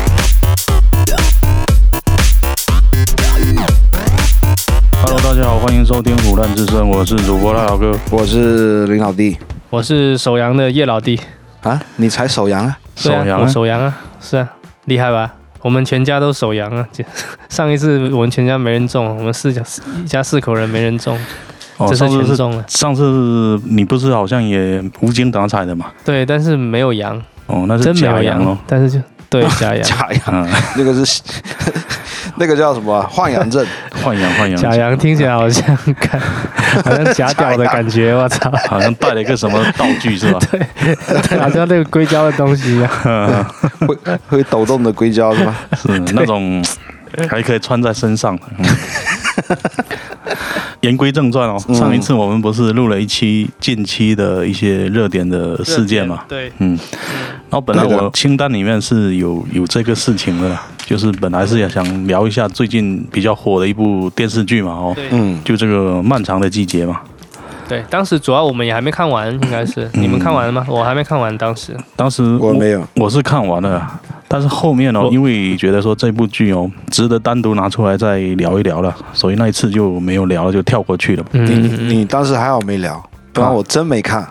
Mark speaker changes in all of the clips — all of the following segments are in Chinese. Speaker 1: 啊
Speaker 2: 人之声，我是主播大老哥。
Speaker 3: 我是林老弟
Speaker 1: 我是首阳的叶老弟，
Speaker 3: 啊，你才首阳 啊？
Speaker 1: 对
Speaker 2: 首阳
Speaker 1: 啊，我首阳啊，是啊，厉害吧？我们全家都首阳啊！ 这上一次我们全家没人中，我们四家四一家四口人没人中，
Speaker 2: 哦，
Speaker 1: 这次
Speaker 2: 上次
Speaker 1: 全
Speaker 2: 是
Speaker 1: 中了。
Speaker 2: 上次你不是好像也无精打采的嘛？
Speaker 1: 对，但是没有羊，
Speaker 2: 哦，那是
Speaker 1: 真没
Speaker 2: 假
Speaker 1: 有
Speaker 2: 羊
Speaker 1: 羊
Speaker 2: 咯。，
Speaker 1: 但是就 对假羊，
Speaker 3: 假阳，
Speaker 2: 嗯，
Speaker 3: 那个是 那个叫什么啊换阳症？
Speaker 2: 换羊换
Speaker 1: 假
Speaker 2: 羊，
Speaker 1: 羊听起来好像 看，好像假屌的感觉，我操！
Speaker 2: 好像带了一个什么道具是吧？
Speaker 1: 对好像那个硅胶的东西一啊样。
Speaker 3: 会会抖动的硅胶是吧？
Speaker 2: 是那种还可以穿在身上的。 嗯言归正传哦，
Speaker 1: 嗯
Speaker 2: 上一次我们不是录了一期近期的一些热点的事件嘛？
Speaker 1: 对，
Speaker 2: 嗯，然后本来
Speaker 3: 对的
Speaker 2: 我清单里面是有有这个事情的啦，就是本来是也想聊一下最近比较火的一部电视剧嘛，哦，
Speaker 1: 对
Speaker 3: 嗯，
Speaker 2: 就这个漫长的季节嘛。
Speaker 1: 对，当时主要我们也还没看完，应该是
Speaker 2: 嗯
Speaker 1: 你们看完了吗？我还没看完，当时
Speaker 2: 当时
Speaker 3: 我没有，
Speaker 2: 我是看完了，但是后面哦，
Speaker 1: 我
Speaker 2: 因为觉得说这部剧哦值得单独拿出来再聊一聊了，所以那一次就没有聊了，就跳过去了。
Speaker 3: 你
Speaker 1: 嗯，
Speaker 3: 你当时还好没聊，不然我真没看。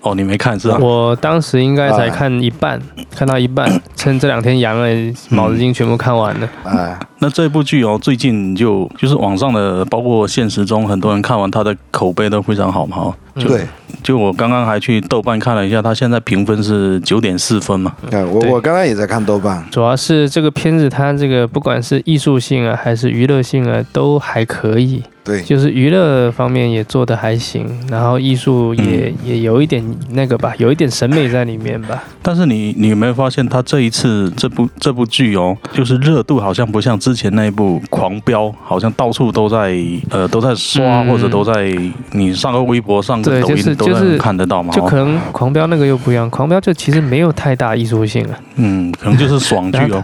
Speaker 2: 哦，你没看是吧？啊
Speaker 1: 我当时应该才看一半，看到 一半，趁这两天阳了，脑子经全部看完了。
Speaker 3: 哎，
Speaker 2: 那这部剧哦，最近就就是网上的，包括现实中很多人看完它的口碑都非常好嘛、哦。
Speaker 1: 嗯
Speaker 3: 对，
Speaker 2: 就我刚刚还去豆瓣看了一下，它现在评分是九点四分嘛。
Speaker 3: 哎，我
Speaker 1: 对
Speaker 3: 我刚刚也在看豆瓣，
Speaker 1: 主要是这个片子，它这个不管是艺术性啊，还是娱乐性啊，都还可以。
Speaker 3: 对，
Speaker 1: 就是娱乐方面也做得还行，然后艺术也、
Speaker 2: 嗯
Speaker 1: 也有一点那个吧，有一点审美在里面吧。
Speaker 2: 但是你你有没有发现，它这一次这部这部剧哦，就是热度好像不像之前那一部《狂飙》，好像到处都在呃都在刷，
Speaker 1: 嗯
Speaker 2: 或者都在你上个微博、上个
Speaker 1: 对
Speaker 2: 抖
Speaker 1: 就是
Speaker 2: 音都
Speaker 1: 就是
Speaker 2: 能看得到嘛。
Speaker 1: 就
Speaker 2: 哦
Speaker 1: 可能狂飙那个又不一样，狂飙就其实没有太大艺术性啊。
Speaker 2: 嗯，可能就是爽剧哦。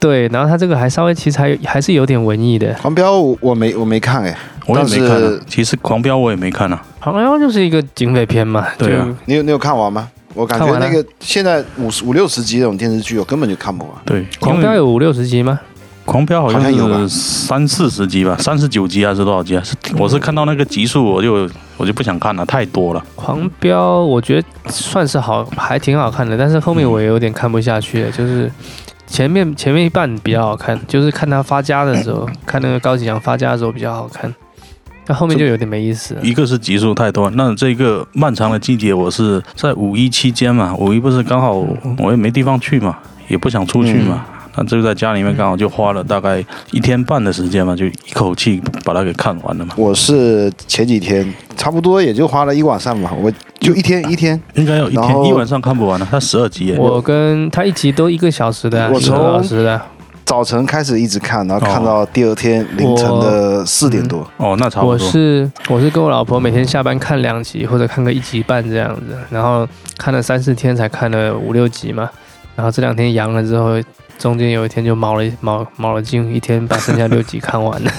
Speaker 1: 对，然后它这个还稍微其实还有还是有点文艺的，
Speaker 3: 狂飙我我没我没看哎，
Speaker 2: 我也没看、
Speaker 3: 但
Speaker 2: 啊
Speaker 3: 是，
Speaker 2: 其实《狂飙》我也没看啊。
Speaker 1: 狂飙就是一个警匪片嘛，
Speaker 2: 对啊
Speaker 1: 就
Speaker 3: 你有你有看完吗？我感
Speaker 1: 看
Speaker 3: 觉
Speaker 1: 完了
Speaker 3: 那个现在五十五六十集这种电视剧，我根本就看不完。
Speaker 2: 对，
Speaker 1: 狂飙有五六十集吗？
Speaker 2: 狂飙好像
Speaker 3: 好像有吧
Speaker 2: 是三四十集吧，三十九集还是多少集啊？是我是看到那个集数，我就我就不想看了，太多了。
Speaker 1: 狂飙我觉得算是好，还挺好看的，但是后面我也有点看不下去了，就是前面前面一半比较好看，就是看他发家的时
Speaker 2: 嗯
Speaker 1: 候，看那个高启强发家的时候比较好看，但后面就有点没意思了。
Speaker 2: 一个是集数太多，那这个漫长的季节，我是在五一期间嘛，五一不是刚好我也没地方去嘛，也不想出去嘛，那就在家里面刚好就花了大概一天半的时间嘛，就一口气把它给看完了嘛，
Speaker 3: 我是前几天差不多也就花了一晚上吧，我就一天一天，
Speaker 2: 应该有一
Speaker 3: 然
Speaker 2: 天
Speaker 3: 后
Speaker 2: 一晚上看不完了，它十二集耶，
Speaker 1: 我跟他一集都一个小时的啊，
Speaker 3: 我
Speaker 1: 一个
Speaker 3: 从
Speaker 1: 多小时的啊，
Speaker 3: 早晨开始一直看，然后看
Speaker 2: 哦
Speaker 3: 到第二天凌晨的四点多。
Speaker 1: 嗯
Speaker 2: 哦，那差不
Speaker 1: 我
Speaker 2: 多，
Speaker 1: 是我是跟我老婆每天下班看两集或者看个一集半这样子，然后看了三四天才看了五六集嘛，然后这两天阳了之后，中间有一天就毛了一毛毛了劲，一天把剩下六集看完了。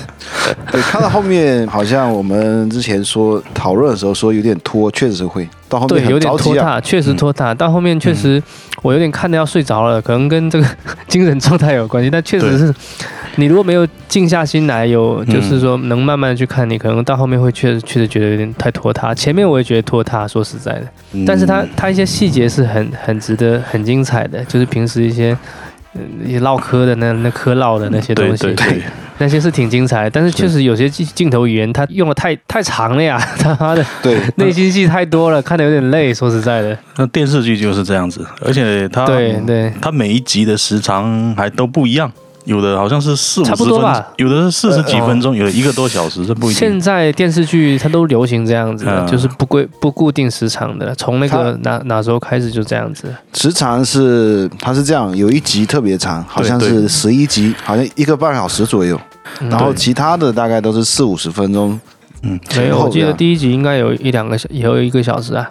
Speaker 3: 对，看到后面好像我们之前说讨论的时候说有点拖，确实会到后面
Speaker 1: 对，有
Speaker 3: 很着
Speaker 1: 点拖
Speaker 3: 急啊。嗯
Speaker 1: 沓，确实拖沓。到后面确实，我有点看的要睡着了，可能跟这个 精神状态有关系。但确实是，你如果没有静下心来，有
Speaker 3: 嗯
Speaker 1: 就是说能慢慢地去看，你可能到后面会确实确实觉得有点太拖沓。前面我也觉得拖沓，说实在的，
Speaker 2: 嗯
Speaker 1: 但是它它一些细节是很很值得、很精彩的，就是平时一些。嗯一些唠嗑的那那嗑唠的那些东
Speaker 2: 对
Speaker 1: 西，
Speaker 2: 对对，
Speaker 1: 那些是挺精彩的，但是确实有些镜镜头语言它用的太太长了呀， 他妈的，
Speaker 3: 对，
Speaker 1: 内心戏太多了，看的有点累。说实在的，
Speaker 2: 那电视剧就是这样子，而且它
Speaker 1: 对对，
Speaker 2: 它每一集的时长还都不一样，有的好像是四五十
Speaker 1: 差不
Speaker 2: 分
Speaker 1: 多吧，
Speaker 2: 有的是四十几分钟，有的一个多小时，这不一定。
Speaker 1: 现在电视剧它都流行这样子的，
Speaker 2: 嗯
Speaker 1: 就是不规不固定时长的，从那个哪哪时候开始就这样子。
Speaker 3: 时长是它是这样，有一集特别长，好像
Speaker 2: 对
Speaker 3: 是十一集，好像一个半小时左右，
Speaker 1: 嗯
Speaker 3: 然后
Speaker 2: 对
Speaker 3: 其他的大概都是四五十分钟。
Speaker 2: 嗯，
Speaker 1: 没有，
Speaker 3: 前后
Speaker 1: 我记
Speaker 3: 这
Speaker 1: 得
Speaker 3: 样
Speaker 1: 第一集应该有一两个小，也有一个小时啊，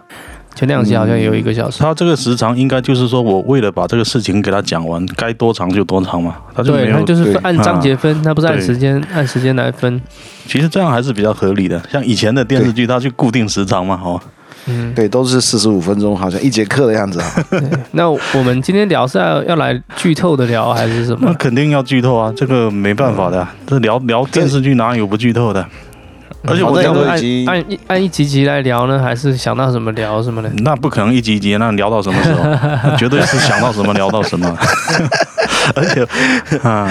Speaker 1: 前两集好像也有一个小时。
Speaker 2: 嗯他这个时长应该就是说我为了把这个事情给他讲完，该多长就多长嘛，他就没
Speaker 1: 对，它
Speaker 2: 有。啊
Speaker 1: 就是
Speaker 3: 对
Speaker 1: 按章节分，它不是按
Speaker 2: 对
Speaker 1: 时间按时间来分。
Speaker 2: 其实这样还是比较合理的。像以前的电视剧，它去固定时长嘛，哦，
Speaker 1: 嗯，
Speaker 3: 对，都是四十五分钟，好像一节课的样子啊。
Speaker 1: 那我们今天聊是要要来剧透的聊还是什
Speaker 2: 那
Speaker 1: 么？
Speaker 2: 肯定要剧透啊，这个没办法的啊。这聊聊电视剧哪有不剧透的？而且
Speaker 3: 好
Speaker 2: 我
Speaker 3: 在
Speaker 2: 觉
Speaker 1: 要
Speaker 2: 得
Speaker 3: 都已
Speaker 1: 不按
Speaker 3: 经
Speaker 1: 按一按一集集来聊呢，还是想到什么聊什么呢？
Speaker 2: 那不可能一集一集那聊到什么时 候，绝对是想到什么聊到什么。 而且啊，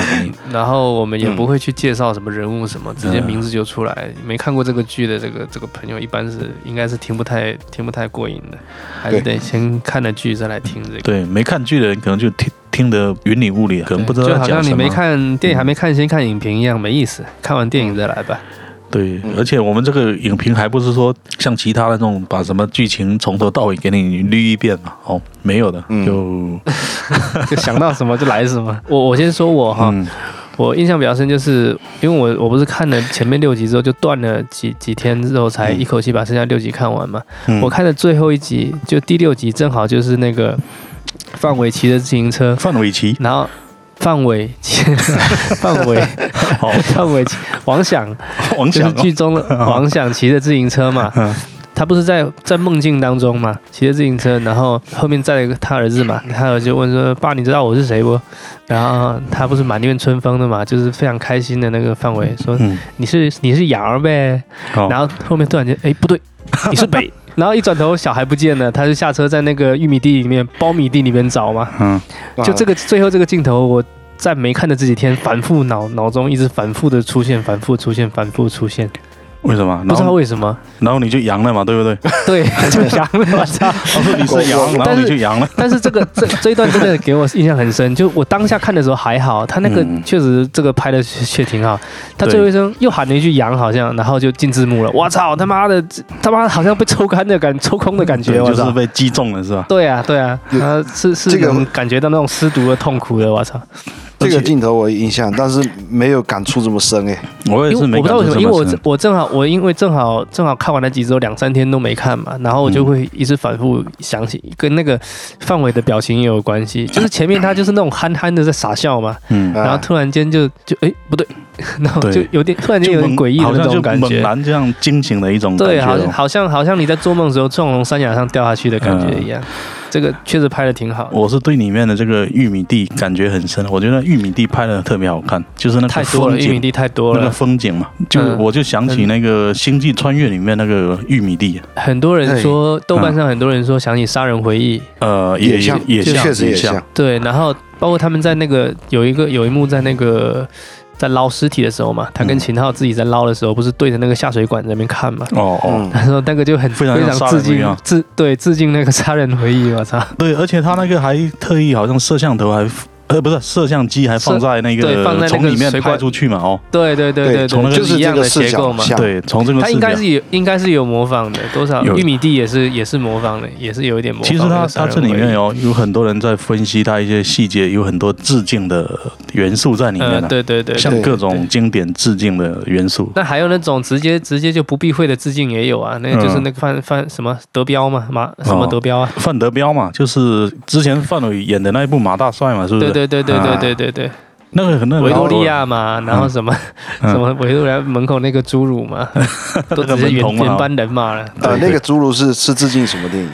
Speaker 1: 然后我们也
Speaker 2: 嗯
Speaker 1: 不会去介绍什么人物什么，直接
Speaker 2: 嗯
Speaker 1: 名字就出来。没看过这个剧的这个这个朋友，一般是应该是听不太听不太过瘾的，还是得先看了剧再来听这个。
Speaker 2: 对，没看剧的人可能就听听得云里雾里，可能不知道
Speaker 1: 就
Speaker 2: 在
Speaker 1: 好
Speaker 2: 讲
Speaker 1: 像
Speaker 2: 什
Speaker 1: 你
Speaker 2: 么
Speaker 1: 没。看电影还没看，先看影评一样，没意思。看完电影再来吧。
Speaker 2: 对
Speaker 3: 嗯，
Speaker 2: 而且我们这个影评还不是说像其他的那种把什么剧情从头到尾给你捋一遍嘛？哦，没有的，
Speaker 3: 嗯
Speaker 2: 就
Speaker 1: 就想到什么就来什么。 我我先说我哈，
Speaker 2: 嗯
Speaker 1: 我印象比较深，就是因为我我不是看了前面六集之后就断了几几天之后，才一口气把剩下六集看完嘛。
Speaker 2: 嗯
Speaker 1: 我看的最后一集，就第六集，正好就是那个范玮骑着自行车，
Speaker 2: 范玮 琪，
Speaker 1: 然后范玮骑 范玮
Speaker 2: 好，
Speaker 1: 范玮骑 王响，
Speaker 2: 王
Speaker 1: 就是
Speaker 2: 响哦
Speaker 1: 剧中的王响骑着自行车嘛
Speaker 2: 嗯。
Speaker 1: 他不是在在梦境当中嘛，骑着自行车，然后后面载了一个他儿子嘛，他儿子就问说：“爸，你知道我是谁不？”然后他不是满面春风的嘛，就是非常开心的那个范围说
Speaker 2: 嗯，：“哦
Speaker 1: 你是你是羊儿呗。”
Speaker 2: 好
Speaker 1: 然后后面突然间，哎，不 对，你是北。然后一转头，小孩不见了，他就下车在那个玉米地里面、苞米地里面找嘛。
Speaker 2: 嗯，
Speaker 1: 就这个最后这个镜头，我在没看的这几天，反复脑脑中一直反复的出现，反复出现，反复出现，
Speaker 2: 为什么？
Speaker 1: 不
Speaker 2: 然
Speaker 1: 知道
Speaker 2: 后
Speaker 1: 为什么。
Speaker 2: 然后你就阳了嘛，对不 对？
Speaker 1: 对，就想了，我操！
Speaker 2: 我说你是阳， 然后你就阳了。
Speaker 1: 但是这个这这一段真的给我印象很深，就我当下看的时候还好，他那个
Speaker 2: 嗯
Speaker 1: 确实这个拍的确挺好，他
Speaker 2: 对
Speaker 1: 最后一声又喊了一句“羊”，好像，然后就进字幕了。我操，他妈的，这他妈好像被抽干的感，抽空的感觉，
Speaker 2: 对
Speaker 1: 我
Speaker 2: 就是
Speaker 1: 操！
Speaker 2: 被击中了，是吧？
Speaker 1: 对啊，对啊，啊，是是
Speaker 3: 这个
Speaker 1: 能感觉到那种失毒的痛苦的，我操！
Speaker 3: 这
Speaker 2: 而
Speaker 3: 个
Speaker 2: 且
Speaker 3: 镜头我有印象，但是没有感触这么深哎。
Speaker 2: 我也
Speaker 1: 因
Speaker 2: 是
Speaker 1: 为
Speaker 2: 没
Speaker 1: 我不
Speaker 2: 感
Speaker 1: 知道为
Speaker 2: 觉
Speaker 1: 什么，
Speaker 2: 这
Speaker 1: 因为
Speaker 2: 么
Speaker 1: 我
Speaker 2: 深。
Speaker 1: 我正好我因为正好正好看完了几周，两三天都没看嘛，然后我就
Speaker 2: 嗯
Speaker 1: 会一直反复想起，跟那个范伟的表情也有关系，就是前面他就是那种憨憨的在傻笑嘛，
Speaker 2: 嗯，
Speaker 3: 啊
Speaker 1: 然后突然间就就哎不对， 然后
Speaker 2: 对
Speaker 1: 就有点突然间有点
Speaker 2: 猛
Speaker 1: 诡异的
Speaker 2: 好
Speaker 1: 那
Speaker 2: 像就
Speaker 1: 种感
Speaker 2: 猛
Speaker 1: 觉。
Speaker 2: 然这样惊醒的一种感
Speaker 1: 对，
Speaker 2: 觉
Speaker 1: 好像
Speaker 2: 哦。
Speaker 1: 好像好像你在做梦的时候从从山崖上掉下去的感觉一样，这个确实拍的挺好的。
Speaker 2: 嗯我是对里面的这个玉米地感觉很深，我觉得玉米地拍的特别好看，就是那
Speaker 1: 太
Speaker 2: 个
Speaker 1: 多
Speaker 2: 风
Speaker 1: 了，玉米
Speaker 2: 景，
Speaker 1: 地太多
Speaker 2: 那
Speaker 1: 了
Speaker 2: 个，风景嘛，就
Speaker 1: 嗯
Speaker 2: 我就想起那个《星际穿越》里面那个玉米地，啊
Speaker 1: 很多人
Speaker 3: 对
Speaker 2: 哎嗯
Speaker 1: 说豆瓣上很多人说想起《杀人回忆》，
Speaker 2: 呃，也
Speaker 3: 像
Speaker 2: 也像
Speaker 3: 确实
Speaker 2: 也
Speaker 3: 也像，
Speaker 1: 对，然后包括他们在那个有一个有一幕在那个在捞尸体的时候嘛，他跟
Speaker 2: 嗯
Speaker 1: 秦昊自己在捞的时候，不是对着那个下水管在那边看嘛，
Speaker 2: 哦哦，
Speaker 3: 嗯，
Speaker 1: 然后那个就很
Speaker 2: 非常
Speaker 1: 非
Speaker 2: 像
Speaker 1: 常
Speaker 2: 杀
Speaker 1: 致
Speaker 2: 人回忆
Speaker 1: 敬
Speaker 2: 啊
Speaker 1: 致对致敬那个杀人回忆，我操，
Speaker 2: 对，而且他那个还特意好像摄像头还。呃，不是，摄像机还放在那
Speaker 1: 对放在
Speaker 2: 个
Speaker 1: 那个
Speaker 2: 从里面
Speaker 1: 水
Speaker 2: 拍
Speaker 1: 管
Speaker 2: 出去嘛，哦，
Speaker 1: 对对对
Speaker 3: 对
Speaker 1: 对，
Speaker 2: 从那个
Speaker 1: 就
Speaker 3: 就是是
Speaker 1: 一
Speaker 3: 这
Speaker 1: 样的
Speaker 3: 个视
Speaker 1: 结构
Speaker 3: 角
Speaker 1: 嘛。
Speaker 3: 像，
Speaker 2: 对，从这个
Speaker 1: 他
Speaker 2: 视
Speaker 1: 应
Speaker 2: 角
Speaker 1: 该，是有，应该是有模仿的，多少
Speaker 2: 有
Speaker 1: 玉米地也是也是模仿的，也是有一点模仿。
Speaker 2: 其实他他这里面，有有很多人在分析他一些细节，有很多致敬的元素在里
Speaker 1: 呃
Speaker 2: 面，的，啊
Speaker 1: 对对对，对
Speaker 2: 像
Speaker 3: 对
Speaker 2: 各
Speaker 1: 对
Speaker 2: 种经典致敬的元素。
Speaker 1: 那还有那种直接直接就不避讳的致敬也有啊，那个就是那个范范什么德彪嘛，马什
Speaker 2: 嗯
Speaker 1: 么
Speaker 2: 哦
Speaker 1: 德彪啊，
Speaker 2: 范德彪嘛，就是之前范伟演的那一部《马大帅》嘛，是不
Speaker 1: 对
Speaker 2: 是？
Speaker 1: 对对对对
Speaker 2: 啊
Speaker 1: 对对对，
Speaker 2: 那个那个
Speaker 1: 维多
Speaker 2: 老
Speaker 1: 利亚嘛，然后什么
Speaker 2: 嗯
Speaker 1: 什么维多利亚门口那个侏儒 嘛，都直接
Speaker 2: 门
Speaker 1: 原
Speaker 2: 童嘛啊
Speaker 1: 原班人马了，
Speaker 3: 呃，
Speaker 2: 对
Speaker 3: 那个侏儒是是致敬什么电影？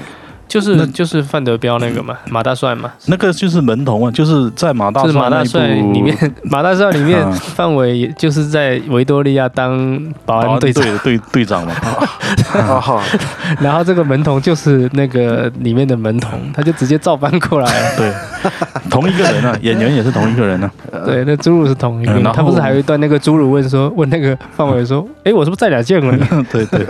Speaker 1: 就是就是范德彪那个嘛，马大帅嘛，
Speaker 2: 那个就是门童啊，就是在《马大
Speaker 1: 就
Speaker 2: 帅
Speaker 1: 是》马大帅
Speaker 2: 那一部
Speaker 1: 里面， 马大帅里面
Speaker 2: 嗯
Speaker 1: 范伟也就是在维多利亚当
Speaker 2: 保
Speaker 1: 保安
Speaker 2: 安
Speaker 1: 队
Speaker 2: 队
Speaker 1: 长，
Speaker 2: 的队队长嘛，啊
Speaker 3: 哦，
Speaker 1: 然后这个门童就是那个里面的门童，他就直接照搬 过来了。
Speaker 2: 对，同一个人 啊，演员也是同一个人啊。
Speaker 1: 对，那侏儒是同一个
Speaker 2: 嗯，然后
Speaker 1: 他不是还有一段那个侏儒问说问那个范伟说，哎，我是不是在哪见过你？
Speaker 2: 对对，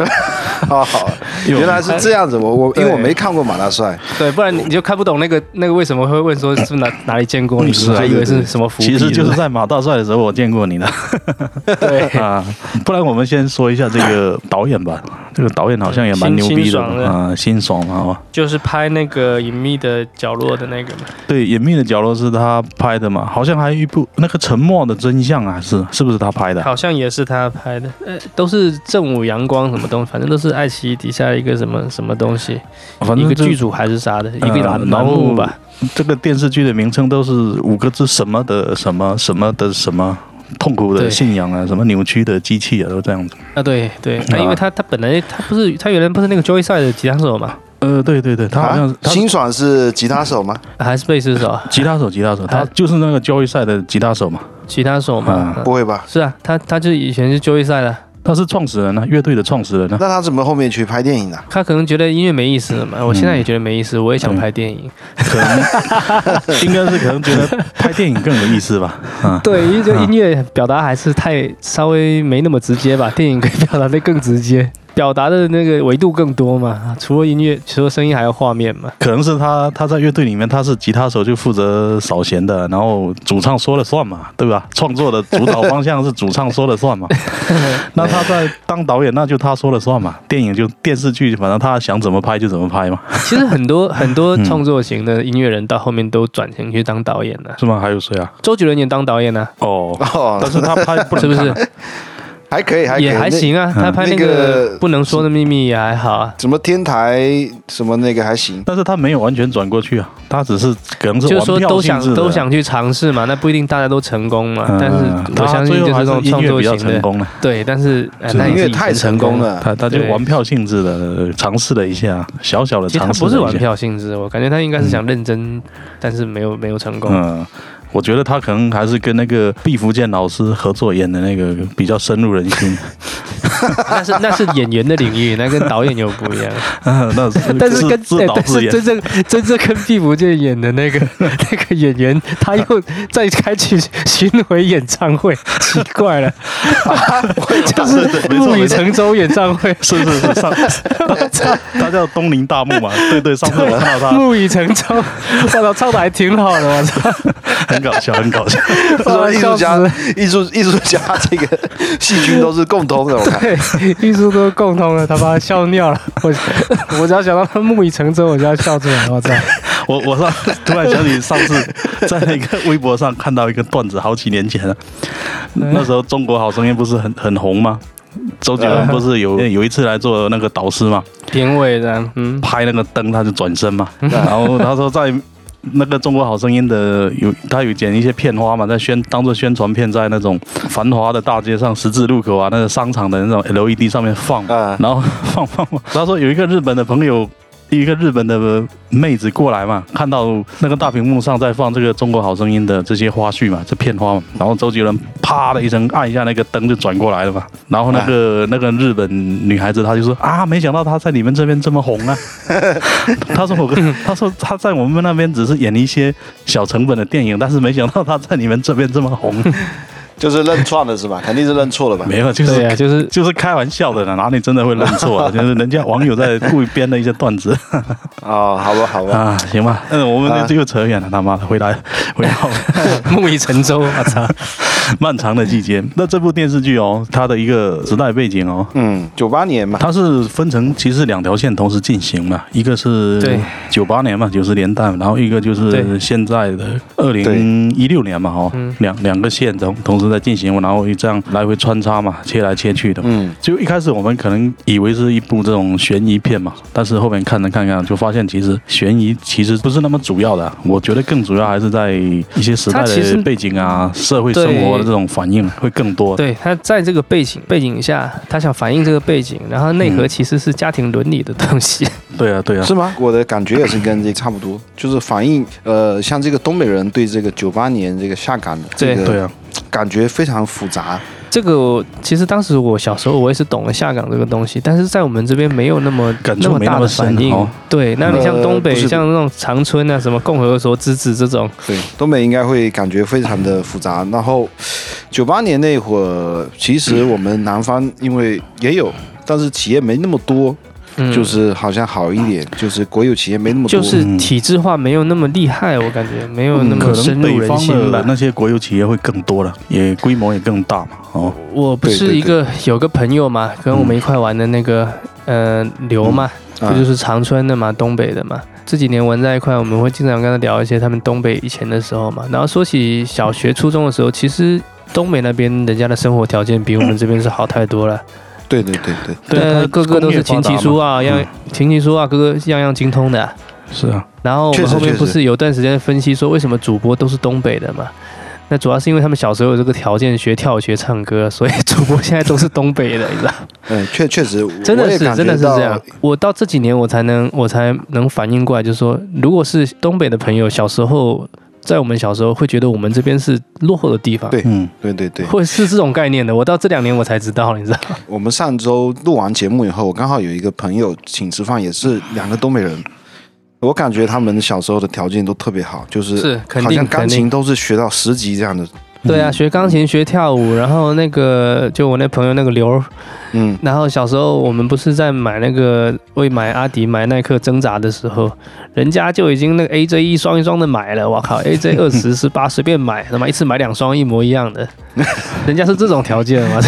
Speaker 3: 哦，好，
Speaker 2: 有
Speaker 3: 原来是这样子。我我因为我没看过马大帅，
Speaker 1: 对，不然你就看不懂那个那个为什么会问说是不是哪哪里见过你，
Speaker 2: 嗯是啊
Speaker 1: 还以为是什么伏笔，
Speaker 2: 其实就是
Speaker 1: 不
Speaker 2: 在马大帅的时候我见过你的
Speaker 1: 对。
Speaker 2: 啊。不然我们先说一下这个导演吧，这个导演好像也蛮牛
Speaker 1: 辛
Speaker 2: 逼
Speaker 1: 辛
Speaker 2: 的
Speaker 1: 爽的
Speaker 2: 啊，辛爽嘛，好吧。
Speaker 1: 就是拍那个隐秘的角落的那个嘛，
Speaker 2: 对，《隐秘的角落》是他拍的嘛？好像还有一部那个《沉默的真相》啊，是是不是他拍的啊？
Speaker 1: 好像也是他拍的，呃，都是正午阳光什么东西，反正都是爱奇艺底下一个什么什么东西，
Speaker 2: 反
Speaker 1: 一
Speaker 2: 正
Speaker 1: 个
Speaker 2: 这
Speaker 1: 剧组还是啥的，一
Speaker 2: 呃
Speaker 1: 个栏
Speaker 2: 然
Speaker 1: 栏
Speaker 2: 后
Speaker 1: 目吧。
Speaker 2: 这个电视剧的名称都是五个字，什么的什么什么的什么。痛苦
Speaker 1: 对
Speaker 2: 的信仰啊，什么扭曲的机器啊，都这样子。
Speaker 1: 啊，对对，那因为他他本来他不是他原来不是那个 Joyside 的吉他手嘛，
Speaker 2: 呃，对对对，他好像是、
Speaker 3: 啊
Speaker 2: 他
Speaker 3: 辛爽是吉他手吗？
Speaker 1: 还是贝斯手，
Speaker 2: 吉他手，吉他手，他
Speaker 1: 啊
Speaker 2: 就是那个交易赛的吉他手嘛。
Speaker 1: 吉他手嘛
Speaker 2: 啊。
Speaker 1: 嗯
Speaker 3: 不会吧？
Speaker 1: 是啊，他他就以前是 Joyside 的，
Speaker 2: 他是创始人呢、乐队的创始人啊呢、
Speaker 3: 那他怎么后面去拍电影呢、
Speaker 1: 他可能觉得音乐没意思了嘛，我现在也觉得没意思，我也
Speaker 2: 嗯
Speaker 1: 想拍电影。
Speaker 2: 可 能应该是可能觉得拍电影更有意思吧。啊，
Speaker 1: 对，因为就音乐表达还是太稍微没那么直接吧， 电影可以表达的更直接，表达的那个维度更多嘛，除了音乐，除了声音还有画面嘛。
Speaker 2: 可能是他他在乐队里面他是吉他手，就负责扫弦的，然后主唱说了算嘛，对吧？创作的主导方向是主唱说了 算嘛。那他在当导演，那就他说了算嘛。电影就电视剧，反正他想怎么拍就怎么拍嘛，
Speaker 1: 其实很多很多创作型的音乐人到后面都转型去当导演了，
Speaker 2: 是吗？还有谁啊？
Speaker 1: 周杰伦也当导演呢、
Speaker 2: 哦，但
Speaker 3: 哦，
Speaker 2: 是他拍不能
Speaker 1: 是不
Speaker 2: 看
Speaker 1: 是
Speaker 2: 啊？
Speaker 3: 还可哎以，还可以
Speaker 1: 也还。行啊，他拍那
Speaker 3: 那
Speaker 1: 个
Speaker 3: 个
Speaker 1: 不能说的秘密也还好啊
Speaker 3: 那。什么天台什么那个还行，
Speaker 2: 但是他没有完全转过去啊，他只是可能是
Speaker 1: 就是
Speaker 2: 玩
Speaker 1: 说
Speaker 2: 票
Speaker 1: 都
Speaker 2: 性
Speaker 1: 想
Speaker 2: 质的
Speaker 1: 都想去尝试嘛，那不一定大家都成功嘛。
Speaker 2: 嗯
Speaker 1: 但是我相信
Speaker 2: 他
Speaker 1: 就
Speaker 2: 最后还
Speaker 1: 这种
Speaker 2: 音
Speaker 1: 创
Speaker 2: 乐
Speaker 1: 作
Speaker 2: 比较
Speaker 1: 型
Speaker 2: 成
Speaker 1: 的，
Speaker 2: 功了，
Speaker 1: 对，但是哎
Speaker 2: 是
Speaker 1: 那
Speaker 3: 音
Speaker 1: 也
Speaker 3: 乐
Speaker 1: 是已
Speaker 3: 太
Speaker 1: 经
Speaker 3: 成
Speaker 1: 成
Speaker 3: 功
Speaker 1: 了。
Speaker 3: 了。
Speaker 2: 他他就
Speaker 1: 对
Speaker 2: 玩票性质的尝试了一下，小小的
Speaker 1: 其实他
Speaker 2: 尝试
Speaker 1: 不
Speaker 2: 了
Speaker 1: 是
Speaker 2: 一
Speaker 1: 玩
Speaker 2: 下。
Speaker 1: 票性质，我感觉他应该是想认真，但是没有没有成功。
Speaker 2: 嗯，我觉得他可能还是跟那个毕福剑老师合作演的那个比较深入人 心，
Speaker 1: 那是那是演员的领域，那跟导演又不一样。
Speaker 2: 嗯那是
Speaker 1: 但是跟
Speaker 2: 自
Speaker 1: 哎
Speaker 2: 自导
Speaker 1: 但
Speaker 2: 自
Speaker 1: 是
Speaker 2: 演。
Speaker 1: 真正真正跟毕福剑演的那个 那个演员，他又再开去巡回演 唱会，奇怪了，就是
Speaker 2: 啊没错
Speaker 1: 陆
Speaker 2: 没
Speaker 1: 羽
Speaker 2: 错
Speaker 1: 成舟演唱会。
Speaker 2: 是是是，上他他叫东林大木嘛，对对，上次我看到 他
Speaker 1: 木已成舟，我操，唱的还挺好的，我操，
Speaker 2: 很搞笑，很搞笑。
Speaker 3: 说 艺术家
Speaker 1: 笑死了、
Speaker 3: 艺术艺术家这个细菌都是共通的，我 看
Speaker 1: 对，艺术都是共通的，他妈笑尿了， 我我只要想到他木已成舟，我就要笑出来，我操，
Speaker 2: 我我上突然想起上次在那个微博上看到一个段子，好几年前了，那时候《中国好声音》不是很很红吗？周杰伦不是有有一次来做那个导师嘛，
Speaker 1: 评委的，嗯，
Speaker 2: 拍那个灯他就转身嘛，然后他说在。那个《中国好声音》的有他有剪一些片花嘛，在宣当做宣传片，在那种繁华的大街上、十字路口啊、那个商场的那种 LED 上面放，
Speaker 3: 啊，
Speaker 2: 然后放放放，他说有一个日本的朋友，一个日本的妹子过来嘛，看到那个大屏幕上在放这个《中国好声音》的这些花絮嘛，这片花嘛，然后周杰伦啪的一声按一下那个灯就转过来了嘛，然后那个、那个日本女孩子她就说啊，没想到他在你们这边这么红啊， 她说我跟她说她在我们那边只是演一些小成本的电影，但是没想到他在你们这边这么红，
Speaker 3: 就是认错了是吧？肯定是认错了吧？
Speaker 2: 没有就是
Speaker 1: 对呀，啊就是
Speaker 2: 就是开玩笑的呢，哪里真的会认错啊？就是人家网友在故意编的一些段子
Speaker 3: 哦，好吧，好吧，
Speaker 2: 啊，行吧。嗯，我
Speaker 3: 啊
Speaker 2: 们这又扯远了，他妈的，回来 回到
Speaker 1: 木已成舟，我操，
Speaker 2: 漫长的季节。那这部电视剧哦，它的一个时代背景哦，
Speaker 3: 嗯，九八年嘛，
Speaker 2: 它是分成其实两条线同时进行嘛，一个是
Speaker 1: 对
Speaker 2: 九八年嘛，九十年代嘛，然后一个就
Speaker 1: 对
Speaker 2: 是现在的二零一六年嘛，哦
Speaker 1: 嗯，
Speaker 2: 两两个线同同时在进行，然后这样来回穿插嘛，切来切去的嘛。
Speaker 3: 嗯，
Speaker 2: 就一开始我们可能以为是一部这种悬疑片嘛，但是后面看了看看，就发现其实悬疑其实不是那么主要的啊。我觉得更主要还是在一些时代
Speaker 1: 它其实
Speaker 2: 的背景啊、社会生活的这种反应会更多。
Speaker 1: 对他在这个背景背景下，他想反映这个背景，然后内核其实是家庭伦理的东西，
Speaker 2: 对啊，对啊，
Speaker 3: 是吗？我的感觉也是跟这个差不多，就是反映呃，像这个东北人对这个九八年这个下岗的这
Speaker 1: 对
Speaker 2: 对
Speaker 3: 个
Speaker 2: 啊，
Speaker 3: 感觉非常复杂，
Speaker 1: 这个我其实当时我小时候我也是懂了下岗这个东西，但是在我们这边没有那么
Speaker 2: 感触
Speaker 1: 那么
Speaker 2: 没那
Speaker 1: 大
Speaker 2: 么
Speaker 1: 的
Speaker 2: 深
Speaker 1: 反应。
Speaker 2: 哦
Speaker 1: 对，那你像
Speaker 3: 呃
Speaker 1: 东北、
Speaker 3: 不是
Speaker 1: 像那种长春啊，什么共和国自治这种，
Speaker 3: 对，东北应该会感觉非常的复杂。然后，九八年那会儿，其实我们南方因为也有，但是企业没那么多，
Speaker 1: 嗯
Speaker 3: 就是好像好一点，就是国有企业没那么多。
Speaker 1: 就是体制化没有那么厉害，我感觉没有那
Speaker 2: 嗯可
Speaker 1: 么深
Speaker 2: 能
Speaker 1: 入
Speaker 2: 北
Speaker 1: 人
Speaker 2: 方
Speaker 1: 心吧
Speaker 2: 的。那些国有企业会更多了，也规模也更大嘛。哦，
Speaker 1: 我不
Speaker 3: 对
Speaker 1: 是
Speaker 3: 对
Speaker 1: 一个有个朋友嘛，跟我们一块玩的那个呃刘嘛，
Speaker 2: 嗯
Speaker 3: 啊
Speaker 1: 不就是长春的嘛，东北的嘛。这几年玩在一块，我们会经常跟他聊一些他们东北以前的时候嘛。然后说起小学、初中的时候，其实东北那边人家的生活条件比我们这边是好太多了。
Speaker 3: 对对对对，
Speaker 2: 对啊
Speaker 1: 呃
Speaker 2: 它
Speaker 1: 个个都
Speaker 2: 工业发
Speaker 1: 是琴
Speaker 2: 达
Speaker 1: 棋
Speaker 2: 嘛
Speaker 1: 书啊画，样
Speaker 2: 嗯
Speaker 1: 琴棋书画，个个样样精通的啊、
Speaker 2: 是啊，
Speaker 1: 然后我
Speaker 3: 确
Speaker 1: 们
Speaker 3: 实
Speaker 1: 后面
Speaker 3: 确
Speaker 1: 不
Speaker 3: 实
Speaker 1: 是有段时间分析说，为什么主播都是东北的嘛？那主要是因为他们小时候有这个条件，学跳舞、学唱歌，所以主播现在都是东北的，你知道？
Speaker 3: 嗯，确确实，
Speaker 1: 真
Speaker 3: 我
Speaker 1: 的
Speaker 3: 也
Speaker 1: 是，
Speaker 3: 感觉
Speaker 1: 真的是
Speaker 3: 到
Speaker 1: 这样。。我到这几年我才能，我才能反应过来，就是说，如果是东北的朋友，小时候在我们小时候会觉得我们这边是落后的地方，
Speaker 3: 对
Speaker 2: 嗯
Speaker 3: 对对对，
Speaker 1: 会是这种概念的。我到这两年我才知道，你知道吗？
Speaker 3: 我们上周录完节目以后，我刚好有一个朋友请吃饭，也是两个东北人。我感觉他们小时候的条件都特别好，就是
Speaker 1: 是肯定
Speaker 3: 好像钢
Speaker 1: 肯定
Speaker 3: 琴都是学到十级这样的。
Speaker 1: 对啊，学钢琴、学跳舞，然后那个就我那朋友那个刘儿，
Speaker 3: 嗯，
Speaker 1: 然后小时候我们不是在买那个为买阿迪买耐克挣扎的时候，人家就已经那个 AJ 一双一双的买了，我靠，AJ 二十十八随便买，他妈一次买两双一模一样的，人家是这种条件 吗？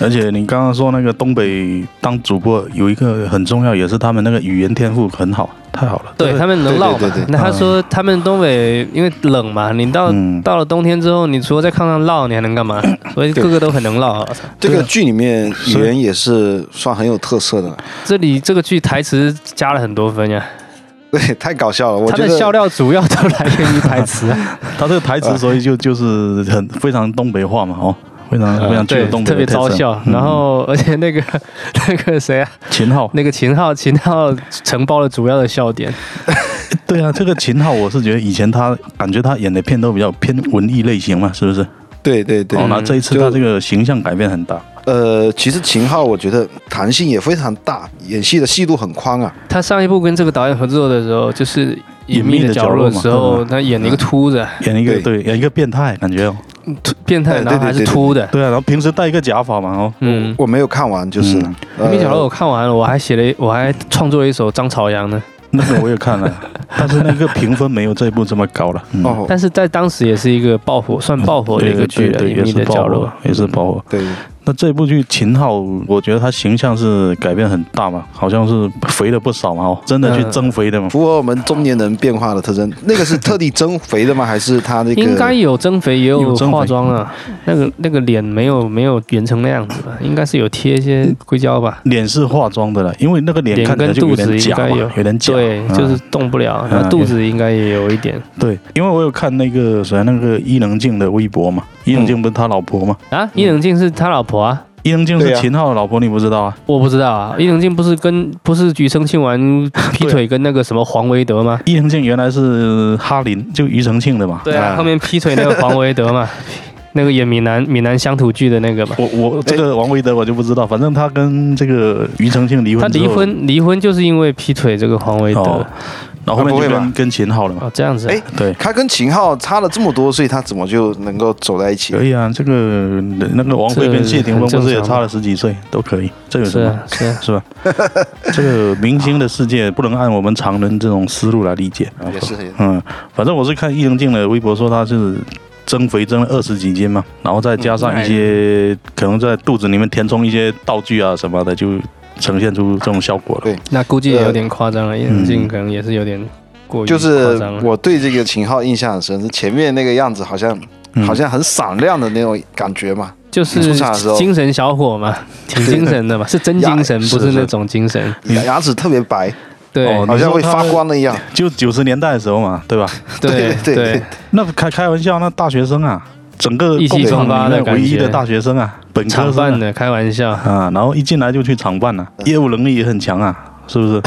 Speaker 2: 而且你刚刚说那个东北当主播有一个很重要，也是他们那个语言天赋很好，太好了。
Speaker 1: 对他们能唠嘛
Speaker 3: 对对对对？
Speaker 1: 那他说他们东北因为冷嘛，你到
Speaker 2: 嗯，
Speaker 1: 到了冬天之后，你除了在炕上唠，你还能 干嘛？所以
Speaker 3: 对
Speaker 1: 个个都很能唠。我操
Speaker 3: 这
Speaker 2: 对
Speaker 3: 个
Speaker 2: 啊
Speaker 3: 剧里面语
Speaker 2: 所
Speaker 3: 言也是算很有特色的，
Speaker 1: 这里这个剧台词加了很多分呀，
Speaker 3: 对，太搞笑了。我
Speaker 1: 它
Speaker 3: 觉
Speaker 1: 的笑
Speaker 3: 得
Speaker 1: 料主要都来源于台词啊。
Speaker 2: 他这个台词，所以就就是很非常东北话嘛，哦，非常非
Speaker 1: 呃
Speaker 2: 常具
Speaker 1: 对
Speaker 2: 有东北
Speaker 1: 特别
Speaker 2: 的特
Speaker 1: 招
Speaker 2: 色
Speaker 1: 笑。
Speaker 2: 嗯
Speaker 1: 然后，而且那个那个谁啊，
Speaker 2: 秦昊，
Speaker 1: 那个秦昊，秦昊承包了主要的笑点。
Speaker 2: 对啊，这个秦昊，我是觉得以前他感觉他演的片都比较偏文艺类型嘛，是不是？
Speaker 3: 对对对
Speaker 2: 哦，，那
Speaker 1: 嗯
Speaker 2: 这一次
Speaker 3: 就
Speaker 2: 他这个形象改变很大。
Speaker 3: 呃，其实秦昊我觉得弹性也非常大，演戏的戏路很宽啊。
Speaker 1: 他上一部跟这个导演合作的时候，就是《隐
Speaker 2: 隐
Speaker 1: 秘
Speaker 2: 秘
Speaker 1: 的
Speaker 2: 的
Speaker 1: 角
Speaker 2: 角落》
Speaker 1: 落的
Speaker 2: 嘛嗯
Speaker 1: 时候，
Speaker 2: 对
Speaker 1: 他演了一个秃子，
Speaker 2: 演一个
Speaker 3: 对
Speaker 2: 对，演一个变态感觉哦。
Speaker 1: 秃变态，
Speaker 3: 哎对
Speaker 1: 然后还
Speaker 3: 对
Speaker 1: 是
Speaker 3: 对对
Speaker 1: 秃的。
Speaker 2: 对啊，然后平时戴一个假发嘛哦。
Speaker 1: 嗯，
Speaker 3: 我没有看完，就是了
Speaker 2: 嗯
Speaker 1: 《隐秘角落》
Speaker 3: 呃
Speaker 1: 我看完了，我还写了一，我还创作了一首张朝阳呢。
Speaker 2: 那个我也看 了，但是那个评分没有这一部这么高了。嗯，
Speaker 3: 哦，
Speaker 1: 但是在当时也是一个爆火，算爆火的一个剧
Speaker 2: 对
Speaker 1: 了，《
Speaker 2: 对，
Speaker 1: 隐
Speaker 2: 也
Speaker 1: 秘
Speaker 2: 是
Speaker 1: 的
Speaker 2: 爆
Speaker 1: 角落嗯
Speaker 2: 火》，也是爆火。
Speaker 3: 对，
Speaker 2: 那这部剧秦昊，我觉得他形象是改变很大嘛，好像是肥了不少嘛哦，真的去
Speaker 1: 嗯
Speaker 2: 增肥的嘛。
Speaker 3: 符合我们中年人变化的特征。那个是特地增肥的吗？还是他那个？
Speaker 1: 应该有增肥，也有
Speaker 2: 有增肥
Speaker 1: 化妆啊。那个那个脸没有没有圆成那样子吧，应该是有贴一
Speaker 2: 嗯
Speaker 1: 些硅胶吧。
Speaker 2: 脸是化妆的了，因为那个脸
Speaker 1: 脸
Speaker 2: 看起来
Speaker 1: 跟
Speaker 2: 就有
Speaker 1: 肚子
Speaker 2: 点
Speaker 1: 应
Speaker 2: 假
Speaker 1: 该
Speaker 2: 嘛，
Speaker 1: 有
Speaker 2: 有点假。
Speaker 1: 对，
Speaker 2: 嗯
Speaker 1: 就是动不了，然后
Speaker 2: 嗯
Speaker 1: 肚子应该也有一点
Speaker 2: 对，因为我有看那个谁，那个伊能静的微博嘛，伊能静不是他老婆嘛？
Speaker 1: 啊。伊能静是他老婆啊，
Speaker 2: 伊能静
Speaker 3: 对
Speaker 2: 是
Speaker 3: 啊
Speaker 2: 秦昊的老婆，你不知道啊？
Speaker 1: 我不知道啊。伊能静不是跟不是庾澄庆玩劈 腿跟那个什么黄维德吗？
Speaker 2: 伊能静原来是哈林，就庾澄庆的嘛。
Speaker 1: 对啊，
Speaker 3: 啊
Speaker 1: 后面劈腿那个黄维 德嘛，那个演闽南闽南乡土剧的那个嘛。
Speaker 2: 我我这个王维德我就不知道，反正他跟这个庾澄庆离婚，
Speaker 1: 他离，婚离婚就是因为劈腿这个黄维德
Speaker 2: 哦然后后面
Speaker 3: 他不会
Speaker 2: 就
Speaker 3: 吧
Speaker 2: 跟跟秦昊了嘛。
Speaker 1: 哦，这样子啊。
Speaker 3: 哎
Speaker 2: 对，
Speaker 3: 他跟秦昊差了这么多，所以他怎么就能够走在一起？
Speaker 2: 可以啊，这个那个王菲跟谢霆锋不是也差了十几岁，都可以，这有什
Speaker 1: 是
Speaker 2: 么？
Speaker 1: 啊是啊，
Speaker 2: 是吧？这个明星的世界不能按我们常人这种思路来理解。然后
Speaker 3: 也是也是
Speaker 2: 嗯，反正我是看易能静的微博说她是增肥增了二十几斤嘛，然后再加上一
Speaker 1: 嗯
Speaker 2: 些、可能在肚子里面填充一些道具啊什么的，就呈现出这种效果了。
Speaker 3: 对
Speaker 1: 那估计也有点夸张了，伊能静可能也是有点过
Speaker 3: 呃嗯
Speaker 1: 于
Speaker 3: 就是
Speaker 1: 夸张了。
Speaker 3: 我对这个秦昊印象很深，是前面那个样子好像、
Speaker 2: 嗯
Speaker 3: 好像很闪亮的那种感觉嘛，
Speaker 1: 就是
Speaker 3: 出场的时候
Speaker 1: 精神小 伙嘛，挺精神的嘛，是真精神，
Speaker 3: 呀
Speaker 1: 不是
Speaker 3: 是哦
Speaker 1: 那种精神。
Speaker 3: 牙牙齿特别白，
Speaker 1: 对
Speaker 2: 哦
Speaker 3: 好像会发光的一样。
Speaker 2: 嗯就九十年代的时候嘛，对吧？
Speaker 1: 嗯对
Speaker 3: 对对
Speaker 1: 对，
Speaker 2: 那开开玩笑，那大学生啊，整个
Speaker 1: 意气风发
Speaker 2: 共产
Speaker 1: 的
Speaker 2: 党里面唯一
Speaker 1: 感
Speaker 2: 的
Speaker 1: 觉
Speaker 2: 大学生啊，本科
Speaker 1: 常
Speaker 2: 生
Speaker 1: 办
Speaker 2: 啊
Speaker 1: 的，开玩笑，
Speaker 2: 啊，然后一进来就去厂办了、业务能力也很强啊，是不是？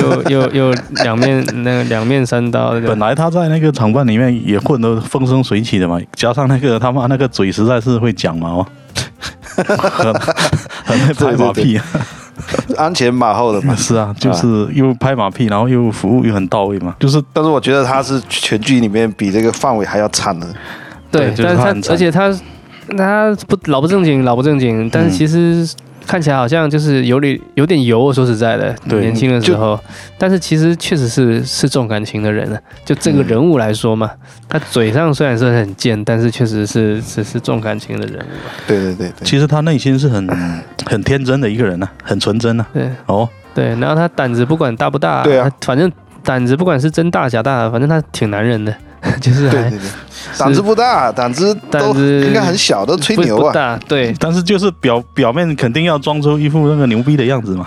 Speaker 1: 又又又两面那个两面三刀
Speaker 2: 本
Speaker 1: 的。
Speaker 2: 来他在那个厂办里面也混得风生水起的嘛，加上那个他妈那个嘴实在是会讲嘛哦，很很会拍马屁，
Speaker 3: 鞍前马后的嘛。
Speaker 2: 是啊，就是又拍马屁，然后又服务又很到位嘛，就是
Speaker 3: 但是我觉得他是全剧里面比这个范伟还要惨的，
Speaker 2: 对
Speaker 1: 对，
Speaker 2: 就是
Speaker 1: 但
Speaker 2: 他
Speaker 1: 是
Speaker 2: 很
Speaker 1: 他而且他他不老不正经，老不正
Speaker 3: 嗯
Speaker 1: 经，但是其实。看起来好像就是有点有点油，说实在的，
Speaker 2: 对
Speaker 1: 年轻的时候，但是其实确实是是重感情的人了。就这个人物来说嘛，
Speaker 3: 嗯
Speaker 1: 他嘴上虽然是很贱，但是确实是是是重感情的人物啊吧。
Speaker 3: 对对对对，
Speaker 2: 其实他内心是很很天真的一个人呐、啊很纯真呐、
Speaker 1: 对
Speaker 2: 哦，
Speaker 1: 对，然后他胆子不管大不大，
Speaker 3: 对啊
Speaker 1: 他反正胆子不管是真大假大，反正他挺男人的， 就是
Speaker 3: 对
Speaker 1: 还
Speaker 3: 对对，胆子不大，胆子
Speaker 1: 胆
Speaker 3: 都
Speaker 1: 子
Speaker 3: 应该很小，都吹
Speaker 1: 不
Speaker 3: 牛
Speaker 1: 不
Speaker 3: 啊。
Speaker 1: 大，对
Speaker 2: 但是就是表表面肯定要装出一副那个牛逼的样子嘛，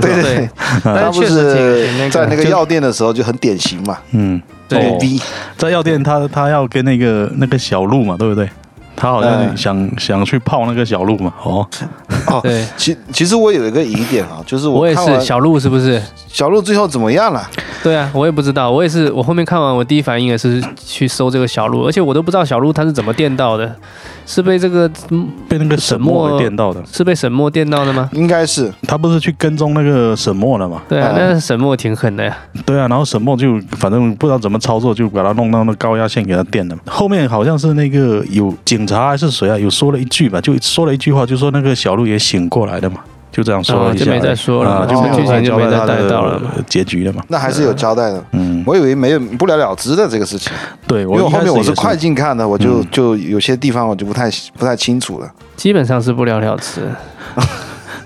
Speaker 3: 对对
Speaker 1: 对
Speaker 3: 对，，
Speaker 1: 但
Speaker 3: 他不
Speaker 1: 确实挺挺那
Speaker 3: 是
Speaker 1: 个
Speaker 3: 在那个
Speaker 1: 就
Speaker 3: 药店的时候就很典型嘛，
Speaker 2: 嗯，
Speaker 1: 对
Speaker 2: 哦
Speaker 3: 牛逼。
Speaker 2: 在药店他他要跟那个那个小鹿嘛，对不对？他好像
Speaker 3: 嗯
Speaker 2: 想、想去泡那个小鹿嘛，哦，
Speaker 3: 哦，
Speaker 1: 对，
Speaker 3: 其其实我有一个疑点啊，就是
Speaker 1: 我也
Speaker 3: 看
Speaker 1: 是
Speaker 3: 完
Speaker 1: 小鹿是不是？
Speaker 3: 小鹿最后怎么样了？
Speaker 1: 对啊，我也不知道，我也是，我后面看完，我第一反应也是去搜这个小鹿，而且我都不知道小鹿它是怎么电到的，是被这个
Speaker 2: 被那个沈墨给电到的。
Speaker 1: 是被沈墨电到的吗？
Speaker 3: 应该是
Speaker 2: 他不是去跟踪那个沈墨了嘛？
Speaker 1: 对啊
Speaker 3: 啊，
Speaker 1: 那沈墨挺狠的呀。
Speaker 2: 对啊，然后沈墨就反正不知道怎么操作，就把他弄到那高压线给他电了。后面好像是那个有警察还是谁啊，有说了一句吧，就说了一句话，就说那个小鹿也醒过来了嘛，就这样说了
Speaker 1: 哦
Speaker 2: 一下，
Speaker 1: 就没再说了
Speaker 2: 啊就没
Speaker 3: 哦
Speaker 2: 有
Speaker 3: 剧
Speaker 1: 情就没再
Speaker 2: 交代他的
Speaker 1: 带到了嘛
Speaker 2: 结局了嘛。
Speaker 3: 那还是有交代的。
Speaker 2: 嗯，
Speaker 3: 我以为没有不了了之的这个事情，
Speaker 2: 对，
Speaker 3: 因为我
Speaker 2: 一
Speaker 3: 后
Speaker 2: 开始
Speaker 3: 面我是
Speaker 2: 也
Speaker 3: 快进看的，我就
Speaker 2: 嗯
Speaker 3: 就有些地方我就不太不太清楚 了。
Speaker 1: 基本上是不了了之，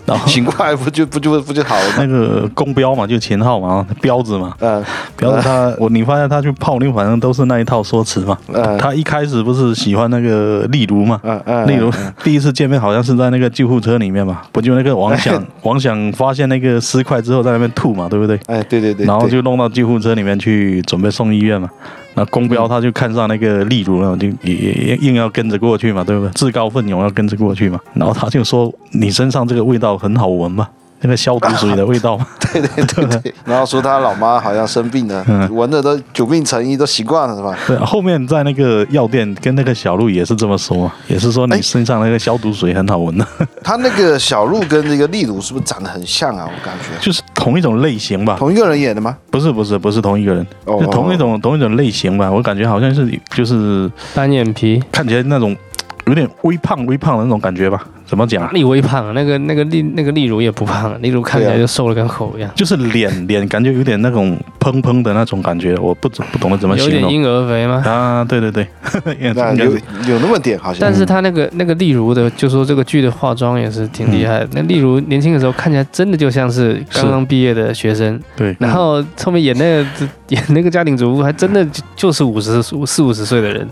Speaker 2: 然后
Speaker 3: 醒过来不就不就不就好了吗？
Speaker 2: 那个公标嘛，就秦昊嘛，彪子嘛，
Speaker 3: 呃
Speaker 2: 彪子他 我你发现他去泡妞，反正都是那一套说辞嘛。
Speaker 3: 呃
Speaker 2: 他一开始不是喜欢那个丽茹嘛？
Speaker 3: 呃 呃，
Speaker 2: 例如第一次见面好像是在那个救护车里面嘛，不就那个王 想王想发现那个尸块之后在那边吐嘛，对不对？
Speaker 3: 哎，对对对，
Speaker 2: 然后
Speaker 3: 对
Speaker 2: 就弄到救护车里面去准备送医院嘛。那公标他就看上那个例如了，就也也硬要跟着过去嘛，对不对？自告奋勇要跟着过去嘛。然后他就说：“你身上这个味道很好闻嘛，那个消毒水的味道嘛。
Speaker 3: 对对对 对，然后说他老妈好像生病了，
Speaker 2: 嗯
Speaker 3: 闻着都久病成医，都习惯了是吧？”
Speaker 2: 对，啊后面在那个药店跟那个小鹿也是这么说嘛，也是说你
Speaker 3: 哎
Speaker 2: 身上那个消毒水很好闻的，
Speaker 3: 他那个小鹿跟这个丽茹是不是长得很像啊？我感觉
Speaker 2: 就是同一种类型吧。
Speaker 3: 同一个人演的吗？
Speaker 2: 不是不是不是同一个人，
Speaker 3: 哦
Speaker 2: 就同一种同一种类型吧。我感觉好像是就是
Speaker 1: 单眼皮
Speaker 2: 看起来那种有点微胖微胖的那种感觉吧。怎么讲
Speaker 1: 哪？里微胖啊？那个那个丽那个丽茹也不胖啊，丽茹看起来就瘦了跟猴一样，
Speaker 2: 就是脸脸感觉有点那种砰砰的那种感觉，我不不懂得怎么
Speaker 1: 有
Speaker 2: 形
Speaker 1: 点
Speaker 2: 容
Speaker 1: 婴儿肥吗？
Speaker 2: 啊。对对对， 应
Speaker 3: 那
Speaker 2: 该
Speaker 3: 有
Speaker 2: 是
Speaker 3: 有那么点好像，
Speaker 1: 但是她那个那个丽茹的，就说这个剧的化妆也是挺厉害的。那丽茹年轻的时候看起来真的就像是刚刚毕业的学生，
Speaker 2: 对
Speaker 1: 然后后面演那个 演那个家庭主妇，还真的就就是五十四五十岁的人。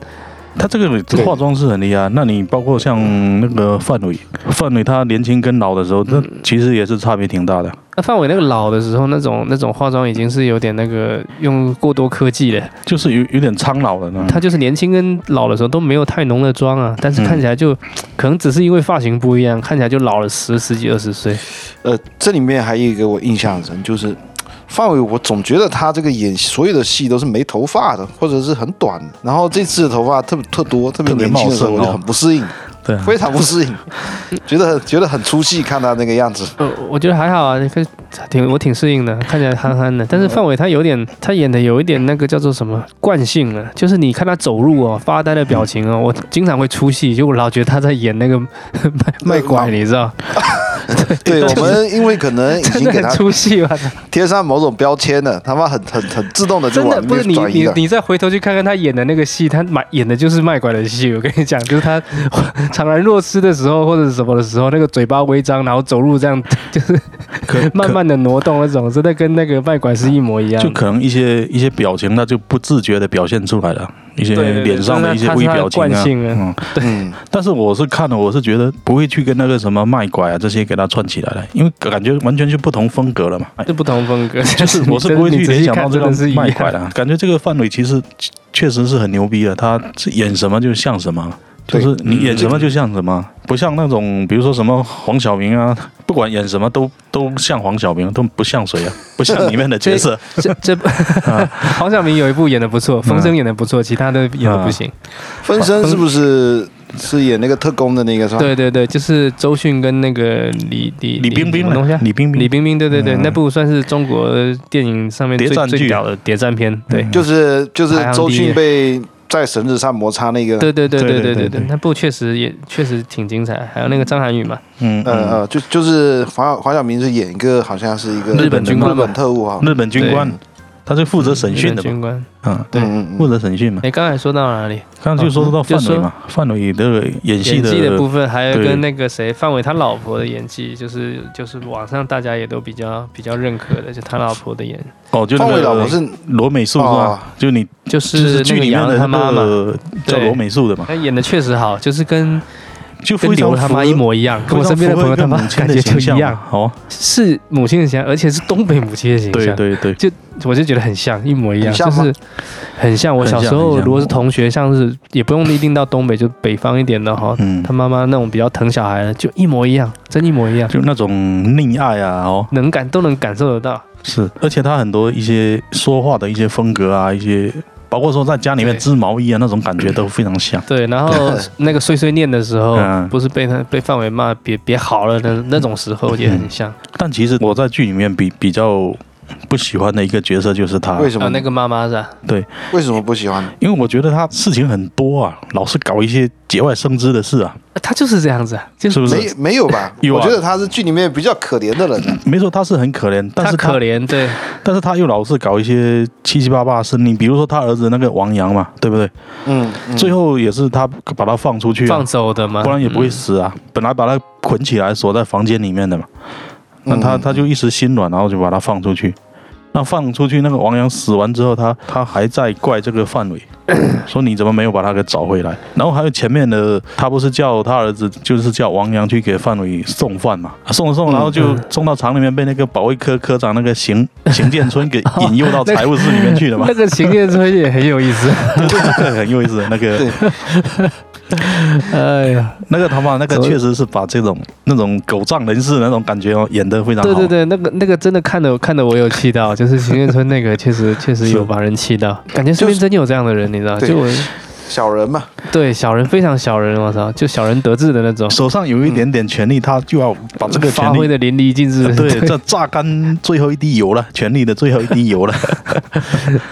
Speaker 2: 他这个
Speaker 3: 对
Speaker 2: 化妆是很厉害。那你包括像那个范伟，范伟他年轻跟老的时候，
Speaker 1: 嗯
Speaker 2: 那其实也是差别挺大的。
Speaker 1: 那范伟那个老的时候，那种那种化妆已经是有点那个用过多科技了。
Speaker 2: 就是有有点苍老的那种。
Speaker 1: 他就是年轻跟老的时候都没有太浓的妆啊，但是看起来就、可能只是因为发型不一样，看起来就老了十十几二十岁。
Speaker 3: 呃，这里面还有一个我印象深，就是范伟，我总觉得他这个演所有的戏都是没头发的，或者是很短的。然后这次的头发特别特多，特别
Speaker 2: 特别
Speaker 3: 年轻的时候，
Speaker 2: 茂盛哦
Speaker 3: 我就很不适应，
Speaker 2: 对啊，
Speaker 3: 非常不 适应，觉得觉得很出戏，看他那个样子。
Speaker 1: 呃，我觉得还好啊，你看挺我挺适应的，看起来憨憨的。但是范伟他有点，他演的有一点那个叫做什么惯性了，就是你看他走路哦，发呆的表情哦，我经常会出戏，就我老觉得他在演那 个卖卖拐，你知道，
Speaker 3: 对
Speaker 1: 就是
Speaker 3: 我们，因为可能已
Speaker 1: 真
Speaker 3: 经
Speaker 1: 的
Speaker 3: 给 他
Speaker 1: 很出戏吧？
Speaker 3: 贴上某种标签了，他妈很很很自动的就
Speaker 1: 真
Speaker 3: 往
Speaker 1: 的
Speaker 3: 那
Speaker 1: 不是
Speaker 3: 边
Speaker 1: 你
Speaker 3: 转移
Speaker 1: 你
Speaker 3: 了。
Speaker 1: 你再回头去看看他演的那个戏，他买演的就是卖拐的戏。我跟你讲，就 是他 怅然若失的时候，或者是什么的时候，那个嘴巴微张，然后走路这样， 就是
Speaker 2: 可
Speaker 1: 慢慢的挪动那种，真的跟那个卖拐是一模一样
Speaker 2: 就
Speaker 1: 的。
Speaker 2: 可能一些一些表情，他就不自觉的表现出来了，一些
Speaker 1: 对对对
Speaker 2: 脸上的一些
Speaker 1: 这
Speaker 2: 微
Speaker 1: 是他
Speaker 2: 表情
Speaker 1: 惯
Speaker 2: 啊。
Speaker 1: 性啊
Speaker 2: 嗯，
Speaker 3: 嗯，
Speaker 2: 但是我是看了，我是觉得不会去跟那个什么卖拐啊这些给他串起来了，因为感觉完全是不同风格了嘛。哎
Speaker 1: 这不同风格，就
Speaker 2: 就是我是 不会去联想到这
Speaker 1: 真
Speaker 2: 个
Speaker 1: 的是一
Speaker 2: 卖啊
Speaker 1: 样
Speaker 2: 拐。的，感觉这个范伟其实确实是很牛逼的，他演什么就像什么。就
Speaker 3: 对
Speaker 2: 是你演
Speaker 3: 嗯
Speaker 2: 什么就像什么，不像那种比如说什么黄晓明啊，不管演什么都都像黄晓明，都不像 谁啊，不像里面的角色。
Speaker 1: 这这
Speaker 2: 啊
Speaker 1: 黄晓明有一部演的不
Speaker 2: 嗯
Speaker 1: 错，风声演的不错，其他的演
Speaker 2: 啊
Speaker 1: 的不行。
Speaker 3: 分身是不是是演那个特工的那个是吧？
Speaker 1: 对对对，就是周迅跟那个李李
Speaker 2: 李冰冰
Speaker 1: 什么东西
Speaker 2: 呢
Speaker 1: 啊，？
Speaker 2: 李冰冰
Speaker 1: 李，冰冰，对对对，
Speaker 2: 嗯
Speaker 1: 那部算是中国电影上面最
Speaker 2: 谍战剧
Speaker 1: 最屌的谍战片，对。
Speaker 2: 嗯
Speaker 3: 就是就是
Speaker 1: 排行
Speaker 3: 周
Speaker 1: 第一
Speaker 3: 迅被在绳子上摩擦那个，
Speaker 1: 对对对对
Speaker 2: 对对
Speaker 1: 对对
Speaker 2: 对
Speaker 1: 对
Speaker 2: 对，
Speaker 1: 那部确实也确实挺精彩，还有那个张涵予嘛，
Speaker 2: 嗯
Speaker 3: 呃
Speaker 2: 嗯，
Speaker 3: 呃，就就是黄黄晓明是演一个好像是一个
Speaker 2: 日本军官
Speaker 3: 日本特务啊，
Speaker 2: 日本军官，他是负责审讯的
Speaker 1: 嗯日本
Speaker 2: 嘛，
Speaker 1: 军官。
Speaker 2: 嗯，
Speaker 1: 对
Speaker 3: 嗯嗯
Speaker 2: 负责审讯嘛。
Speaker 1: 哎，刚才说到哪里？
Speaker 2: 刚刚就说到
Speaker 1: 就
Speaker 2: 范
Speaker 1: 说
Speaker 2: 伟嘛，范伟的演戏
Speaker 1: 演技的
Speaker 2: 的
Speaker 1: 部分，还有
Speaker 2: 对
Speaker 1: 跟那个谁范伟他老婆的演技，就是就是网上大家也都比较比较认可的，就他老婆的演，
Speaker 2: 哦，就
Speaker 3: 嗯，
Speaker 2: 那
Speaker 3: 范伟老
Speaker 2: 个
Speaker 3: 婆是
Speaker 2: 罗美术是
Speaker 3: 哦
Speaker 2: 吧？就你就
Speaker 1: 就
Speaker 2: 是是剧
Speaker 1: 那个
Speaker 2: 里面
Speaker 1: 杨
Speaker 2: 的
Speaker 1: 他
Speaker 2: 那
Speaker 1: 妈妈，
Speaker 2: 个叫
Speaker 1: 对
Speaker 2: 罗美术的嘛，
Speaker 1: 他演的确实好，就是跟
Speaker 2: 就
Speaker 1: 跟
Speaker 2: 非常
Speaker 1: 牛他妈
Speaker 2: 符合
Speaker 1: 一模一样，跟我身边的朋友他妈
Speaker 2: 母亲
Speaker 1: 感
Speaker 2: 的
Speaker 1: 觉就
Speaker 2: 形
Speaker 1: 一
Speaker 2: 象
Speaker 1: 样，
Speaker 2: 嘛，哦，
Speaker 1: 是母亲的形象，而且是东北母亲的形
Speaker 2: 对
Speaker 1: 象。
Speaker 2: 对对，
Speaker 1: 我就觉得很像，一模一样，
Speaker 3: 很像
Speaker 1: 就
Speaker 3: 吗
Speaker 1: 是很像。我小时
Speaker 2: 很像很
Speaker 1: 候
Speaker 2: 像
Speaker 1: 如果是同学，像是也不用一定到东北，就北方一点的哈，
Speaker 2: 嗯
Speaker 1: 他，妈妈那种比较疼小孩的，就一模一样，真一模一样，
Speaker 2: 就那种溺爱啊，哦，
Speaker 1: 能感都能感受得到。
Speaker 2: 是，而且他很多一些说话的一些风格啊，一些包括说在家里面
Speaker 1: 对
Speaker 2: 织毛衣啊那种感觉都非常像。
Speaker 1: 对，然后那个碎碎念的时候，
Speaker 2: 嗯
Speaker 1: 不是被他被范伟骂别别好了那那种时候也很像。
Speaker 2: 但其实我在剧里面比比较不喜欢的一个角色就是他，
Speaker 3: 为什么、
Speaker 1: 啊，那个妈妈是吧？
Speaker 3: 为什么不喜欢？
Speaker 2: 因为我觉得他事情很多啊，老是搞一些节外生枝的事啊，
Speaker 1: 她就是这样子，啊，就是
Speaker 2: 是不是？
Speaker 3: 没没有吧？
Speaker 2: 有啊
Speaker 3: 我觉得他是剧里面比较可怜的人，啊
Speaker 2: 没错，他是很可怜，但
Speaker 1: 她
Speaker 2: 是他
Speaker 1: 可怜，对，
Speaker 2: 但是他又老是搞一些七七八八的事。你比如说他儿子那个王阳嘛，对不对？
Speaker 3: 嗯，嗯
Speaker 2: 最后也是他把他放出去、啊
Speaker 1: 放，走的嘛，
Speaker 2: 不然也不会
Speaker 1: 嗯
Speaker 2: 死啊。本来把他捆起来锁在房间里面的嘛，那他
Speaker 3: 嗯
Speaker 2: 他就一时心软，然后就把他放出去。那放出去那个王阳死完之后，他他还在怪这个范伟，说你怎么没有把他给找回来？然后还有前面的，他不是叫他儿子，就是叫王阳去给范伟送饭嘛，啊送了送，
Speaker 3: 嗯
Speaker 2: 然后就
Speaker 1: 嗯
Speaker 2: 送到厂里面，被那个保卫科科长那个邢邢建春给引诱到财务室里面去了嘛
Speaker 1: 嗯那，个情节村也很有 意思。
Speaker 2: 对对对，很有意思。那个
Speaker 3: 对
Speaker 1: 哎呀，
Speaker 2: 那个他妈那个确实是把这种那种狗仗人势的那种感觉哦，演得非常好。
Speaker 1: 对对对，那个那个真的看的看的我有气到，就是情节村那个 确实确实
Speaker 2: 是
Speaker 1: 有把人气到，感觉身边真有这样的人，你知道？
Speaker 3: 对
Speaker 1: 就我
Speaker 3: 小人嘛，
Speaker 1: 对小人非常小人，我操，就小人得志的那种，
Speaker 2: 手上有一点点权力，他就要把这个
Speaker 1: 发
Speaker 2: 权力。
Speaker 1: 挥的淋漓尽致。
Speaker 2: 对，这榨干最后一滴油了， 权力的最后一滴油了，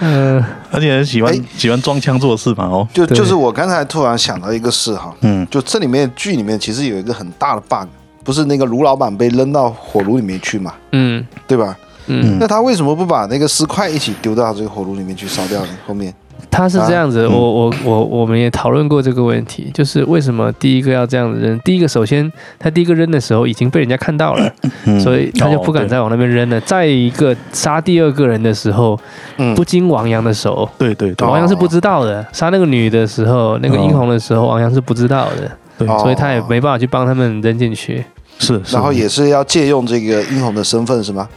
Speaker 1: 嗯，
Speaker 2: 而且很喜欢
Speaker 3: 哎
Speaker 2: 喜欢装腔作势嘛，哦，
Speaker 3: 就
Speaker 1: 对
Speaker 3: 就是我刚才突然想到一个事哈，
Speaker 2: 嗯，
Speaker 3: 就这里面剧里面其实有一个很大的 bug，不是那个卢老板被扔到火炉里面去嘛，
Speaker 1: 嗯
Speaker 3: 对吧？
Speaker 1: 嗯，
Speaker 3: 那他为什么不把那个尸块一起丢到这个火炉里面去烧掉呢？后面
Speaker 1: 他是这样子，
Speaker 2: 啊嗯
Speaker 1: 我我我我们也讨论过这个问题，就是为什么第一个要这样子扔？第一个首先他第一个扔的时候已经被人家看到了，
Speaker 2: 嗯
Speaker 1: 所以他就不敢
Speaker 2: 哦
Speaker 1: 再往那边扔了。再一个杀第二个人的时候，
Speaker 3: 嗯
Speaker 1: 不经王阳的手，
Speaker 2: 对对对
Speaker 3: 哦
Speaker 1: 王阳是不知道的。杀那个女的时候，那个
Speaker 2: 哦
Speaker 1: 殷红的时候，王阳是不知道的，
Speaker 2: 对，
Speaker 3: 哦
Speaker 1: 所以他也没办法去帮他们扔进去。
Speaker 2: 是，是
Speaker 3: 然后也是要借用这个殷红的身份是吗？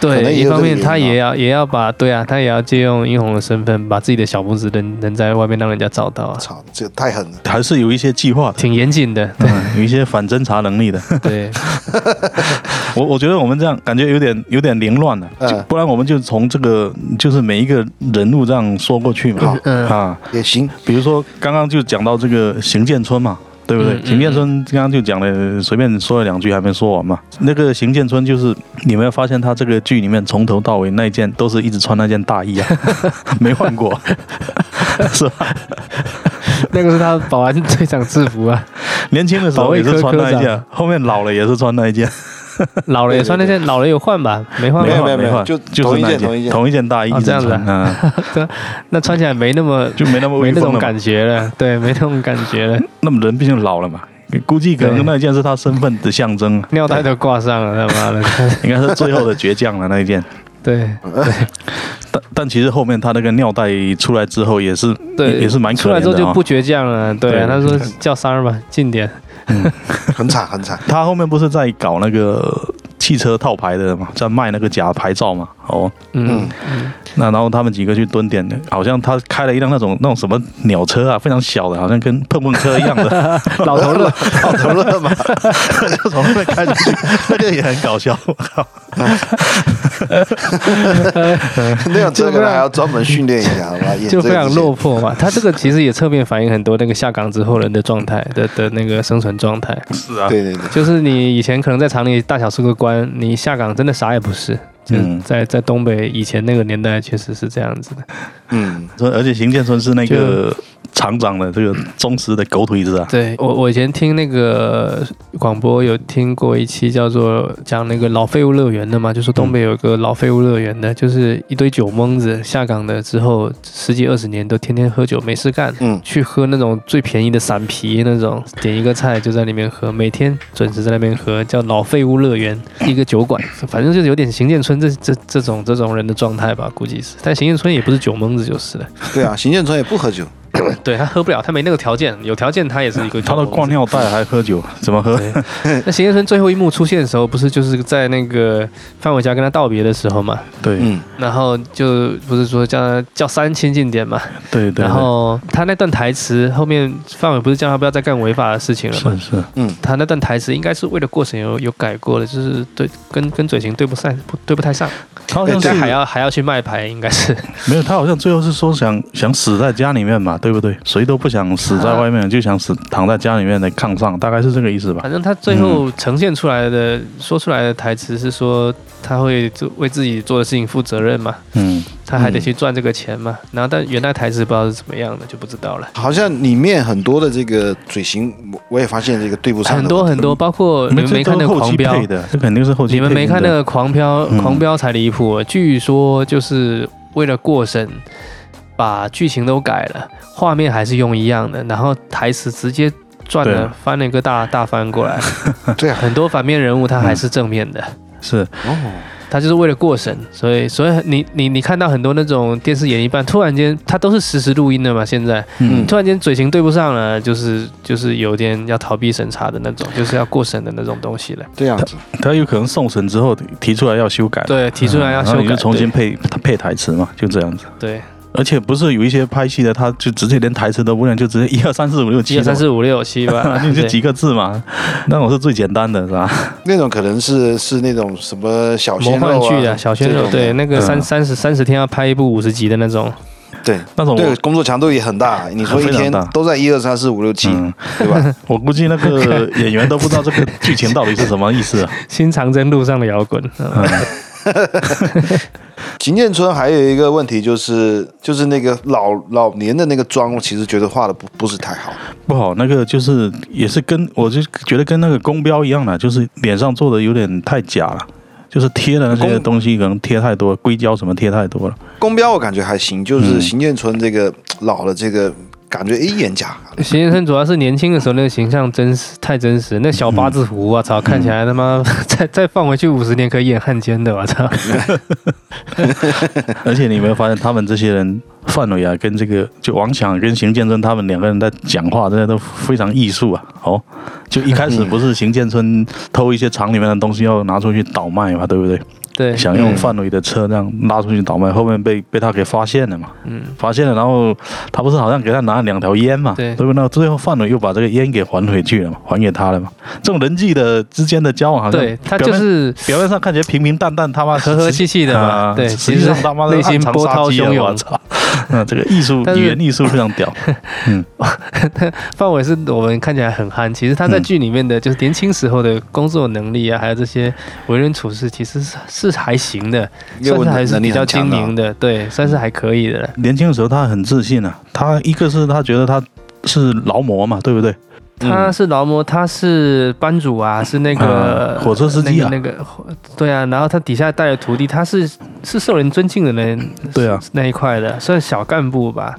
Speaker 3: 可能
Speaker 1: 对，
Speaker 3: 也
Speaker 1: 一
Speaker 3: 有
Speaker 1: 方面
Speaker 3: 这个原因啊
Speaker 1: 他也要也要把对啊，他也要借用殷红的身份，把自己的小拇指扔扔在外面，让人家找到啊，
Speaker 3: 操，这个太狠了！
Speaker 2: 还是有一些计划的，
Speaker 1: 挺严谨的。
Speaker 2: 嗯，有一些反侦查能力的。
Speaker 1: 对，
Speaker 2: 我我觉得我们这样感觉有点有点凌乱了，就
Speaker 3: 嗯，
Speaker 2: 不然我们就从这个就是每一个人物这样说过去嘛，
Speaker 1: 嗯
Speaker 2: 啊，
Speaker 3: 也行，
Speaker 2: 比如说刚刚就讲到这个邢建春嘛，对不对？
Speaker 1: 嗯嗯
Speaker 2: 邢建春刚刚就讲了，随便说了两句还没说完嘛。那个邢建春就是你没有发现他这个剧里面从头到尾那一件都是一直穿那件大衣啊，没换过，是吧？
Speaker 1: 那个是他保安队长制服啊，
Speaker 2: 年轻的时候也是穿那一
Speaker 1: 保卫科
Speaker 2: 件，后面老了也是穿那一件，
Speaker 1: 老了也穿那件，老了有换吧？啊没换
Speaker 3: 没
Speaker 1: 吧
Speaker 3: 有？
Speaker 2: 换
Speaker 3: 没
Speaker 2: 没
Speaker 3: 有
Speaker 2: 换，
Speaker 3: 就
Speaker 2: 就是那
Speaker 3: 同一件同一件
Speaker 2: 同一件大衣
Speaker 1: 哦
Speaker 2: 一直
Speaker 1: 这样子啊
Speaker 2: 穿，嗯，
Speaker 1: 那穿起来没那么
Speaker 2: 就没那么
Speaker 1: 没
Speaker 2: 威
Speaker 1: 那
Speaker 2: 风
Speaker 1: 种
Speaker 2: 了嘛。
Speaker 1: 感觉了， 对，没那种感觉 了，
Speaker 2: 那么人毕竟老了嘛，估计可
Speaker 1: 对
Speaker 2: 能那一件是他身份的象征，啊
Speaker 1: 尿袋都挂上了，他妈的，
Speaker 2: 应该是最后的倔强了那一件。
Speaker 1: 对
Speaker 2: 但但其实后面他那个尿袋出来之后也是
Speaker 1: 对，
Speaker 2: 也也是蛮可
Speaker 1: 出
Speaker 2: 怜的、
Speaker 1: 来
Speaker 2: 啊、
Speaker 1: 之后就不倔强了，对啊，
Speaker 2: 对
Speaker 1: 他说叫三儿吧，近点，
Speaker 3: 很惨很惨。
Speaker 2: 他后面不是在搞那个汽车套牌的嘛，在卖那个假牌照嘛。哦，
Speaker 1: 嗯
Speaker 3: 嗯，
Speaker 2: 那然后他们几个去蹲点，好像他开了一辆那种那种什么鸟车啊，非常小的，好像跟碰碰车一样 的，
Speaker 1: 老头乐，
Speaker 3: 老头乐嘛，
Speaker 2: 就从那边开出去，那个也很搞笑。 我靠，
Speaker 3: 那样这
Speaker 1: 就非
Speaker 3: 个
Speaker 1: 常
Speaker 3: 还要专门训练一下，好 吧？演
Speaker 1: 就
Speaker 3: 这
Speaker 1: 非
Speaker 3: 个
Speaker 1: 常
Speaker 3: 之前
Speaker 1: 落魄嘛。他这个其实也侧面反映很多那个下岗之后人的状态的的那个生存状态，
Speaker 2: 是啊，
Speaker 3: 对对对，
Speaker 1: 就是你以前可能在厂里大小是个官，你下岗真的啥也不是。就是
Speaker 2: 嗯
Speaker 1: 在在东北以前那个年代，确实是这样子的。
Speaker 3: 嗯，
Speaker 2: 说而且邢建春是那个厂长的这个忠实的狗腿子啊。
Speaker 1: 对我，我以前听那个广播有听过一期叫做讲那个老废物乐园的嘛，就说东北有个老废物乐园的，就是一堆酒蒙子下岗了之后十几二十年都天天喝酒没事干，
Speaker 3: 嗯
Speaker 1: 去喝那种最便宜的散啤那种，点一个菜就在里面喝，每天准时在那边喝，叫老废物乐园一个酒馆，反正就是有点邢建春这这这种这种人的状态吧，估计是，但邢建春也不是酒蒙子就是了，
Speaker 3: 对啊，邢建春也不喝酒，
Speaker 1: 对他喝不了，他没那个条件，有条件他也是一个。
Speaker 2: 他都挂。尿袋还喝酒，怎么喝？
Speaker 1: 那邢先生最后一幕出现的时候，不是就是在那个范伟家跟他道别的时候嘛？
Speaker 2: 对
Speaker 3: 嗯，
Speaker 1: 然后就不是说叫他叫三亲近点嘛？
Speaker 2: 对对，
Speaker 1: 然后他那段台词后面范伟不是叫他不要再干违法的事情了吗
Speaker 2: 是？是，
Speaker 1: 他那段台词应该是为了过程有有改过的，就是对跟跟嘴型对不上，不对不太上，
Speaker 2: 他好
Speaker 3: 对
Speaker 2: 像
Speaker 3: 对
Speaker 2: 是
Speaker 1: 但还要还要去卖牌，应 该是
Speaker 2: 没有，他好像最后是说想想死在家里面嘛，对不对？谁都不想死在外面，就想死躺在家里面的炕上，大概是这个意思吧。
Speaker 1: 反正他最后呈现出来的、说出来的台词是说他会做为自己做的事情负责任嘛，
Speaker 2: 嗯，
Speaker 1: 他还得去赚这个钱嘛，然后但原来台词不知道是怎么样的就不知道了。
Speaker 3: 好像里面很多的这个嘴型，我我也发现这个对不上的
Speaker 1: 很多
Speaker 3: 问题
Speaker 1: 很多，包括你们没看那
Speaker 2: 嗯这都是
Speaker 1: 个
Speaker 2: 后
Speaker 1: 狂
Speaker 2: 期
Speaker 1: 飙
Speaker 2: 配，的，这肯定是后期
Speaker 1: 你
Speaker 2: 配音的。
Speaker 1: 们没看那个狂飙，
Speaker 2: 嗯
Speaker 1: 狂飙才离谱。啊据说就是为了过审，把剧情都改了，画面还是用一样的，然后台词直接转
Speaker 2: 对
Speaker 1: 了
Speaker 2: 啊，
Speaker 1: 翻了一个大大翻过 来。
Speaker 3: 对啊，
Speaker 1: 很多反面人物他还是正面的，
Speaker 2: 是
Speaker 3: 哦，
Speaker 1: 他就是为了过审，所以所以你你你看到很多那种电视演一半，突然间他都是实时录音的嘛，现在
Speaker 2: 嗯
Speaker 3: 嗯
Speaker 1: 突然间嘴型对不上了，就是就是有点要逃避审查的那种，就是要过审的那种东西了。
Speaker 3: 这样子，
Speaker 2: 他有可能送审之后提出来要修改，
Speaker 1: 对，提出来要
Speaker 2: 嗯
Speaker 1: 修
Speaker 2: 然后
Speaker 1: 改，
Speaker 2: 你就重新
Speaker 1: 对
Speaker 2: 配配台词嘛，就这样子。
Speaker 1: 对。
Speaker 2: 而且不是有一些拍戏的，他就直接连台词都不念，就直接一二三四五六七
Speaker 1: 一
Speaker 2: 的
Speaker 1: 二
Speaker 2: 嘛，，
Speaker 1: 三四五六七嗯八
Speaker 2: 那就
Speaker 1: 对
Speaker 2: 几个字嘛，那种是最简单的，是吧？
Speaker 3: 那种可能是是那种什么小
Speaker 1: 魔
Speaker 3: 鲜
Speaker 1: 幻
Speaker 3: 肉
Speaker 1: 剧啊，
Speaker 3: 啊，
Speaker 1: 小鲜肉，
Speaker 3: 这种的
Speaker 1: 对，那个
Speaker 2: 嗯
Speaker 1: 三三十三十天要拍一部五十集的那种，
Speaker 3: 对
Speaker 2: 那种
Speaker 3: 对
Speaker 2: 我，
Speaker 3: 工作强度也很大。你说一
Speaker 2: 非常
Speaker 3: 天
Speaker 2: 大
Speaker 3: 都在一二三四五六七，
Speaker 2: 嗯，
Speaker 3: 对吧？
Speaker 2: 我估计那 个演员都不知道这个剧情到底是什么意思啊。
Speaker 1: 新长征路上的摇滚，嗯
Speaker 3: 秦建春还有一个问题就是，就是那个老老年的那个妆，我其实觉得画的不不是太好。
Speaker 2: 不好，那个就是也是跟我就觉得跟那个公标一样的，就是脸上做的有点太假了，就是贴的那些
Speaker 3: 公
Speaker 2: 东西可能贴太多，硅胶什么贴太多了。
Speaker 3: 公标我感觉还行，就是
Speaker 2: 嗯
Speaker 3: 邢建春这个老的这个感觉，哎，眼假
Speaker 1: 徐先生主要是年轻的时候那个形象真实太真实，那小八字胡，啊我操，
Speaker 2: 嗯
Speaker 1: 看起来他妈 再再放回去五十年可以演汉奸的，我操，
Speaker 2: 而且你有没有发现，他们这些人范伟啊，跟这个就王强跟邢建春他们两个人在讲话，真的都非常艺术啊。哦，就一开始不是邢建春偷一些厂里面的东西要拿出去倒卖嘛，对不对？
Speaker 1: 对，
Speaker 2: 想用范伟的车这样拉出去倒卖，后面被被他给发现了嘛，
Speaker 1: 嗯，
Speaker 2: 发现了，然后他不是好像给他拿了两条烟嘛，
Speaker 1: 对
Speaker 2: 对不对？那最后范伟又把这个烟给还回去了嘛，还给他了嘛。这种人际的之间的交往，好像
Speaker 1: 对他
Speaker 2: 表面
Speaker 1: 就是
Speaker 2: 表面上看起来平平淡淡，他妈
Speaker 1: 和和气气的嘛，
Speaker 2: 啊
Speaker 1: 对，
Speaker 2: 实
Speaker 1: 其
Speaker 2: 际
Speaker 1: 实
Speaker 2: 上他妈的
Speaker 1: 内心
Speaker 2: 暗藏
Speaker 1: 波
Speaker 2: 杀
Speaker 1: 涛
Speaker 2: 机啊
Speaker 1: 汹
Speaker 2: 我
Speaker 1: 涌。
Speaker 2: 操！ 嗯，这个艺术
Speaker 1: 但是
Speaker 2: 语言艺术非常 屌，
Speaker 1: 范伟是我们看起来很憨，其实他在
Speaker 2: 嗯
Speaker 1: 剧里面的就是年轻时候的工作能力啊，还有这些为人处事，其实是是还行的。
Speaker 3: 业
Speaker 1: 算
Speaker 3: 务
Speaker 1: 是还是
Speaker 3: 能力
Speaker 1: 比较
Speaker 3: 很
Speaker 1: 精
Speaker 3: 强
Speaker 1: 明
Speaker 3: 的。啊
Speaker 1: 的，对，算是还可以的了。
Speaker 2: 年轻的时候他很自信啊，他一个是他觉得他是劳模嘛，对不对？
Speaker 3: 嗯
Speaker 1: 他是劳模，他是班 主啊，是那个、
Speaker 2: 啊火车司机啊
Speaker 1: 那个、那个火对啊，然后他底下带的徒弟，他是是受人尊敬的那
Speaker 2: 对啊，
Speaker 1: 那一块的，算小干部吧，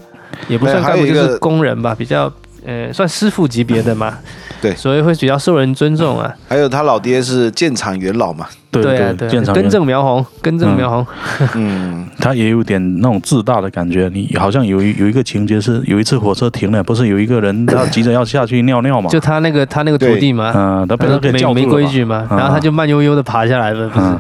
Speaker 1: 也不算
Speaker 3: 哎还
Speaker 1: 干
Speaker 3: 有
Speaker 1: 部，
Speaker 3: 一
Speaker 1: 就
Speaker 3: 个
Speaker 1: 是工人吧，比较呃算师傅级别的嘛，
Speaker 3: 对
Speaker 1: 所以会比较受人尊重啊，
Speaker 3: 还有他老爹是建厂元老 嘛，
Speaker 2: 对
Speaker 1: 啊
Speaker 2: 对，
Speaker 1: 对
Speaker 2: 建
Speaker 1: 啊，
Speaker 2: 厂
Speaker 1: 根
Speaker 2: 员
Speaker 1: 正苗红，根正
Speaker 2: 嗯
Speaker 1: 苗红，
Speaker 3: 嗯，
Speaker 2: 他也有点那种自大的感觉。你好像有一有一个情节是，有一次火车停了，不是有一个人要急着要下去尿尿嘛？
Speaker 1: 就他那个他那个徒
Speaker 3: 对
Speaker 1: 弟嘛，
Speaker 2: 嗯、他被
Speaker 1: 反
Speaker 2: 他
Speaker 1: 正
Speaker 2: 给叫
Speaker 1: 没
Speaker 2: 住
Speaker 1: 啊没
Speaker 2: 了
Speaker 1: 规
Speaker 2: 嘛。
Speaker 1: 矩嘛，
Speaker 2: 嗯
Speaker 1: 然后他就慢悠悠的爬下来了，不
Speaker 2: 嗯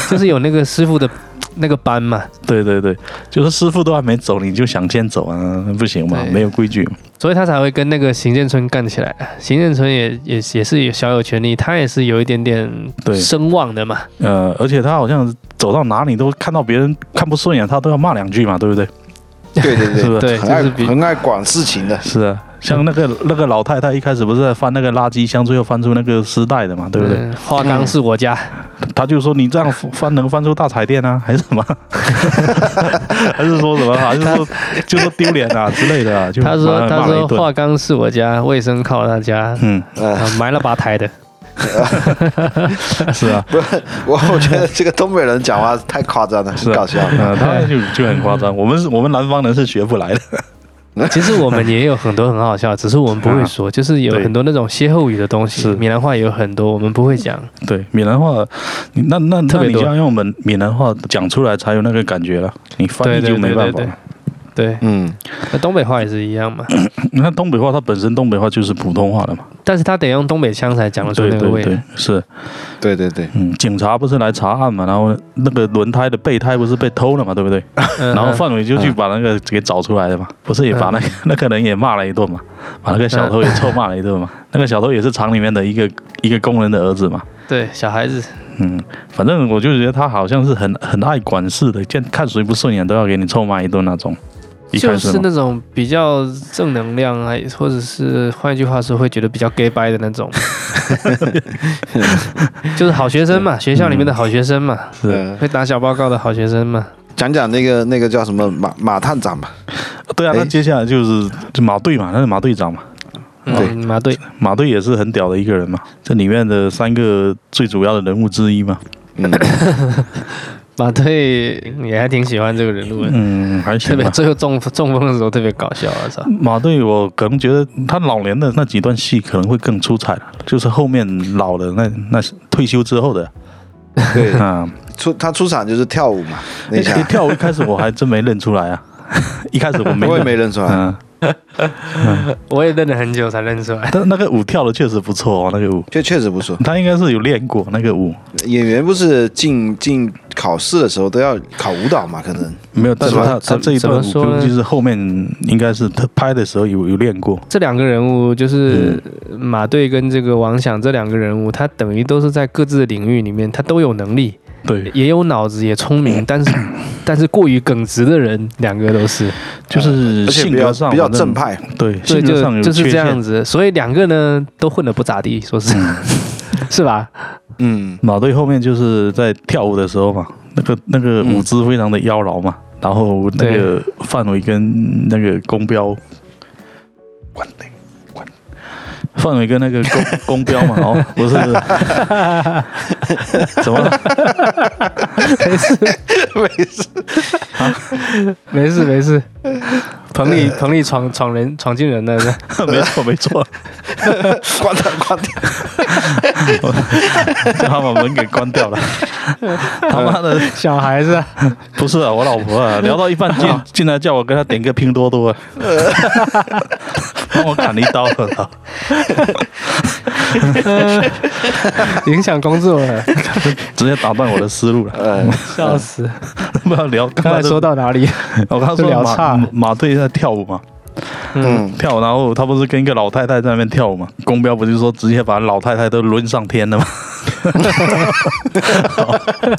Speaker 1: 是，， 就是有那个师傅的那个班嘛，
Speaker 2: 对对对，就是师傅都还没走，你就想先走啊？不行嘛，
Speaker 1: 对
Speaker 2: 没有规矩。
Speaker 1: 所以他才会跟那个邢建春干起来。邢建春也也也是有小有权利，他也是有一点点
Speaker 2: 对
Speaker 1: 声望的嘛。
Speaker 2: 呃，而且他好像走到哪里都看到别人看不顺眼，他都要骂两句嘛，对不对？
Speaker 3: 对对
Speaker 2: 是不是？
Speaker 3: 对，
Speaker 1: 对，
Speaker 3: 很
Speaker 1: 就是
Speaker 3: 爱
Speaker 1: 比
Speaker 3: 很爱管事情的，
Speaker 2: 是啊，像那个那个老太太一开始不是在翻那个垃圾箱，最后翻出那个丝带的嘛，对不嗯对？
Speaker 1: 嗯花岗是我家，
Speaker 2: 他就说你这样翻能翻出大彩电啊，还是什么？ 还是说什么？还是说就说丢脸啊之类的、啊？就
Speaker 1: 他
Speaker 2: 骂
Speaker 1: 说
Speaker 2: 了
Speaker 1: 他
Speaker 2: 骂了
Speaker 1: 说
Speaker 2: 一顿
Speaker 1: 花岗是我家，卫生靠他家，
Speaker 2: 嗯，
Speaker 3: 呃，
Speaker 1: 啊埋了八台的。
Speaker 2: 是啊，
Speaker 3: 不是，我我觉得这个东北人讲话太夸张了，
Speaker 2: 是
Speaker 3: 很
Speaker 2: 啊
Speaker 3: 搞笑。
Speaker 2: 呃，他就就很夸张。我们是我们南方人是学不来 的，
Speaker 1: 其实我们也有很多很 好笑，只是我们不会说，就是有
Speaker 2: 啊对
Speaker 1: 很多那种歇后语的东西，
Speaker 2: 是
Speaker 1: 闽南话也有很多我们不会讲。
Speaker 2: 对闽南话，你那那
Speaker 1: 特
Speaker 2: 那
Speaker 1: 别
Speaker 2: 你
Speaker 1: 多
Speaker 2: 就要用闽闽南话讲出来才有那个感觉了，你翻
Speaker 1: 对
Speaker 2: 译
Speaker 1: 对
Speaker 2: 就没
Speaker 1: 对
Speaker 2: 办
Speaker 1: 对
Speaker 2: 法
Speaker 1: 对
Speaker 2: 了。
Speaker 1: 对，
Speaker 3: 嗯，
Speaker 1: 那东北话也是一样嘛，
Speaker 2: 你看东北话，它本身东北话就是普通话了嘛。
Speaker 1: 但是他得用东北腔才讲得出
Speaker 2: 对
Speaker 1: 那个
Speaker 2: 对
Speaker 1: 味。啊
Speaker 2: 对，是。
Speaker 3: 对对对，
Speaker 2: 嗯，警察不是来查案嘛，然后那个轮胎的备胎不是被偷了嘛，对不对？
Speaker 1: 嗯
Speaker 2: 然后
Speaker 1: 嗯
Speaker 2: 范伟就去把那个给找出来了嘛，不是也把那个 那个人也骂了一顿嘛，把那个小偷也臭骂了一顿嘛。
Speaker 1: 嗯
Speaker 2: 那个小偷也是厂里面的一个一个工人的儿子嘛。
Speaker 1: 对小孩子，
Speaker 2: 嗯，反正我就觉得他好像是很很爱管事的，见看谁不顺眼都要给你臭骂一顿那种。一开
Speaker 1: 就
Speaker 2: 始
Speaker 1: 是
Speaker 2: 嘛
Speaker 1: 那种比较正能量啊，或者是换一句话说，会觉得比较 gay 掰的 那种， 就是好学生嘛，学校里面的好学生嘛，
Speaker 2: 是
Speaker 3: 呃
Speaker 1: 会打小报告的好学生嘛。
Speaker 3: 讲讲那个那个叫什么马马探长吧，
Speaker 2: 对啊，
Speaker 3: 哎
Speaker 2: 那接下来就是就马队嘛，那是马队长嘛，
Speaker 3: 对
Speaker 1: 嗯，马队，
Speaker 2: 马队也是很屌的一个人嘛，这里面的三个最主要的人物之一嘛。
Speaker 3: 嗯，
Speaker 1: 马队也还挺喜欢这个人物的，
Speaker 2: 嗯，还
Speaker 1: 特
Speaker 2: 行
Speaker 1: 别
Speaker 2: 吧。
Speaker 1: 最后中中风的时候特别搞笑啊，操！
Speaker 2: 马队，我可能觉得他老年的那几段戏可能会更出彩，就是后面老的那那退休之后的
Speaker 3: 对，
Speaker 2: 啊，
Speaker 3: 出他出场就是跳舞嘛，嗯那一下
Speaker 2: 一跳舞一开始我还真没认出来啊， 一开始我没
Speaker 3: 我也
Speaker 2: 认，
Speaker 3: 没认出来，
Speaker 2: 嗯，
Speaker 1: 我也认了很久才认出来。
Speaker 2: 但那个舞跳的确实不错哦，那个舞
Speaker 3: 这确实不错。
Speaker 2: 他应该是有练过那个舞，
Speaker 3: 演员不是进进考试的时候都要考舞蹈嘛，可能
Speaker 2: 没有，但是
Speaker 3: 是吧
Speaker 2: 他他这一
Speaker 1: 怎么
Speaker 2: 段舞
Speaker 1: 说呢
Speaker 2: 估计是后面应该是他拍的时候有有练过，
Speaker 1: 这两个人物就是马队跟这个王响这两个人物，他等于都是在各自的领域里面，他都有能力，
Speaker 2: 对，
Speaker 1: 也有脑子，也聪 明，但是但是过于耿直的人，两个都是，
Speaker 2: 就是
Speaker 3: 呃而且
Speaker 2: 性
Speaker 3: 比
Speaker 2: 格
Speaker 3: 较
Speaker 2: 上
Speaker 3: 比较
Speaker 2: 反正
Speaker 3: 正派，
Speaker 2: 对，
Speaker 1: 对，
Speaker 2: 性格上
Speaker 1: 就
Speaker 2: 有
Speaker 1: 就是
Speaker 2: 缺
Speaker 1: 这样
Speaker 2: 陷。
Speaker 1: 子，所以两个呢都混得不咋地， 说是是吧？
Speaker 3: 嗯，
Speaker 2: 马队后面就是在跳舞的时候嘛，那个那个
Speaker 1: 嗯
Speaker 2: 舞姿非常的妖娆嘛，然后那个范伟跟那个公彪，关灯关，范伟跟那个公公彪嘛，哦，不是， 怎么了？
Speaker 1: 没事
Speaker 3: 没事，
Speaker 1: 没事没事，彭丽彭丽闯闯人闯进人了，是吧
Speaker 2: 没错没错，
Speaker 3: 关掉关掉，
Speaker 2: 叫他把门给关掉 了。他妈的，
Speaker 1: 小孩子啊，
Speaker 2: 不是啊，我老婆啊，聊到一半进进来叫我跟她点个拼多多，啊 帮我砍了一刀啊了。操
Speaker 1: 影响工作了，
Speaker 2: 直接打断我的思路了。
Speaker 3: 呃，
Speaker 1: 笑死！
Speaker 2: 不要聊，
Speaker 1: 刚才说，到哪里？
Speaker 2: 我刚才说
Speaker 1: 聊
Speaker 2: 马
Speaker 1: 岔了
Speaker 2: 马队在跳舞嘛，
Speaker 3: 嗯，
Speaker 2: 跳，然后他不是跟一个老太太在那边跳舞嘛？公标不就说直接把老太太都抡上天了吗？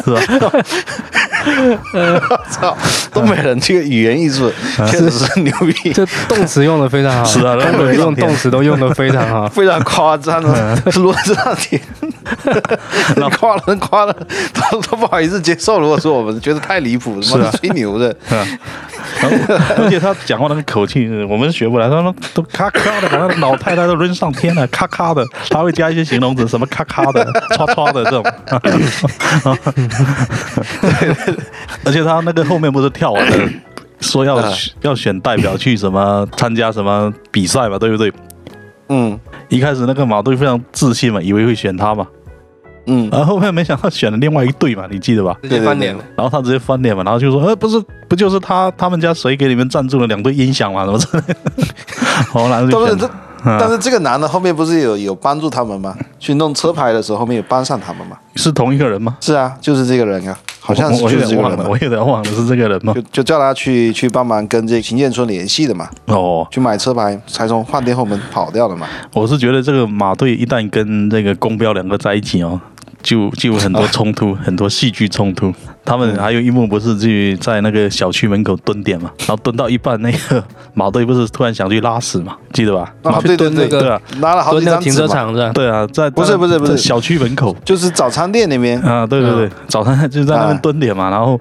Speaker 2: 是吧？
Speaker 3: 操，东北人这个语言艺术
Speaker 2: 嗯
Speaker 3: 确实是牛逼，
Speaker 1: 这动词用的非常好，
Speaker 2: 是 啊
Speaker 1: 东北人用动词都用的非
Speaker 3: 。
Speaker 1: 常好
Speaker 3: 非常夸张的，
Speaker 2: 嗯
Speaker 3: 罗志上天， 夸了夸了，都都不好意思接受。如果说我们觉得太离谱，他
Speaker 2: 是
Speaker 3: 妈
Speaker 2: 啊
Speaker 3: 的吹牛的，
Speaker 2: 是吧然后而且他讲话那个口气，我们学不来，他们都咔咔的，把那个老太太都抡上天了，咔咔的，他会加一些形容词，什么咔咔的、唰唰的这种。 而且他那个后面不是跳完了，说要
Speaker 3: 嗯
Speaker 2: 要选代表去什么参加什么比赛嘛，对不对？
Speaker 3: 嗯
Speaker 2: 一开始那个马队非常自信嘛，以为会选他嘛，
Speaker 3: 嗯，
Speaker 2: 然后后面没想到选了另外一队嘛，你记得吧？
Speaker 1: 直
Speaker 3: 接翻脸了
Speaker 2: 然后他直接翻脸嘛，然后就说：“呃，不是，不就是他他们家谁给你们赞助了两对音响嘛？什么之类的。”好， 然后
Speaker 3: 但
Speaker 2: 就是选嗯
Speaker 3: 这
Speaker 2: 了。。
Speaker 3: 但是这个男的后面不是有有帮助他 们吗？去弄车牌的时候，后面有帮上他们吗？
Speaker 2: 是同一个人吗？
Speaker 3: 是啊，就是这个人啊，好像是
Speaker 2: 我我
Speaker 3: 就
Speaker 2: 有
Speaker 3: 是这
Speaker 2: 点
Speaker 3: 个
Speaker 2: 忘
Speaker 3: 人吧
Speaker 2: 了，我有点忘了是这个人吗
Speaker 3: 就？就叫他去去帮忙跟这秦建春联系的嘛，
Speaker 2: 哦，
Speaker 3: 去买车牌，才从饭店后门跑掉的嘛。
Speaker 2: 我是觉得这个马队一旦跟这个公标两个在一起哦，就就有很多冲 突，很多戏剧冲突。他们还有一幕不是去在那个小区门口蹲点嘛，然后蹲到一半，那个马队不是突然想去拉屎嘛， 记得吧？
Speaker 3: 啊，对对
Speaker 1: 蹲那
Speaker 3: 对，
Speaker 1: 个
Speaker 2: 对啊，
Speaker 3: 拿了好
Speaker 1: 蹲
Speaker 3: 几
Speaker 1: 那个
Speaker 3: 张
Speaker 1: 停
Speaker 3: 纸
Speaker 1: 车
Speaker 3: 嘛，
Speaker 1: 场是吧？
Speaker 2: 对啊，在
Speaker 3: 不是不是不是
Speaker 2: 在小区门口。
Speaker 3: 就是早餐店那边。
Speaker 2: 啊，对对对，早上就在那边
Speaker 3: 啊
Speaker 2: 蹲点嘛，然后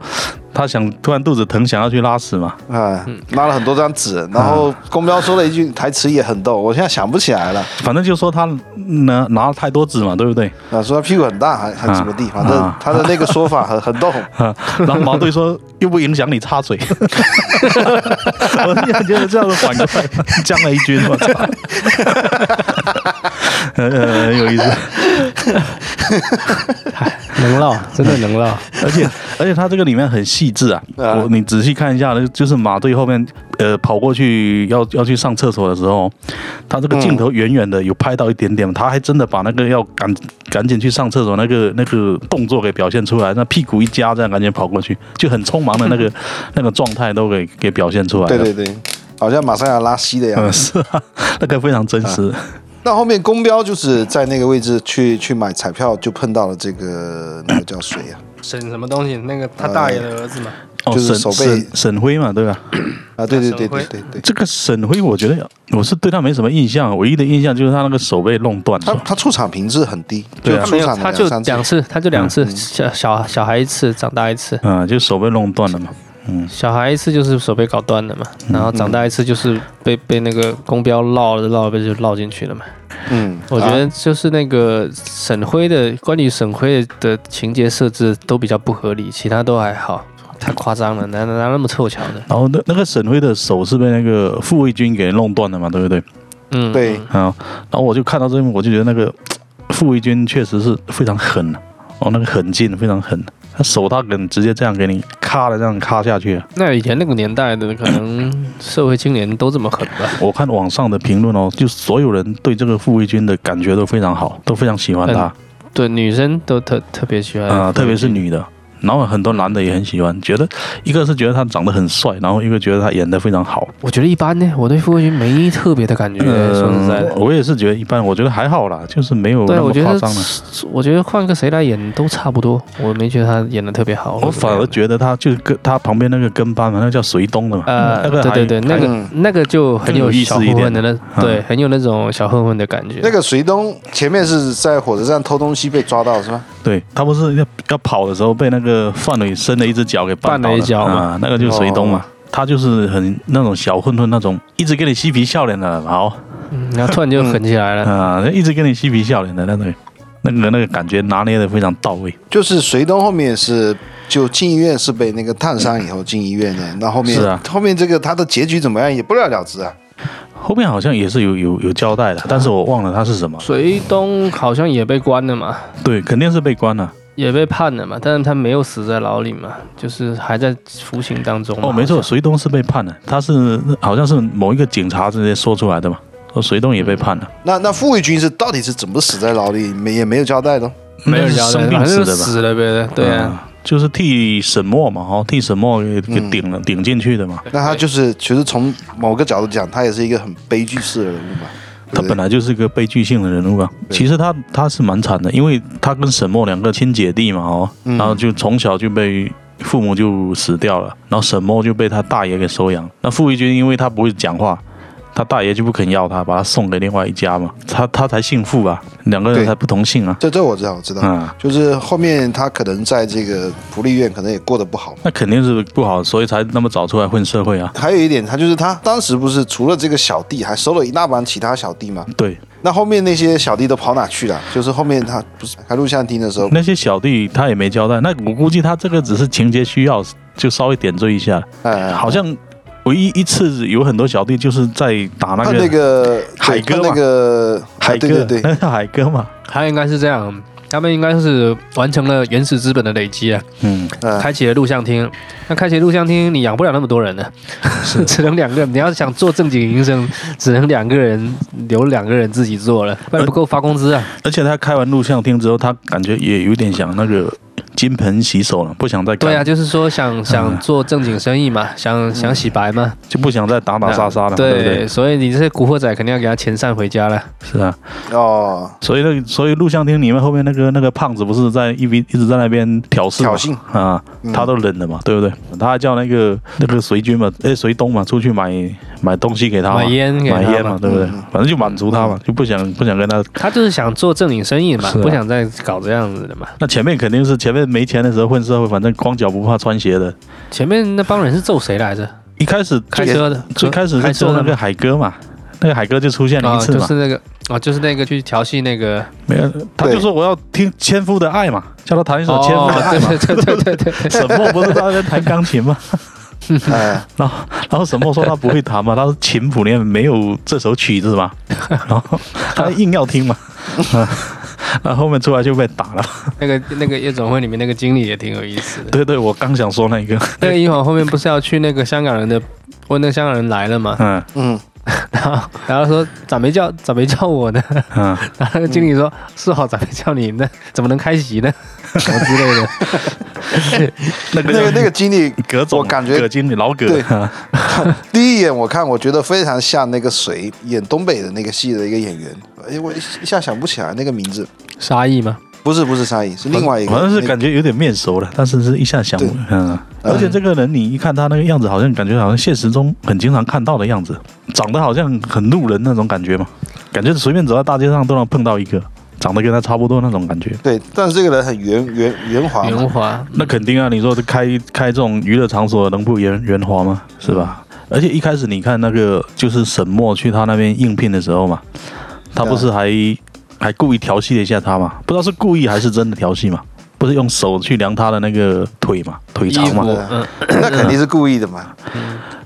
Speaker 2: 他想突然肚子疼，想要去拉屎嘛，
Speaker 3: 啊，拉了很多张纸，然后
Speaker 2: 嗯
Speaker 3: 公标说了一句台词也很逗，我现在想不起来了。
Speaker 2: 反正就说他拿拿了太多纸嘛，对不对？
Speaker 3: 啊，说他屁股很大，还还
Speaker 2: 啊
Speaker 3: 什么地，反正
Speaker 2: 啊
Speaker 3: 他的那个说法很很 逗。
Speaker 2: 啊，然后毛队说又不影响你插嘴， 我突然觉得这样的反过来将了一军，我操！ 呃，很有意思。
Speaker 1: 能唠，真的能 唠。
Speaker 2: 而且而且它这个里面很细致啊，
Speaker 3: 啊
Speaker 2: 我你仔细看一下，就是马队后面呃跑过去要要去上厕所的时候，他这个镜头远远的有拍到一点点，他还真的把那个要赶赶紧去上厕所那个那个动作给表现出来，那屁股一夹这样赶紧跑过去，就很匆忙的 那个那个状态都给给表现出来了。
Speaker 3: 对对对，好像马上要拉稀的样
Speaker 2: 嗯，
Speaker 3: 子。
Speaker 2: 是啊，那个非常真 实。
Speaker 3: 那后面公标就是在那个位置去去买彩票，就碰到了这个那个叫谁啊 呀、
Speaker 1: 沈什么东西？那个他大爷的儿子嘛。
Speaker 2: 哦，
Speaker 3: 就是
Speaker 2: 沈
Speaker 3: 手背
Speaker 2: 沈沈辉嘛，对吧？
Speaker 3: 啊？对对
Speaker 1: 沈
Speaker 3: 对对
Speaker 1: 辉
Speaker 3: 对对，
Speaker 2: 这个沈辉，我觉得我是对他没什么印象，唯一的印象就是他那个手被弄断
Speaker 3: 他
Speaker 2: 了。
Speaker 3: 他出场频次很低，就
Speaker 2: 对啊
Speaker 3: 出
Speaker 1: 没有，
Speaker 3: 场
Speaker 1: 他
Speaker 3: 了
Speaker 1: 就
Speaker 3: 三
Speaker 1: 两
Speaker 3: 次。
Speaker 1: 次，他就两次，小小小孩一次，长大一次。
Speaker 2: 嗯，就手被弄断了嘛。嗯，
Speaker 1: 小孩一次就是手被搞断了嘛，然后长大一次就是被被那个公标绕着绕着就绕进去了嘛。
Speaker 3: 嗯，
Speaker 1: 我觉
Speaker 3: 啊
Speaker 1: 得就是那个沈辉的关于沈辉的情节设置都比较不合理，其他都还好，太夸张了，哪哪哪那么凑巧的？
Speaker 2: 然后那那个沈辉的手是被那个护卫军给弄断了嘛，对不对？
Speaker 1: 嗯，
Speaker 3: 对
Speaker 1: 嗯
Speaker 2: 啊，然后我就看到这一幕，我就觉得那个护卫军确实是非常狠啊，哦，那个狠劲非常狠，他手他敢直接这样给你咔的这样咔下去啊。
Speaker 1: 那以前那个年代的可能社会青年都这么狠吧，
Speaker 2: 我看网上的评论哦，就所有人对这个护卫军的感觉都非常好，都非常喜欢他
Speaker 1: 嗯对，女生都特特别喜欢
Speaker 2: 啊、特别是女的。然后很多男的也很喜欢，觉得一个是觉得他长得很帅，然后一个觉得他演得非常好。
Speaker 1: 我觉得一般呢，我对傅慧君没特别的感觉。说实在
Speaker 2: 嗯，
Speaker 1: 的，
Speaker 2: 我也是觉得一般，我觉得还好啦，就是没有
Speaker 1: 对
Speaker 2: 那
Speaker 1: 我
Speaker 2: 么
Speaker 1: 觉
Speaker 2: 夸
Speaker 1: 得
Speaker 2: 张了。
Speaker 1: 我觉得换个谁来演都差不多，我没觉得她演的特别好。
Speaker 2: 我反而觉得他就是跟他旁边那个跟班嘛，那叫隋东的嘛，
Speaker 1: 呃，
Speaker 2: 那个还
Speaker 1: 对对对，那个、
Speaker 3: 嗯
Speaker 1: 那个就很有小混混的那
Speaker 2: 更有意思一点嗯
Speaker 1: 对，很有那种小混混的感觉。
Speaker 3: 那个隋东前面是在火车站偷东西被抓到是吧？
Speaker 2: 对他不是要要跑的时候被那个范伟伸了一只脚给绊倒
Speaker 1: 绊了一脚嘛哦
Speaker 2: 啊，那个就是隋东嘛。他就是很那种小混混那种，一直跟你嬉皮笑脸的，好
Speaker 1: 嗯然后突然就狠起来了。
Speaker 2: 啊、一直跟你嬉皮笑脸的那种，那个那个感觉拿捏的非常到位。
Speaker 3: 就是隋东后面是就进医院是被那个烫伤以后进医院的，那后面
Speaker 2: 是啊
Speaker 3: 后面这个他的结局怎么样也不了了之啊。
Speaker 2: 后面好像也是有有有交代的，但是我忘了他是什么。
Speaker 1: 隋东好像也被关了嘛，
Speaker 2: 对，肯定是被关了。
Speaker 1: 也被判了嘛，但是他没有死在牢里嘛，就是还在服刑当中嘛。
Speaker 2: 哦，没错，
Speaker 1: 好像
Speaker 2: 隋东是被判了，他是好像是某一个警察直接说出来的嘛。说隋东也被判了，
Speaker 3: 那那傅卫军是到底是怎么死在牢里，没也没有交代的。
Speaker 1: 嗯没有
Speaker 2: 应该
Speaker 1: 交
Speaker 2: 是
Speaker 1: 代
Speaker 2: 生，
Speaker 1: 反
Speaker 2: 病死
Speaker 1: 正就
Speaker 2: 的吧？
Speaker 1: 死了呗。对啊，
Speaker 2: 嗯就是替沈墨嘛，哦，替沈墨给给
Speaker 3: 嗯
Speaker 2: 顶了、顶进去的嘛。
Speaker 3: 那他就是其实从某个角度讲，他也是一个很悲剧式的人物嘛。
Speaker 2: 他本
Speaker 3: 来
Speaker 2: 来就是个悲剧性的人物啊。
Speaker 3: 对
Speaker 2: 其实他他是蛮惨的，因为他跟沈墨两个亲姐弟嘛，哦，
Speaker 3: 嗯
Speaker 2: 然后就从小就被父母就死掉了，然后沈墨就被他大爷给收养。那傅玉军因为他不会讲话，他大爷就不肯要他，把他送给另外一家嘛，他他才姓傅啊，两个人
Speaker 3: 对
Speaker 2: 才不同姓啊，
Speaker 3: 这这我知道，我知道。
Speaker 2: 嗯。
Speaker 3: 就是后面他可能在这个福利院可能也过得不好。
Speaker 2: 那肯定是不好，所以才那么早出来混社会啊。
Speaker 3: 还有一点，他就是他当时不是除了这个小弟，还收了一大帮其他小弟嘛？
Speaker 2: 对，
Speaker 3: 那后面那些小弟都跑哪去了？就是后面他不是开录像厅的时候，
Speaker 2: 那些小弟他也没交代，那我估计他这个只是情节需要，就稍微点缀一下。
Speaker 3: 哎，
Speaker 2: 好像唯一一次有很多小弟就是在打那
Speaker 3: 他
Speaker 2: 个
Speaker 3: 啊那个
Speaker 2: 海
Speaker 3: 对
Speaker 2: 哥
Speaker 3: 他
Speaker 2: 嘛
Speaker 3: 那个
Speaker 2: 海哥，
Speaker 3: 啊对对对，
Speaker 2: 那是 海哥嘛，
Speaker 1: 他应该是这样，他们应该是完成了原始资本的累积啊。
Speaker 2: 嗯，
Speaker 3: 嗯，
Speaker 1: 开启了录像厅，那开启了录像厅，你养不了那么多人 呢，只能两个人。你要想做正经营生，只能两个人留两个人自己做了，不然不够发工资啊。
Speaker 2: 而且他开完录像厅之后，他感觉也有点想那个金盆洗手了，不想再干
Speaker 1: 对啊，就是说想
Speaker 2: 嗯
Speaker 1: 想做正经生意嘛，想想洗白嘛，
Speaker 2: 就不想再打打嗯杀杀了，对
Speaker 1: 对
Speaker 2: 不对？
Speaker 1: 所以你这些古惑仔肯定要给他遣散回家了。
Speaker 2: 是啊，
Speaker 3: 哦，
Speaker 2: 所以那个所以录像厅里面后面那个那个胖子不是在一边一直在那边挑事嘛
Speaker 3: 挑衅
Speaker 2: 啊，
Speaker 3: 嗯
Speaker 2: 他都忍了嘛，对不对？他还叫那个那个隋军嘛，哎隋东嘛，出去买买东西给他嘛
Speaker 1: 买烟给他
Speaker 2: 买烟
Speaker 1: 嘛
Speaker 2: 嘛，对不对
Speaker 3: 嗯？
Speaker 2: 反正就满足他嘛，就不想不想跟他
Speaker 1: 他就是想做正经生意嘛，
Speaker 2: 是啊
Speaker 1: 不想再搞这样子的嘛。
Speaker 2: 那前面肯定是前面没钱的时候混社会，反正光脚不怕穿鞋的。
Speaker 1: 前面那帮人是揍谁来着？
Speaker 2: 一开始
Speaker 1: 开车的，
Speaker 2: 最开始
Speaker 1: 开
Speaker 2: 是
Speaker 1: 车
Speaker 2: 做那
Speaker 1: 的
Speaker 2: 个
Speaker 1: 吗
Speaker 2: 海哥嘛，那个海哥就出现了
Speaker 1: 啊，
Speaker 2: 一次
Speaker 1: 就
Speaker 2: 嘛，
Speaker 1: 是那个啊，就是那个去调戏那个
Speaker 2: 没有，他就说我要听《千夫的爱》嘛，叫他弹一首《千夫的爱》嘛。
Speaker 1: 哦对对 对对对 对，
Speaker 2: 沈墨不是他在弹钢琴嘛，
Speaker 3: 哎，
Speaker 2: 然后然后沈墨说他不会弹嘛，他说琴谱里面没有这首曲子嘛，然后他硬要听嘛， 那后面出来就被打了。
Speaker 1: 那个那个夜总会里面那个经理也挺有意思的。
Speaker 2: 对对，我刚想说那个，
Speaker 1: 那个一晃后面不是要去那个香港人的，问那个香港人来 了嘛，
Speaker 2: 嗯
Speaker 3: 嗯，
Speaker 1: 然后然后说咋没叫咋没叫我呢？
Speaker 2: 嗯，
Speaker 1: 然后那个经理说、是哦咋没叫你呢？怎么能开席呢？ 什么之类 的。
Speaker 2: 那
Speaker 3: 那
Speaker 2: 个
Speaker 3: 个那个经理，
Speaker 2: 葛总，
Speaker 3: 我感觉
Speaker 2: 葛经理老葛，
Speaker 3: 对第一眼我看，我觉得非常像那个谁演东北的那个戏的一个演员，哎，我一下想不起来那个名字，
Speaker 1: 沙溢嘛，
Speaker 3: 不是不是沙溢，是另外一个，
Speaker 2: 好像是
Speaker 3: 那个
Speaker 2: 感觉有点面熟了，但是是一下想不
Speaker 3: 对，
Speaker 2: 嗯，而且这个人你一看他那个样子，好像感觉好像现实中很经常看到的样子，长得好像很路人那种感觉嘛，感觉随便走在大街上都能碰到一个长得跟他差不多那种感觉。
Speaker 3: 对，但是这个人很圆圆圆滑嘛，
Speaker 1: 袁华，
Speaker 2: 那肯定啊！你说这开开这种娱乐场所，能不圆圆滑吗？是吧？而且一开始你看那个，就是沈墨去他那边应聘的时候嘛，他
Speaker 3: 对啊
Speaker 2: 不是还还故意调戏了一下他嘛？不知道是故意还是真的调戏嘛？不是用手去量他的那个腿嘛，腿
Speaker 1: 衣
Speaker 2: 长
Speaker 1: 服
Speaker 2: 嘛？
Speaker 1: 嗯，
Speaker 3: 那肯定是故意的嘛。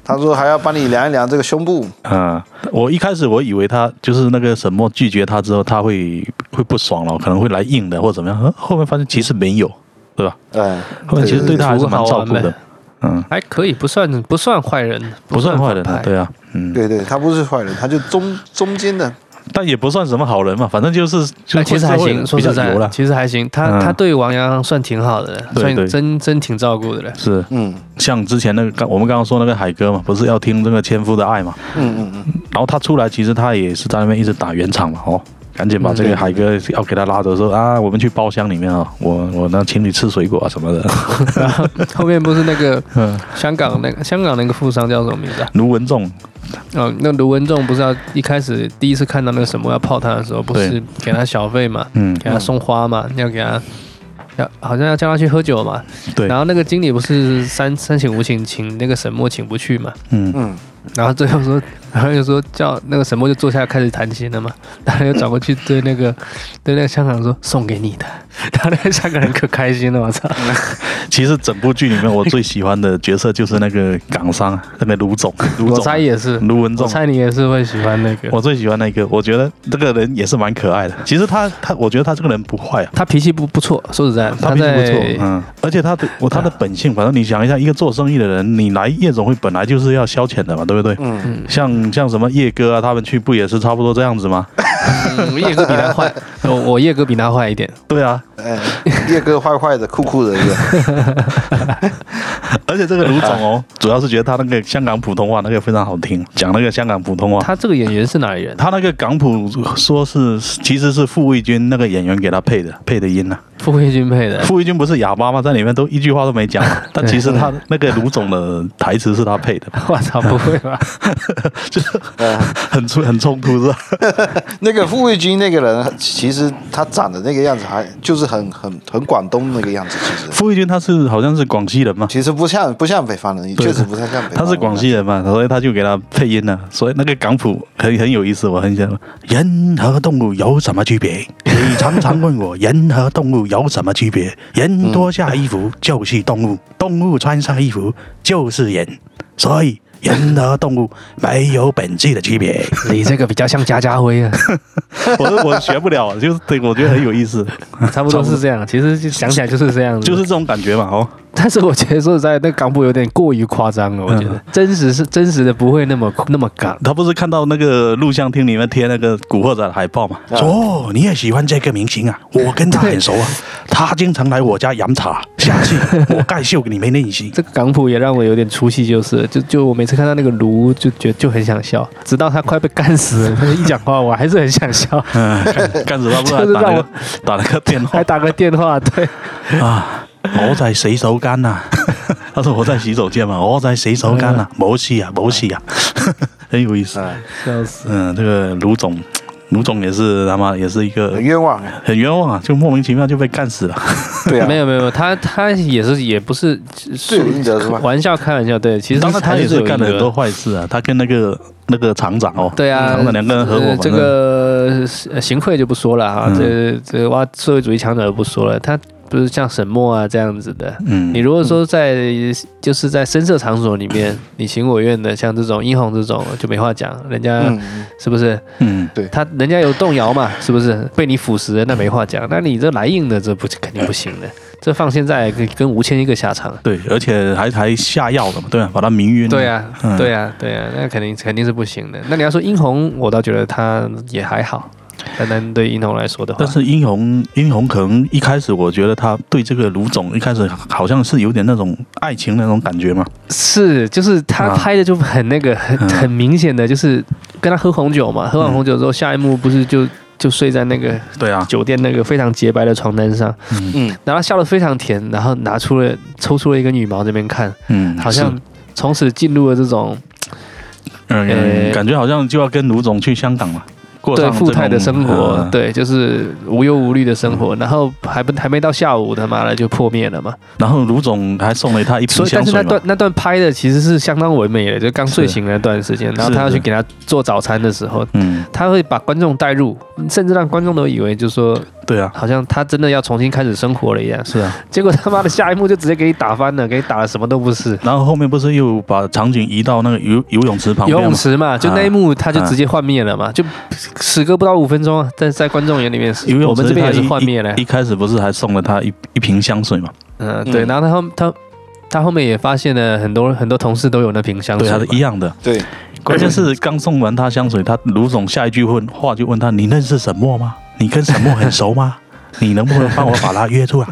Speaker 3: 他说还要帮你量一量这个胸部，
Speaker 2: 嗯，我一开始我以为他就是那个沈墨拒绝他之后，他会会不爽了，可能会来硬的或怎么样。呃后面发现其实没有，对吧？
Speaker 3: 哎，
Speaker 2: 后面其实对他还是蛮照顾
Speaker 1: 对对
Speaker 2: 的，嗯，
Speaker 1: 还可以，不算不算坏人，
Speaker 2: 不算坏人
Speaker 1: 反
Speaker 2: 啊，
Speaker 1: 派
Speaker 2: 对啊，嗯。
Speaker 3: 对对，他不是坏人，他就中中间的，
Speaker 2: 但也不算什么好人嘛，反正就是就
Speaker 1: 那
Speaker 2: 是
Speaker 1: 哎其实还行，说
Speaker 2: 比较
Speaker 1: 实在
Speaker 2: 油
Speaker 1: 的，
Speaker 2: 了。
Speaker 1: 其实还行。他、
Speaker 2: 嗯
Speaker 1: 他对王阳算挺好的了，
Speaker 2: 对
Speaker 1: 算
Speaker 2: 对
Speaker 1: 真真挺照顾的 了。
Speaker 2: 是
Speaker 3: 嗯
Speaker 2: 像之前那个刚我们刚刚说那个海哥嘛，不是要听这个千夫的爱嘛？
Speaker 3: 嗯嗯嗯，
Speaker 2: 然后他出来，其实他也是在那边一直打圆场嘛，哦，赶紧把这
Speaker 1: 嗯
Speaker 2: 个海哥要给他拉走说啊，我们去包厢里面啊、我我呢请你吃水果啊什么的。
Speaker 1: 后面不是那个
Speaker 2: 嗯
Speaker 1: 香港那个香港那个富商叫什么名字啊？
Speaker 2: 卢文仲，
Speaker 1: 哦，那卢文仲不是要一开始第一次看到那个什么要泡他的时候，不是给他小费嘛，
Speaker 2: 嗯，
Speaker 1: 给他送花嘛，要给他。要好像要叫他去喝酒嘛，
Speaker 2: 对
Speaker 1: 然，后那个经理不是三三请五请，请那个沈墨请不去嘛，
Speaker 2: 嗯，
Speaker 3: 嗯，
Speaker 1: 然后最后说，然后就说叫那个沈墨就坐下开始弹琴了嘛， 然后又转过去对那个对那个香港人说送给你的， 然后那个香港人可开心了，我操！
Speaker 2: 其实整部剧里面我最喜欢的角色就是那个港商，那个卢 总，卢
Speaker 1: 我
Speaker 2: 总
Speaker 1: 猜
Speaker 2: 啊，
Speaker 1: 也是，
Speaker 2: 卢文
Speaker 1: 我
Speaker 2: 仲。
Speaker 1: 猜你也是会喜欢那个。
Speaker 2: 我最喜欢那个，我觉得这个人也是蛮可爱的。其实他他，我觉得他这个人不坏啊，
Speaker 1: 他脾气不不错，说实在，
Speaker 2: 他脾气不错，
Speaker 1: 在
Speaker 2: 嗯，而且他的我他的本性，反正你想一下，一个做生意的人，你来夜总会本来就是要消遣的嘛，对不对？
Speaker 3: 嗯，
Speaker 2: 像像什么叶哥啊，他们去不也是差不多这样子吗？
Speaker 1: 嗯叶哥比 他坏，我我叶哥比他坏一点。
Speaker 2: 对啊，
Speaker 3: 哎，叶哥坏坏的，酷酷的，是
Speaker 2: 而且这个卢总 哦，主要是觉得他那个香港普通话那个非常好听，讲那个香港普通话。
Speaker 1: 他这个演员是哪里人？
Speaker 2: 他那个港普说是其实是傅卫军那个演员给他配的配的音呐、
Speaker 1: 傅慧君配的。
Speaker 2: 傅卫军不是哑巴吗？在里面都一句话都没讲， 但其实他那个卢总的台词是他配的，
Speaker 1: 我操，不会吧？
Speaker 2: 就是
Speaker 3: 嗯，
Speaker 2: 很冲很冲突是吧？
Speaker 3: 那个傅卫军那个人，其实他长得那个样子还就是很很很广东那个样子，其实
Speaker 2: 傅卫军他是好像是广西人嘛，
Speaker 3: 其实不像不像北方人，确实不太像北方人。
Speaker 2: 他是广西人嘛，所以他就给他配音了。所以那个港普很很有意思，我很想。人和动物有什么区别？你常常问我，人和动物有什么区 别？人脱下衣服就是动物，动物穿上衣服就是人，所以人和动物没有本质的区 别。
Speaker 1: 你这个比较像家家辉啊，
Speaker 2: 我我学不了，就是对，我觉得很有意思，
Speaker 1: 差不多是这样。其实就想起来就是这样子，
Speaker 2: 就是这种感觉嘛，哦。
Speaker 1: 但是我觉得说实在，那港普有点过于夸张了。我觉得、
Speaker 2: 嗯
Speaker 1: 真实是真实的，不会那么那么港。
Speaker 2: 他不是看到那个录像厅里面贴那个《古惑仔》的海报嘛？
Speaker 3: 啊
Speaker 2: 说哦，你也喜欢这个明星啊？我跟他很熟啊，他经常来我家饮茶。下次我盖秀给你们练 习。
Speaker 1: 这个港普也让我有点出戏，就是了就就我每次看到那个卢，就觉就很想笑，直到他快被干死 了，他一讲话我还是很想笑，
Speaker 2: 嗯，干干死他不
Speaker 1: 就是
Speaker 2: 然打
Speaker 1: 让
Speaker 2: 了
Speaker 1: 我
Speaker 2: 个打了个电话
Speaker 1: 还打个电话，对，
Speaker 2: 啊！我在洗手间呐、啊， 他说我在洗手间嘛，我在洗手间呐、
Speaker 1: 嗯
Speaker 2: 啊，没事啊，没事啊， 很有意思。
Speaker 3: 嗯，
Speaker 1: 笑死。
Speaker 2: 嗯，这个卢总，卢总也是他妈也是一个
Speaker 1: 哎
Speaker 3: 很冤枉啊，
Speaker 2: 很冤枉啊，就莫名其妙就被干死了。
Speaker 3: 对啊，
Speaker 1: 没有没有，他他也是也不是
Speaker 3: 罪有应得是吧？
Speaker 1: 玩笑开玩笑，对，其实
Speaker 2: 当然他也
Speaker 1: 是
Speaker 2: 是
Speaker 1: 有
Speaker 2: 干了
Speaker 1: 一
Speaker 2: 很
Speaker 1: 个
Speaker 2: 多坏事啊，他跟那个那个厂长哦，
Speaker 1: 对啊，
Speaker 2: 厂长两个人合伙
Speaker 1: 呃
Speaker 2: 嘛，
Speaker 1: 这个呃行贿就不说了哈，
Speaker 2: 嗯
Speaker 1: 这这挖社会主义强者就不说了，他不是像沈墨啊这样子的。
Speaker 2: 嗯，
Speaker 1: 你如果说在就是在深色场所里面，
Speaker 2: 嗯
Speaker 1: 你情我愿的，像这种殷红这种就没话讲，人家
Speaker 3: 嗯，
Speaker 1: 是不是
Speaker 2: 嗯
Speaker 1: 他人家有动摇嘛？是不是被你腐蚀了？那没话讲。那你这来硬的，这不肯定不行的。这放现在跟跟吴谦一个下场。
Speaker 2: 对，而且还还下药的嘛，对吧、把他迷晕。
Speaker 1: 对，啊，
Speaker 2: 嗯
Speaker 1: 对啊，对啊，那肯定肯定是不行的。那你要说殷红，我倒觉得他也还好，单单对殷红来说的话，
Speaker 2: 但是殷红，殷红可能一开始我觉得他对这个卢总一开始好像是有点那种爱情那种感觉嘛。
Speaker 1: 是就是他
Speaker 2: 啊
Speaker 1: 拍的就很那个，很
Speaker 2: 嗯
Speaker 1: 很明显的就是跟他喝红酒嘛，喝完
Speaker 2: 嗯
Speaker 1: 红酒之后，下一幕不是就就睡在那个
Speaker 2: 对啊，
Speaker 1: 酒店那个非常洁白的床单上，
Speaker 2: 嗯
Speaker 3: 嗯，
Speaker 1: 然后他笑得非常甜，然后拿出了抽出了一根羽毛这边看，
Speaker 2: 嗯，
Speaker 1: 好
Speaker 2: 是
Speaker 1: 像从此进入了这种
Speaker 2: 嗯
Speaker 1: 呃
Speaker 2: 嗯，感觉好像就要跟卢总去香港了，过
Speaker 1: 对
Speaker 2: 上
Speaker 1: 富
Speaker 2: 这
Speaker 1: 态的
Speaker 2: 种嗯
Speaker 1: 生活
Speaker 2: 呃，
Speaker 1: 对，就是无忧无虑的生活，然后还不还没到下午，他妈的就破灭了嘛。
Speaker 2: 然后卢总还送了他一
Speaker 1: 所
Speaker 2: 瓶
Speaker 1: 以，
Speaker 2: 香
Speaker 1: 但是
Speaker 2: 水
Speaker 1: 那
Speaker 2: 嘛
Speaker 1: 段。那段拍的其实是相当唯美的，就刚睡醒的那段时间，然后他要去
Speaker 2: 是
Speaker 1: 给他做早餐的时候。
Speaker 2: 嗯，
Speaker 1: 他会把观众带入，甚至让观众都以为，就是说，
Speaker 2: 对啊，
Speaker 1: 好像他真的要重新开始生活了一样。
Speaker 2: 是啊。
Speaker 1: 结果他妈的下一幕就直接给你打翻了，给你打的什么都不是。
Speaker 2: 然后后面不是又把场景移到那个游游泳池旁
Speaker 1: 游
Speaker 2: 边
Speaker 1: 泳
Speaker 2: 嘛？
Speaker 1: 池嘛，就那一幕他就
Speaker 2: 啊
Speaker 1: 直接幻灭了嘛，就时隔不到五分钟啊，但是在观众眼里面是
Speaker 2: 游，泳池
Speaker 1: 我们这边也是
Speaker 2: 他一
Speaker 1: 幻灭了。
Speaker 2: 一开始不是还送了他一一瓶香水嘛？
Speaker 1: 嗯，对，
Speaker 3: 嗯
Speaker 1: 然后他后他他后面也发现了很多很多同事都有那瓶香水
Speaker 2: 对，
Speaker 1: 嘛，
Speaker 2: 他是一样的。
Speaker 3: 对，
Speaker 2: 关键是刚送完他香水，他卢总下一句问话就问他：“你认识沈墨吗？你跟沈墨很熟 吗？你能不能帮我把他约出来？”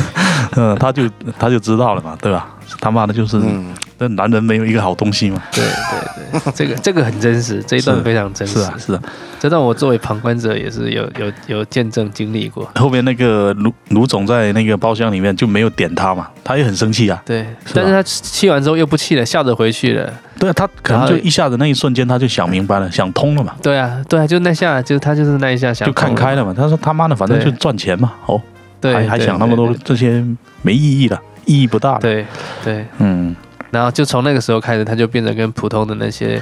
Speaker 2: 嗯，他就他就知道了嘛，对吧？他妈的就是
Speaker 3: 嗯，
Speaker 2: 那、男人没有一个好东西嘛。
Speaker 1: 对对对，这个这个很真实，这一段
Speaker 2: 是
Speaker 1: 非常真实。
Speaker 2: 是啊，是啊。
Speaker 1: 这段我作为旁观者也是有有有见证经历过。
Speaker 2: 后面那个卢卢总在那个包厢里面就没有点他嘛，他也很生气啊。
Speaker 1: 对，但是他气完之后又不气了，笑着回去了。
Speaker 2: 对啊，他可能
Speaker 1: 然后
Speaker 2: 就一下子那一瞬间他就想明白了，想通了嘛，
Speaker 1: 对啊，对啊，就那下，就他就是那一下想
Speaker 2: 就看开
Speaker 1: 了，
Speaker 2: 了嘛。他说他妈的，反正
Speaker 1: 对
Speaker 2: 就赚钱嘛，哦，
Speaker 1: 对，
Speaker 2: 还还
Speaker 1: 对
Speaker 2: 想那么多，啊这些没意义的，意义不大的。
Speaker 1: 对对对，
Speaker 2: 嗯，
Speaker 1: 然后就从那个时候开始，他就变得跟普通的那些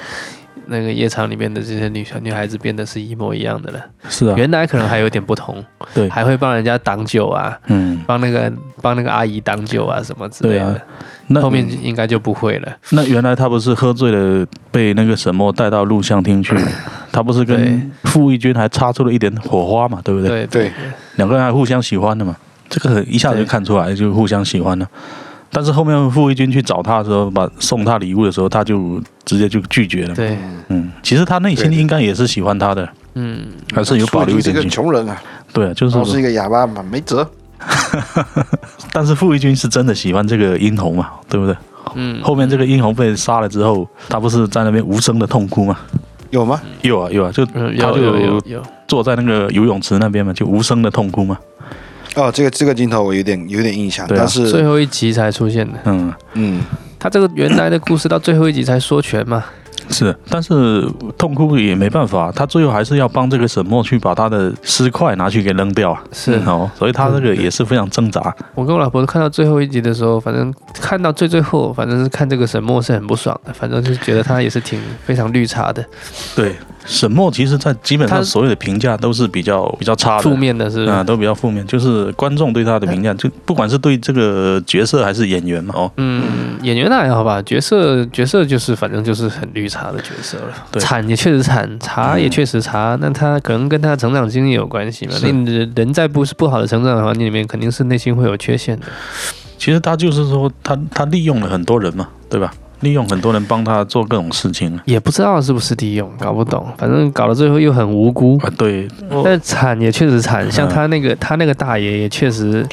Speaker 1: 那个夜场里面的这些女小女孩子变得是一模一样的了。
Speaker 2: 是啊，
Speaker 1: 原来可能还有点不同，
Speaker 2: 对，
Speaker 1: 还会帮人家挡酒啊，
Speaker 2: 嗯，
Speaker 1: 帮那个帮那个阿姨挡酒啊什么之类
Speaker 2: 对
Speaker 1: 的。
Speaker 2: 那
Speaker 1: 后面应该就不会了。
Speaker 2: 那原来他不是喝醉了，被那个沈墨带到录像厅去，他不是跟傅艺军还擦出了一点火花嘛，对不对？
Speaker 1: 对
Speaker 3: 对
Speaker 2: 两个人还互相喜欢的嘛，这个很一下子就看出来就互相喜欢了。但是后面傅艺军去找他的时候，把送他礼物的时候，他就直接就拒绝了。
Speaker 1: 对，
Speaker 2: 嗯，其实他内心
Speaker 3: 对对
Speaker 2: 应该也是喜欢他的，
Speaker 1: 嗯，
Speaker 2: 还是有保留一
Speaker 3: 是
Speaker 2: 点
Speaker 3: 个
Speaker 2: 情。
Speaker 3: 穷人啊，
Speaker 2: 对，就
Speaker 3: 然后是
Speaker 2: 是，
Speaker 3: 一个哑巴嘛，没辙。
Speaker 2: 但是傅艺军是真的喜欢这个殷红嘛，对不对？
Speaker 1: 嗯，
Speaker 2: 哦后面这个殷红被杀了之后，他不是在那边无声的痛哭嘛？
Speaker 3: 有吗？
Speaker 2: 有啊有啊，就
Speaker 1: 嗯
Speaker 2: 他
Speaker 1: 有有有
Speaker 2: 就
Speaker 1: 有，
Speaker 2: 坐在那个游泳池那边嘛，就无声的痛哭嘛。
Speaker 3: 哦，这个这个镜头我有点有点印象，
Speaker 2: 对啊
Speaker 3: 但
Speaker 1: 最
Speaker 3: 是
Speaker 1: 后一集才出现的。
Speaker 2: 嗯，
Speaker 3: 嗯，
Speaker 1: 他这个原来的故事到最后一集才说全嘛，
Speaker 2: 是，但是痛哭也没办法，他最后还是要帮这个沈墨去把他的尸块拿去给扔掉啊。
Speaker 1: 是
Speaker 2: 哦，所以他这个也是非常挣扎。
Speaker 1: 我跟我老婆看到最后一集的时候，反正看到最最后，反正是看这个沈墨是很不爽的，反正就是觉得他也是挺非常绿茶的，
Speaker 2: 对，沈墨其实在基本
Speaker 1: 他
Speaker 2: 上所有的评价都是比较比较差的，
Speaker 1: 负面的是
Speaker 2: 啊、
Speaker 1: 吧？
Speaker 2: 都比较负面，就是观众对他的评价，就不管是对这个角色还是演员嘛，哦，
Speaker 1: 嗯，演员那还好吧，角色角色就是反正就是很绿茶的角色了。
Speaker 2: 对嗯
Speaker 1: 惨也确实惨，茶也确实茶，那他可能跟他的成长经历有关系嘛。
Speaker 2: 是
Speaker 1: 那你人人在不是不好的成长环境里面，肯定是内心会有缺陷的。
Speaker 2: 其实他就是说他他利用了很多人嘛，对吧？利用很多人帮他做各种事情
Speaker 1: 也不知道是不是利用，搞不懂，反正搞到最后又很无辜。
Speaker 2: 啊，对，
Speaker 1: 但惨也确实惨，
Speaker 2: 嗯
Speaker 1: 像他那个他那个大爷也确实，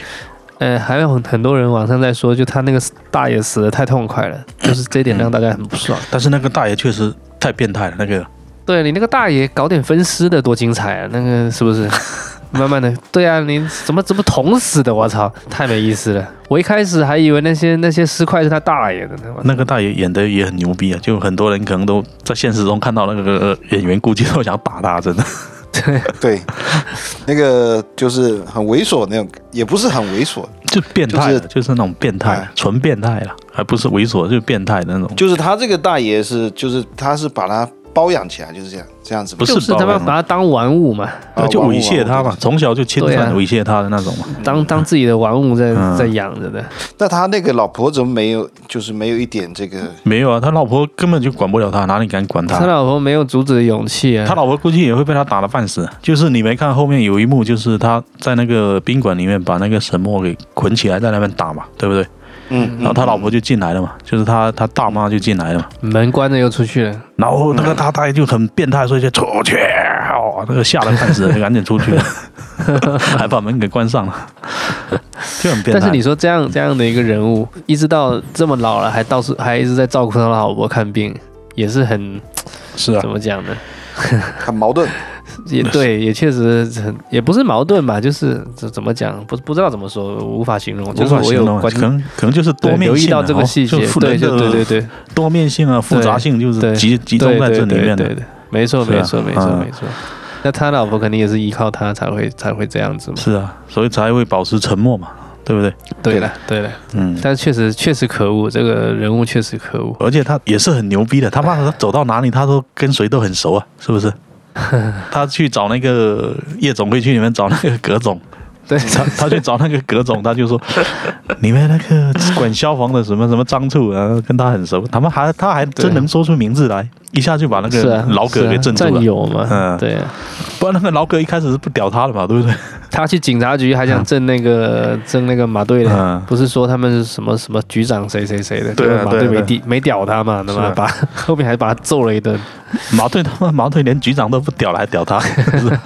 Speaker 1: 呃，还有很很多人网上在说，就他那个大爷死的太痛 快了，就是这一点让大家很不爽。
Speaker 2: 但是那个大爷确实太变态了，那个
Speaker 1: 对你那个大爷搞点分尸的多精彩啊，那个是 不是？慢慢的，对啊，你怎么怎么捅死的？我操，太没意思了！我一开始还以为那些那些尸块是他大爷的呢。我
Speaker 2: 那个大爷演的也很牛逼啊，就很多人可能都在现实中看到那个呃演员，估计都想打他，真的。
Speaker 3: 对，那个就是很猥琐那种，也不是很猥琐，
Speaker 2: 就变态了，
Speaker 3: 就
Speaker 2: 就是那种变态
Speaker 3: 哎，
Speaker 2: 纯变态了，还不是猥琐，就是变态的那种。
Speaker 3: 就是他这个大爷是，就是他是把他包养起来就是这样，这样子吗
Speaker 2: 不是
Speaker 1: 就是他
Speaker 2: 保
Speaker 1: 们
Speaker 2: 养
Speaker 1: 把它当玩物嘛，
Speaker 2: 对，就猥亵他。
Speaker 3: 啊玩物玩物
Speaker 2: 嘛，从小就侵
Speaker 1: 对啊
Speaker 2: 犯猥亵他的那种嘛。
Speaker 1: 当当自己的玩物在
Speaker 2: 嗯
Speaker 1: 在养着的。
Speaker 3: 那他那个老婆怎么没有，就是没有一点这个
Speaker 2: 没有啊，他老婆根本就管不了他，哪里敢管他？
Speaker 1: 他老婆没有阻止的勇气啊
Speaker 2: 他。老婆估计也会被他打得半死。就是你没看后面有一幕，就是他在那个宾馆里面把那个沈墨给捆起来，在那边打嘛，对不对？
Speaker 3: 嗯，
Speaker 2: 然后他老婆就进来了嘛，就是他他大妈就进来了嘛。
Speaker 1: 门关着又出去了，
Speaker 2: 然后那个他大爷就很变态，说一句出去，哦，那个吓得半死，赶紧出去 了，还把门给关上了，就很变态。
Speaker 1: 但是你说这样这样的一个人物，一直到这么老了，还到处还一直在照顾他老婆看病，也是很
Speaker 2: 是啊
Speaker 1: 怎，么讲呢？
Speaker 3: 很矛盾。
Speaker 1: 也对，也确实很也不是矛盾吧，就是这怎么讲，不不知道怎么说，无法形容。
Speaker 2: 无
Speaker 1: 就是
Speaker 2: 法
Speaker 1: 我
Speaker 2: 形
Speaker 1: 有
Speaker 2: 容啊，
Speaker 1: 关
Speaker 2: 可能可能就是
Speaker 1: 对
Speaker 2: 多面性啊、
Speaker 1: 留意到这个细节
Speaker 2: 哦就，
Speaker 1: 对
Speaker 2: 人
Speaker 1: 就
Speaker 2: 的
Speaker 1: 对对对，
Speaker 2: 多面性啊，复杂性就是
Speaker 1: 对
Speaker 2: 集集中在这里面
Speaker 1: 对对对
Speaker 2: 的。
Speaker 1: 对，没错
Speaker 2: 是啊
Speaker 1: 没错没错
Speaker 2: 嗯
Speaker 1: 没错。那他老婆肯定也是依靠他才会才会这样子嘛。
Speaker 2: 是啊，所以才会保持沉默嘛，对不对？
Speaker 1: 对了对了，
Speaker 2: 嗯。
Speaker 1: 但确实确实可恶，这个人物确实 可恶。
Speaker 2: 而且他也是很牛逼的，他妈的，他走到哪里他都跟谁都很熟啊，是不 是？他去找那个夜总会去里面找那个葛总，
Speaker 1: 对，
Speaker 2: 他他去找那个葛总，他就 说你们那个管消防的什么什么张处啊，跟他很熟，他们还他还真
Speaker 1: 对
Speaker 2: 能说出名字来，一下就把那
Speaker 1: 是
Speaker 2: 个
Speaker 1: 啊，
Speaker 2: 老
Speaker 1: 是
Speaker 2: 葛
Speaker 1: 啊
Speaker 2: 给镇住
Speaker 1: 战
Speaker 2: 了。
Speaker 1: 友嘛，
Speaker 2: 嗯
Speaker 1: 对啊，
Speaker 2: 不然那个老葛一开始是不屌他的嘛，对不对？
Speaker 1: 他去警察局还想震 那个震那个马队的，
Speaker 2: 嗯，
Speaker 1: 不是说他们是什么什么局长谁谁谁的，
Speaker 2: 对啊
Speaker 1: 结果马
Speaker 2: 对
Speaker 1: 队
Speaker 2: 啊
Speaker 1: 没
Speaker 2: 对
Speaker 1: 地没屌他嘛，他
Speaker 2: 是
Speaker 1: 妈
Speaker 2: 啊
Speaker 1: 把 后面还把他揍了一顿，
Speaker 2: 矛盾他妈矛盾连局长都不屌了，还屌 他，是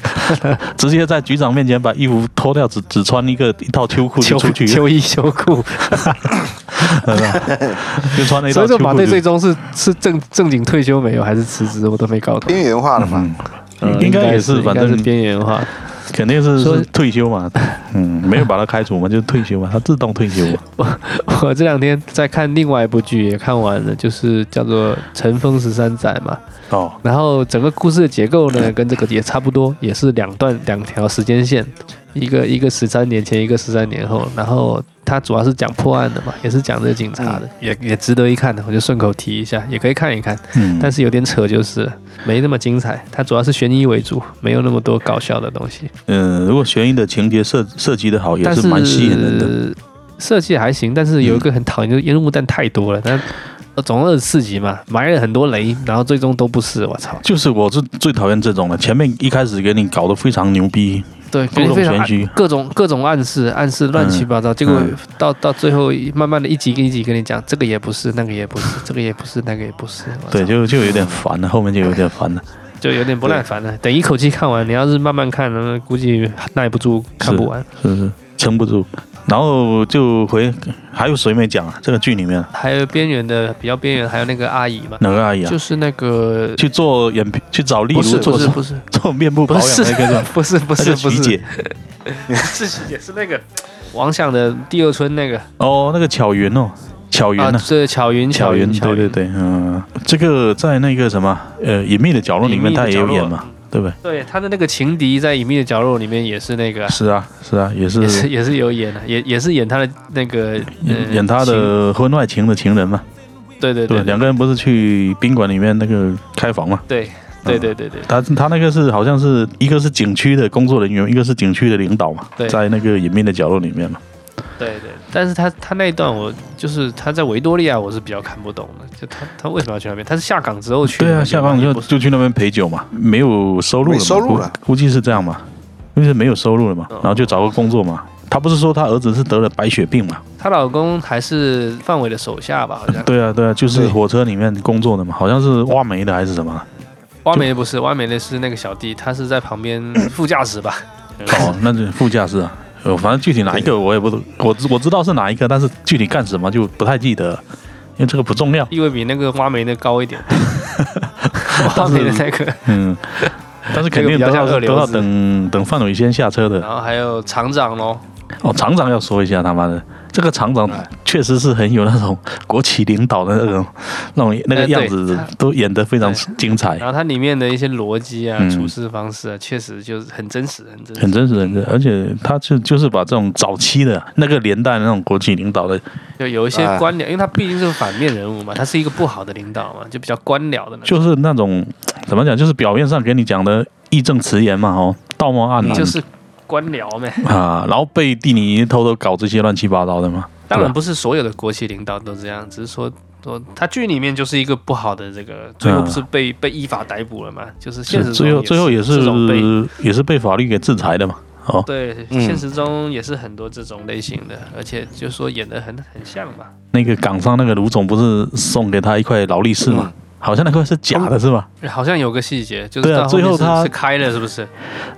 Speaker 2: 直接在局长面前把衣服脱掉，只只穿一个一套秋裤就
Speaker 1: 秋
Speaker 2: 出去，
Speaker 1: 秋衣秋裤，
Speaker 2: 就穿了一
Speaker 1: 所
Speaker 2: 套秋
Speaker 1: 以说
Speaker 2: 裤
Speaker 1: 马
Speaker 2: 就
Speaker 1: 队最终是是正正经退休没有，还是辞职，我都没搞懂。
Speaker 3: 边缘化了嘛？
Speaker 2: 嗯，
Speaker 1: 嗯
Speaker 2: 应该也是
Speaker 1: 应该
Speaker 2: 反
Speaker 1: 是
Speaker 2: 正
Speaker 1: 边缘化，
Speaker 2: 肯定是
Speaker 1: 说
Speaker 2: 是退休嘛，嗯，没有把他开除嘛，就退休嘛，他自动退休嘛，
Speaker 1: 我这两天在看另外一部剧，也看完了，就是叫做《尘封十三载》嘛。
Speaker 2: 哦，
Speaker 1: 然后整个故事的结构呢， 跟这个也差不多，也是两段两条时间线，一个一个十三年前，一个十三年后。然后它主要是讲破案的嘛，也是讲这个警察的，也也值得一看的，我就顺口提一下，也可以看一看。
Speaker 2: 嗯，
Speaker 1: 但是有点扯，就是了没那么精彩。它主要是悬疑为主，没有那么多搞笑的东西。
Speaker 2: 嗯，如果悬疑的情节设设计的好，也
Speaker 1: 但
Speaker 2: 是蛮吸引人的，
Speaker 1: 是设计还行，但是有一个很讨厌，就是烟雾弹太多了。但呃总共二十四集嘛，埋了很多雷，然后最终都不是。我操！
Speaker 2: 就是我是最讨厌这种的，前面一开始给你搞得非常牛逼，
Speaker 1: 对，
Speaker 2: 故弄
Speaker 1: 非常
Speaker 2: 玄虚
Speaker 1: 暗各种各种暗示，暗示乱七八糟，结果
Speaker 2: 嗯
Speaker 1: 到到最后一慢慢的一集跟一集跟你讲，这个也不是，那个也不是，这个也不是，那个也不是。我操
Speaker 2: 对，就就有点烦了，后面就有点烦了，
Speaker 1: 就有点不耐烦了。等一口气看完，你要是慢慢看，那估计耐不住，看不完。
Speaker 2: 是是撑不住，然后就回还有谁没讲啊？这个剧里面
Speaker 1: 还有边缘的，比较边缘，还有那个阿姨嘛，
Speaker 2: 哪个阿姨啊？
Speaker 1: 就是那个
Speaker 2: 去做眼皮，去找例如
Speaker 1: 不是
Speaker 2: 做
Speaker 1: 不是不是
Speaker 2: 做面部保
Speaker 1: 不
Speaker 2: 养
Speaker 1: 是
Speaker 2: 的那个，
Speaker 1: 不是不
Speaker 2: 那
Speaker 1: 是
Speaker 2: 个
Speaker 1: 不
Speaker 2: 曲
Speaker 1: 是
Speaker 2: 姐
Speaker 1: 是也是那个王想的第二春那个
Speaker 2: 哦，那个巧云哦，巧云
Speaker 1: 啊，
Speaker 2: 呢？
Speaker 1: 是巧云
Speaker 2: 巧云，
Speaker 1: 云
Speaker 2: 对对对，嗯，这个在那个什么呃《隐秘的角落》里面他也有演嘛，对不对？
Speaker 1: 对他的那个情敌在《隐秘的角落》里面也是那个啊、
Speaker 2: 是啊，是啊，也
Speaker 1: 也是
Speaker 2: 是
Speaker 1: 也是有演的、也也是演他的那个、呃
Speaker 2: 演演他
Speaker 1: 情
Speaker 2: 的婚外情的情人嘛，
Speaker 1: 对对
Speaker 2: 对，
Speaker 1: 对
Speaker 2: 两个人不是去宾馆里面那个开房嘛？
Speaker 1: 对对对对对
Speaker 2: 他他那个是好像是一个是景区的工作人员，一个是景区的领导嘛，
Speaker 1: 对
Speaker 2: 在那个隐秘的角落里面嘛，
Speaker 1: 对对，但是他他那一段我就是他在维多利亚我是比较看不懂的，就他他为什么要去那边？他是下岗之后去的
Speaker 2: 对
Speaker 1: 嘛
Speaker 2: 啊，下岗就
Speaker 1: 不是
Speaker 2: 就去那边陪酒嘛，没有收入了
Speaker 3: 没
Speaker 2: 嘛，
Speaker 3: 收入了
Speaker 2: 估，估计是这样嘛，因为是没有收入了嘛，
Speaker 1: 嗯
Speaker 2: 然后就找个工作嘛。他不是说他儿子是得了白血病嘛？
Speaker 1: 她老公还是范伟的手下吧？ 好像
Speaker 2: 对啊，对啊，就是
Speaker 3: 对
Speaker 2: 火车里面工作的嘛，好像是挖煤的还是什么？
Speaker 1: 挖煤的不是挖煤的是那个小弟，他是在 旁边副驾驶吧？
Speaker 2: 哦，那就副驾驶啊。呃，反正具体哪一个我也不，我知我知道是哪一个，但是具体干什么就不太记得了，因为这个不重 要。
Speaker 1: 地位比那个挖煤的高一点。挖煤的那个，
Speaker 2: 嗯，但是肯定都
Speaker 1: 这个比较
Speaker 2: 要
Speaker 1: 像二流
Speaker 2: 都要
Speaker 1: 子
Speaker 2: 等等范伟先下车的。
Speaker 1: 然后还有厂长咯，
Speaker 2: 哦，厂长要说一下，他妈的，这个厂
Speaker 1: 哎
Speaker 2: 长确实是很有那种国企领导的那种那种那个
Speaker 1: 哎对
Speaker 2: 样子
Speaker 1: 他，
Speaker 2: 都演得非常
Speaker 1: 对
Speaker 2: 精彩
Speaker 1: 然，后它里面的一些逻辑啊、
Speaker 2: 嗯
Speaker 1: 处事方式啊，确实就是很真实，很真实。
Speaker 2: 很真实，很真实。而且他就就是把这种早期的那个年代的那种国企领导的
Speaker 1: 就有一些
Speaker 2: 啊
Speaker 3: 哎
Speaker 1: 官僚，因为他毕竟是个反面人物嘛，他是一个不好的领导嘛，就比较官僚的那种。
Speaker 2: 就是那种怎么讲，就是表面上给你讲的义正辞严嘛，哦，道貌岸然，
Speaker 1: 嗯就是官僚呗。
Speaker 2: 啊，然后背地里偷偷搞这些乱七八糟的嘛。
Speaker 1: 当然
Speaker 2: 不，
Speaker 1: 不是所有的国企领导都这样，只是说说他剧里面就是一个不好的这个，最后不是被、被依法逮捕了嘛？就是现实
Speaker 2: 嗯是
Speaker 1: 中
Speaker 2: 最后最后也
Speaker 1: 这种被
Speaker 2: 是也是被法律给制裁的嘛。哦，
Speaker 1: 对，
Speaker 3: 嗯
Speaker 1: 现实中也是很多这种类型的，而且就说演的很很像嘛。
Speaker 2: 那个港商那个卢总不是送给他一块劳力士嘛？好像那块是假的，是吧？
Speaker 1: 好像有个细节，就是
Speaker 2: 对啊
Speaker 1: 到面
Speaker 2: 最后
Speaker 1: 是
Speaker 2: 他
Speaker 1: 是开了，是不是？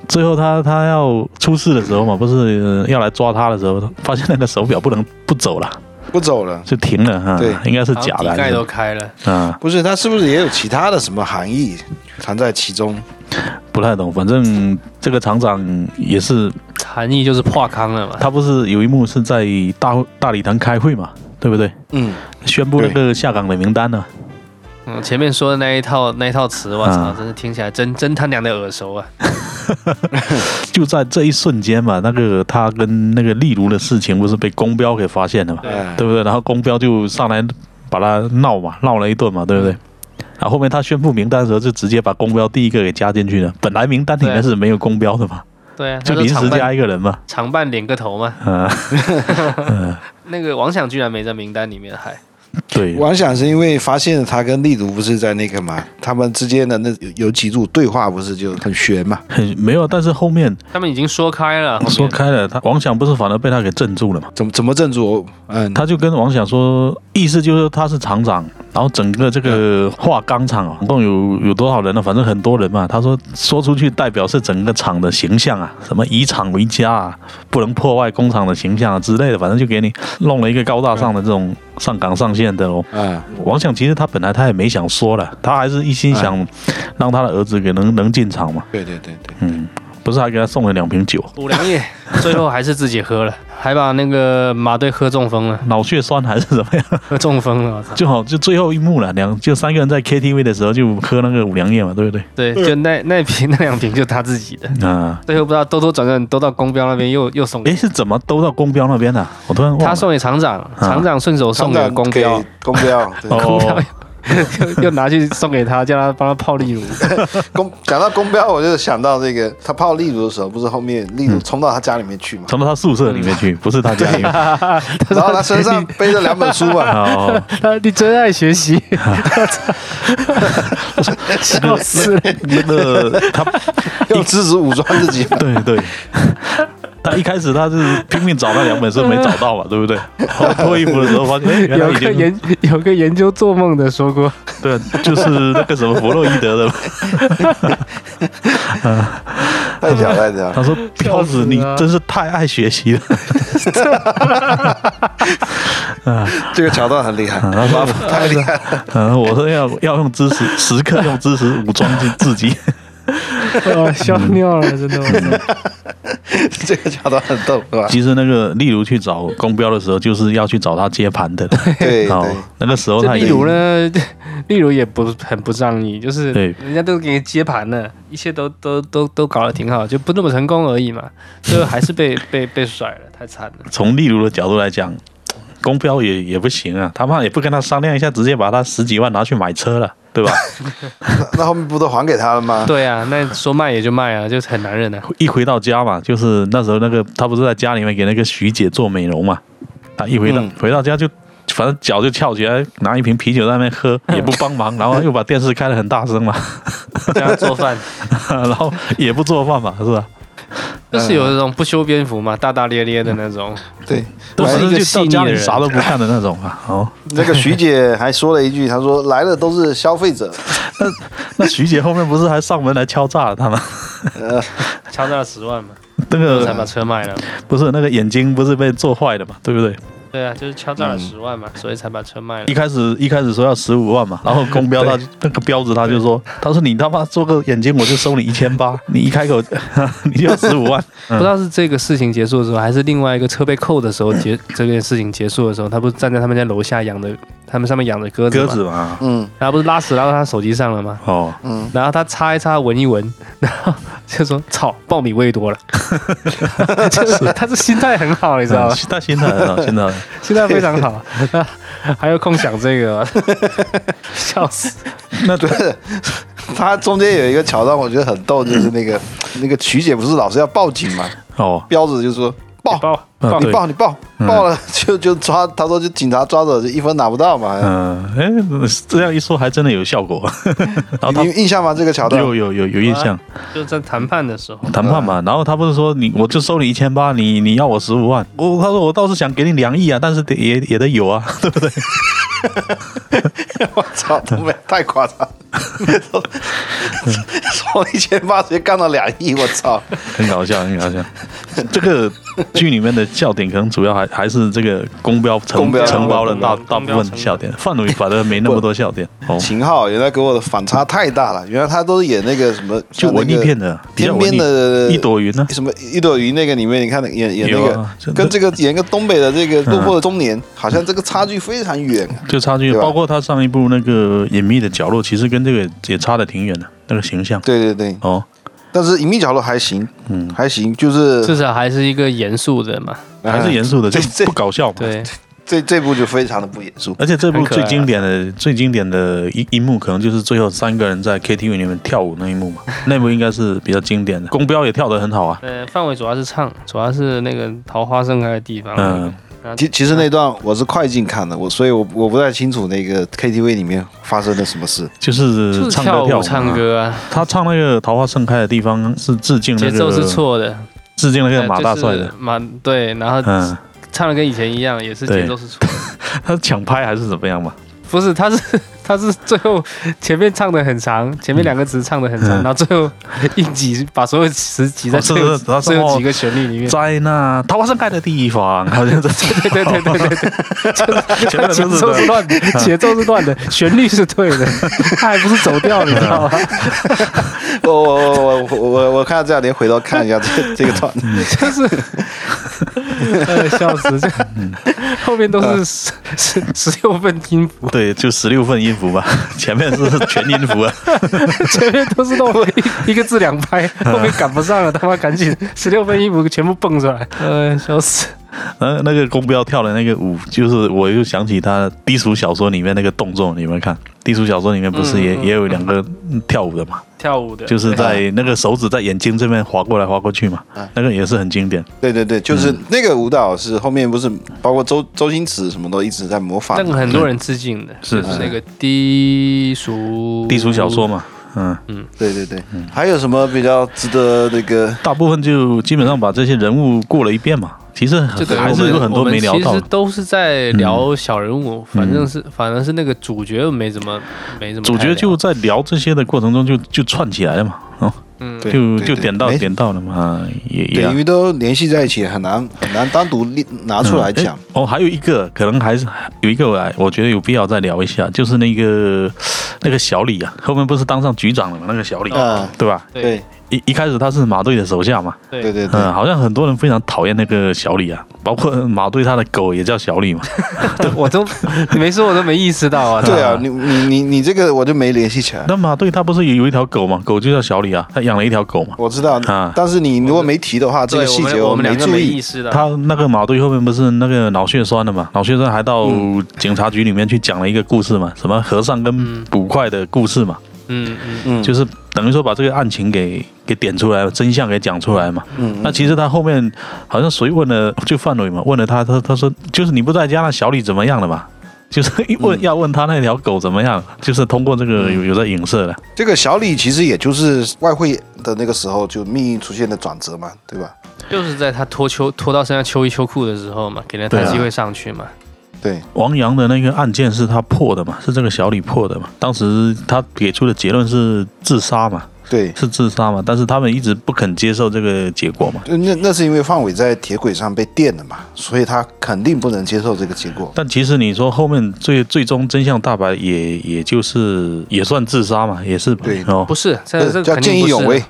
Speaker 2: 最后他他要出事的时候嘛，不是呃要来抓他的时候，发现那个手表不能不走了，
Speaker 3: 不走了。
Speaker 2: 就停了啊。
Speaker 3: 对
Speaker 2: 应该是
Speaker 1: 好
Speaker 2: 假的
Speaker 1: 像底
Speaker 2: 还
Speaker 1: 盖都
Speaker 2: 是。
Speaker 1: 开了，
Speaker 2: 啊，
Speaker 3: 不是，它是不是也有其他的什么含义藏在其中？
Speaker 2: 不太懂。反正这个厂长也是，
Speaker 1: 含义就是破康了嘛。
Speaker 2: 他不是有一幕是在大会大礼堂开会嘛，对不对？
Speaker 3: 嗯，
Speaker 2: 宣布那个下岗的名单呢、
Speaker 1: 嗯，前面说的那一套那一套词，我操，
Speaker 2: 啊
Speaker 1: 真是听起来真真他娘的耳熟啊！
Speaker 2: 就在这一瞬间嘛，那个他跟那个例如的事情不是被公标给发现了嘛，
Speaker 1: 对
Speaker 3: 哎
Speaker 2: 对不对？然后公标就上来把他闹嘛，闹了一顿嘛，对不对？然后后面他宣布名单的时候，就直接把公标第一个给加进去了。本来名单里面是没有公标的嘛，
Speaker 1: 对啊，
Speaker 2: 就
Speaker 1: 他说
Speaker 2: 临时
Speaker 1: 常
Speaker 2: 加
Speaker 1: 办
Speaker 2: 一个人嘛。
Speaker 1: 常办点个头 嘛。
Speaker 2: 嗯、
Speaker 1: 那个王想居然没在名单里面，还
Speaker 2: 对，
Speaker 3: 我想是因为发现他跟丽如不是在那个嘛，他们之间的那有有几组对话不是就很悬嘛？
Speaker 2: 很没有。但是后面
Speaker 1: 他们已经说开了，后面
Speaker 2: 哦说开了，他王想不是反而被他给镇住了嘛？
Speaker 3: 怎么怎么镇住？嗯，
Speaker 2: 他就跟王想说，意思就是他是厂长，然后整个这个化钢厂啊，总共有有多少人呢？反正很多人嘛。他说说出去代表是整个厂的形象啊，什么以厂为家啊，不能破坏工厂的形象啊之类的，反正就给你弄了一个高大上的这种上岗上线的哦。
Speaker 3: 啊，
Speaker 2: 王想其实他本来他也没想说了，他还是一心想让他的儿子给能能进厂嘛。
Speaker 3: 对对对对，
Speaker 2: 嗯，不是还给他送了两瓶酒，
Speaker 1: 五 粮液，最后还是自己喝了，还把那个马队喝中风了，
Speaker 2: 脑血栓还是怎么样？
Speaker 1: 喝中风了，我操！
Speaker 2: 就好，就最后一幕了，两就三个人在 KTV 的时候就喝那个五粮液嘛，对不对？
Speaker 1: 对，就那那瓶那两瓶就他自己的，
Speaker 2: 啊、
Speaker 1: 最后不知道兜兜转转兜到公标那边又又送
Speaker 2: 诶
Speaker 1: 给
Speaker 2: 哎，是怎么兜到公标那边的、啊我突然忘了。啊
Speaker 1: 他送给厂长，厂长顺手送
Speaker 3: 他
Speaker 1: 给
Speaker 3: 们
Speaker 1: 公标
Speaker 3: 给，公标，对
Speaker 2: 哦
Speaker 1: 公标 又又拿去送给他，叫他帮他泡例如，
Speaker 3: 公讲到公标，我就想到这个，他泡丽如的时候，不是后面丽如冲到他家里面去嘛，
Speaker 2: 冲到他宿舍里面
Speaker 1: 嗯
Speaker 2: 去，不是他家里面。
Speaker 3: 然后他身上背着两本书 嘛，
Speaker 2: 哦，
Speaker 1: 他啊你真爱学习，笑死了！
Speaker 2: 那个他，，
Speaker 3: 用知识武装自己嘛
Speaker 2: 对 对，他一开始他是拼命找那两本书没找到嘛，对不对？后来脱衣服的时候发现，哎， 原来
Speaker 1: 有
Speaker 2: 已
Speaker 1: 个
Speaker 2: 经
Speaker 1: 研有个研究做梦的说 过，
Speaker 2: 对，就是那个什么弗洛伊德的，
Speaker 3: 太屌太屌
Speaker 2: 他，说彪子你真是太爱学习 了，
Speaker 3: 这个桥段很厉害，
Speaker 2: 然后说
Speaker 3: 太厉害了，
Speaker 2: 嗯，我说要要用知识，时刻用知识武装自自己。
Speaker 1: 哦，笑尿了，
Speaker 2: 嗯
Speaker 1: 真的。我 操
Speaker 3: 这个桥段很逗，是吧？
Speaker 2: 其实那个例如去找公标的时候，就是要去找他接盘 的。
Speaker 3: 对
Speaker 2: 哦
Speaker 3: 对，
Speaker 2: 那个时候
Speaker 1: 这
Speaker 2: 他
Speaker 1: 例
Speaker 2: 已
Speaker 1: 如
Speaker 2: 经
Speaker 1: 呢， 例如也不很不仗义，就是
Speaker 2: 对
Speaker 1: 人家都给你接盘了，一切都都都都搞得挺好，就不那么成功而已嘛，最后还 是被被被甩了，太惨了。
Speaker 2: 从例如的角度来讲，公标也也不行啊，他怕也不跟他商量一下，直接把他十几万拿去买车了，对 吧？
Speaker 3: 那那后面不都还给他了吗？
Speaker 1: 对啊，那说卖也就卖啊，就是很男人啊。
Speaker 2: 一回到家嘛，就是那时候那个他不是在家里面给那个徐姐做美容嘛，他一回到、
Speaker 3: 嗯
Speaker 2: 回到家就。反正脚就翘起来，拿一瓶啤酒在那边喝，
Speaker 1: 嗯
Speaker 2: 也不帮忙，然后又把电视开得很大声嘛，
Speaker 1: 这样做饭，
Speaker 2: 然后也不做饭嘛，是吧？
Speaker 1: 就是有那种不修边幅嘛，大大咧咧的那种。
Speaker 2: 嗯
Speaker 3: 对，
Speaker 2: 都
Speaker 1: 还
Speaker 2: 反
Speaker 1: 是
Speaker 2: 正
Speaker 1: 一个
Speaker 2: 就
Speaker 1: 细
Speaker 2: 到
Speaker 1: 腻
Speaker 2: 家
Speaker 1: 的
Speaker 2: 里
Speaker 1: 人
Speaker 2: 啥都不干的那种啊。哦，
Speaker 3: 那个徐姐还说了一句，她说来的都是消费者，
Speaker 2: 那徐姐后面不是还上门来敲诈了他吗？
Speaker 3: 呃，
Speaker 1: 敲诈了十万嘛，
Speaker 2: 那个
Speaker 1: 才把车卖了。
Speaker 2: 不是那个眼睛不是被做坏的嘛，对不对？
Speaker 1: 对啊，就是敲诈
Speaker 2: 嗯
Speaker 1: 了十万嘛，所以才把车卖了
Speaker 2: 一。开始一开始说要十五万嘛，然后公标他那个标子他就说，他说你他妈做个眼睛我就收你一千八，你一开口 你就要十五万，
Speaker 1: 不知道是这个事情结束的时候，还是另外一个车被扣的时候结这件事情结束的时候，他不是站在他们家楼下养的，他们上面养的鸽子
Speaker 2: 鸽
Speaker 1: 吗，
Speaker 2: 子嘛，
Speaker 3: 嗯
Speaker 1: 然后不是拉屎拉到他手机上了吗？
Speaker 2: 哦，
Speaker 3: 嗯，
Speaker 1: 然后他擦一擦，闻一闻， 然后就说：“操，爆米味多了。” 就是他这心态很好，你知道吗？
Speaker 2: 他心态很好，心态很好
Speaker 1: 心态非常好， 还有空想这个，笑死！
Speaker 2: 那
Speaker 3: 对，他中间有一个桥段，我觉得很逗，就是那个那个曲姐不是老是要报警嘛，
Speaker 2: 哦，
Speaker 3: 彪子就说报。
Speaker 1: 报
Speaker 2: 嗯
Speaker 1: 报
Speaker 3: 你
Speaker 2: 对
Speaker 3: 报你报
Speaker 2: 嗯
Speaker 3: 报了 就就抓，他说就警察抓着就一分拿不到嘛。
Speaker 2: 嗯，哎，这样一说还真的有效果。 然后
Speaker 3: 你
Speaker 2: 他
Speaker 3: 有印象吗？这个桥段
Speaker 2: 有有有有印象，
Speaker 1: 就在谈判的时候，
Speaker 2: 谈判
Speaker 3: 嗯
Speaker 2: 嘛，然后他不是说你我就收你一千八，你你要我十五万，我他说我倒是想给你两亿啊，但是得也也得有啊，对不对？
Speaker 3: 我操，东北太夸张 了，从一千八直接干到两亿，我操！
Speaker 2: 很搞笑，很搞笑。 这个剧里面的笑点可能主要还还是这个公标承
Speaker 3: 公标
Speaker 2: 承包了大
Speaker 1: 公标
Speaker 2: 大部分笑点，范伟反而没那么多笑 点哦，
Speaker 3: 秦昊原来给我的反差太大了，原来他都是演那个什么，
Speaker 2: 就文艺片
Speaker 3: 的，
Speaker 2: 的，比较
Speaker 3: 天
Speaker 2: 文
Speaker 3: 边
Speaker 2: 艺
Speaker 3: 的
Speaker 2: 一朵云呢，
Speaker 3: 什么一朵云那个里面，你看演演那
Speaker 2: 有
Speaker 3: 个
Speaker 2: 啊真的
Speaker 3: 跟这个演个东北的这个落魄的中年，好像这个差距非常远啊。
Speaker 2: 就差距，
Speaker 3: 对吧
Speaker 2: 包括他上一部那个隐秘的角落，其实跟这个也差的挺远的，那个形象
Speaker 3: 对对对，
Speaker 2: 哦，
Speaker 3: 但是隐秘角落还行，
Speaker 2: 嗯，
Speaker 3: 还行，就是
Speaker 1: 至少还是一个严肃的嘛。
Speaker 2: 还是严肃的，就
Speaker 3: 这这
Speaker 2: 不搞笑嘛。
Speaker 1: 对，
Speaker 3: 这这部就非常的不严肃。
Speaker 2: 而且这部
Speaker 1: 很可爱
Speaker 2: 最
Speaker 1: 啊
Speaker 2: 经典的、最经典的一一幕，可能就是最后三个人在 KTV 里面跳舞那一幕嘛，那一幕应该是比较经典的。公标也跳得很好啊，
Speaker 1: 呃，范围主要是唱，主要是那个桃花盛开的地方。
Speaker 2: 嗯，
Speaker 3: 其其实那段我是快进看的，我所以我我不太清楚那个 KTV 里面发生了什么事。
Speaker 2: 就是
Speaker 1: 就是
Speaker 2: 唱歌
Speaker 1: 跳
Speaker 2: 跳
Speaker 1: 舞
Speaker 2: 舞
Speaker 1: 唱
Speaker 2: 嘛。
Speaker 1: 歌啊，
Speaker 2: 他唱那个《桃花盛开》的地方是致敬那
Speaker 1: 节
Speaker 2: 个，
Speaker 1: 奏是错的。哎
Speaker 2: 致敬那
Speaker 1: 对
Speaker 2: 个马大帅的。
Speaker 1: 马对，然后
Speaker 2: 嗯，
Speaker 1: 唱的跟以前一样，也是
Speaker 2: 对
Speaker 1: 节奏是错的。
Speaker 2: 他抢拍还是怎么样嘛？
Speaker 1: 不是，他是他是最后前面唱的很长，前面两个词唱的很长，
Speaker 2: 嗯
Speaker 1: 然后最后一挤把所有词挤在
Speaker 2: 哦是
Speaker 1: 最后
Speaker 2: 是他是
Speaker 1: 最后
Speaker 2: 后
Speaker 1: 几个旋律 里面。
Speaker 2: 在那桃花盛开的地方，好像是
Speaker 1: 对对对对对对，就是
Speaker 2: 前面的
Speaker 1: 节
Speaker 2: 都是
Speaker 1: 奏是乱的，
Speaker 2: 嗯
Speaker 1: 节奏是乱的，旋律是对的，他还不是走调，你知道吗？
Speaker 3: 我我我我我我看到这两天回头看一下这这个 段，
Speaker 1: 就是，哎，笑死！这
Speaker 2: 嗯
Speaker 1: 后面都
Speaker 2: 呃
Speaker 1: 是十十十六份音符，
Speaker 2: 对，就十六份音符吧，前面是全音符啊。
Speaker 1: 前面都是那种一一个字两拍，
Speaker 2: 呃
Speaker 1: 后面赶不上了，他妈赶 紧十六份音符全部蹦出来，
Speaker 2: 呃
Speaker 1: 哎，笑死！
Speaker 2: 然呃后那个公标跳的那个舞，就是我又想起他低俗小说里面那个动作，你们看低俗小说里面不是也、
Speaker 1: 嗯嗯
Speaker 2: 也有两个嗯跳舞的嘛，
Speaker 1: 跳舞的
Speaker 2: 就是在那个手指在眼睛这边划过来划过去嘛，那个也是很经典。
Speaker 3: 对对对，就是
Speaker 2: 嗯
Speaker 3: 那个舞蹈是后面不是包括周周星驰什么都一直在模仿
Speaker 1: 那，个很多人致敬的，
Speaker 2: 是
Speaker 1: 就是那个低俗
Speaker 2: 低俗小说，嘛，嗯，
Speaker 3: 对对对，还有什么比较值得那个？
Speaker 2: 大部分就基本上把这些人物过了一遍嘛，其实很
Speaker 1: 就等于
Speaker 2: 还
Speaker 1: 我
Speaker 2: 是
Speaker 1: 们
Speaker 2: 有很
Speaker 1: 我
Speaker 2: 多
Speaker 1: 们
Speaker 2: 没聊
Speaker 1: 其
Speaker 2: 到
Speaker 1: 实
Speaker 2: 的。嗯
Speaker 1: 都是在聊小人物，反正是反正是那个主角没怎么没怎么太
Speaker 2: 主角
Speaker 1: 聊，
Speaker 2: 就在聊这些的过程中就就串起来了嘛，哦，
Speaker 1: 嗯
Speaker 3: 对
Speaker 2: 就
Speaker 3: 对
Speaker 2: 就
Speaker 3: 对
Speaker 2: 点到
Speaker 3: 没
Speaker 2: 点到了嘛，啊也也
Speaker 3: 对，
Speaker 2: 要
Speaker 3: 因为都联系在一起，很难很难单独列拿出来讲
Speaker 2: 嗯。诶哦，还有一个可能还是有一个，我来我觉得有必要再聊一下，就是那个那个小李啊，后面不是当上局长了吗？那个小李，啊
Speaker 3: 嗯
Speaker 2: 对吧？
Speaker 3: 对
Speaker 2: 一一开始他是马队的手下嘛，
Speaker 1: 对
Speaker 3: 对对对
Speaker 2: 嗯，好像很多人非常讨厌那个小李啊，包括马队他的狗也叫小 李嘛，
Speaker 1: 我都你没说，我都没意识到啊。
Speaker 3: 对啊，你你你你这个我就没联系起来。
Speaker 2: 那马队他不是有有一条狗嘛，狗就叫小李啊，他养了一条狗嘛。
Speaker 3: 我知道
Speaker 2: 啊，
Speaker 3: 但是你如果没提的话，这
Speaker 1: 对
Speaker 3: 个细节
Speaker 1: 我们
Speaker 3: 没
Speaker 1: 两个
Speaker 3: 注
Speaker 1: 没
Speaker 3: 意
Speaker 1: 意。识到。
Speaker 2: 他那个马队后面不是那个脑血栓的嘛？脑血栓还到
Speaker 3: 嗯
Speaker 2: 警察局里面去讲了一个故事嘛，什么和尚跟
Speaker 1: 嗯
Speaker 2: 捕快的故事嘛。
Speaker 1: 嗯嗯，
Speaker 3: 嗯，
Speaker 2: 就是等于说把这个案情给给点出来，真相给讲出来嘛。
Speaker 3: 嗯
Speaker 2: 那其实他后面好像谁问了，就范伟嘛，问了他，他他说就是你不在家，那小李怎么样了嘛？就是一问、要问他那条狗怎么样，就是通过这个
Speaker 3: 嗯
Speaker 2: 有有在影射的。
Speaker 3: 这个小李其实也就是外汇的那个时候，就命运出现的转折嘛，对吧？
Speaker 1: 就是在他脱秋脱到身上秋衣秋裤的时候嘛，给了他
Speaker 2: 对啊
Speaker 1: 机会上去嘛。
Speaker 3: 对，
Speaker 2: 王阳的那个案件是他破的嘛，是这个小李破的嘛。当时他给出的结论是自杀嘛，
Speaker 3: 对，
Speaker 2: 是自杀嘛，但是他们一直不肯接受这个结果嘛。
Speaker 3: 就呃那那是因为范伟在铁轨上被电了嘛，所以他肯定不能接受这个结果。
Speaker 2: 但其实你说后面最最终真相大白也，也就是也算自杀嘛，也是吧
Speaker 3: 对
Speaker 2: 哦，
Speaker 1: 不是，这
Speaker 3: 呃
Speaker 1: 这
Speaker 3: 叫
Speaker 1: 肯
Speaker 3: 见义
Speaker 1: 定不是啊
Speaker 3: 勇为，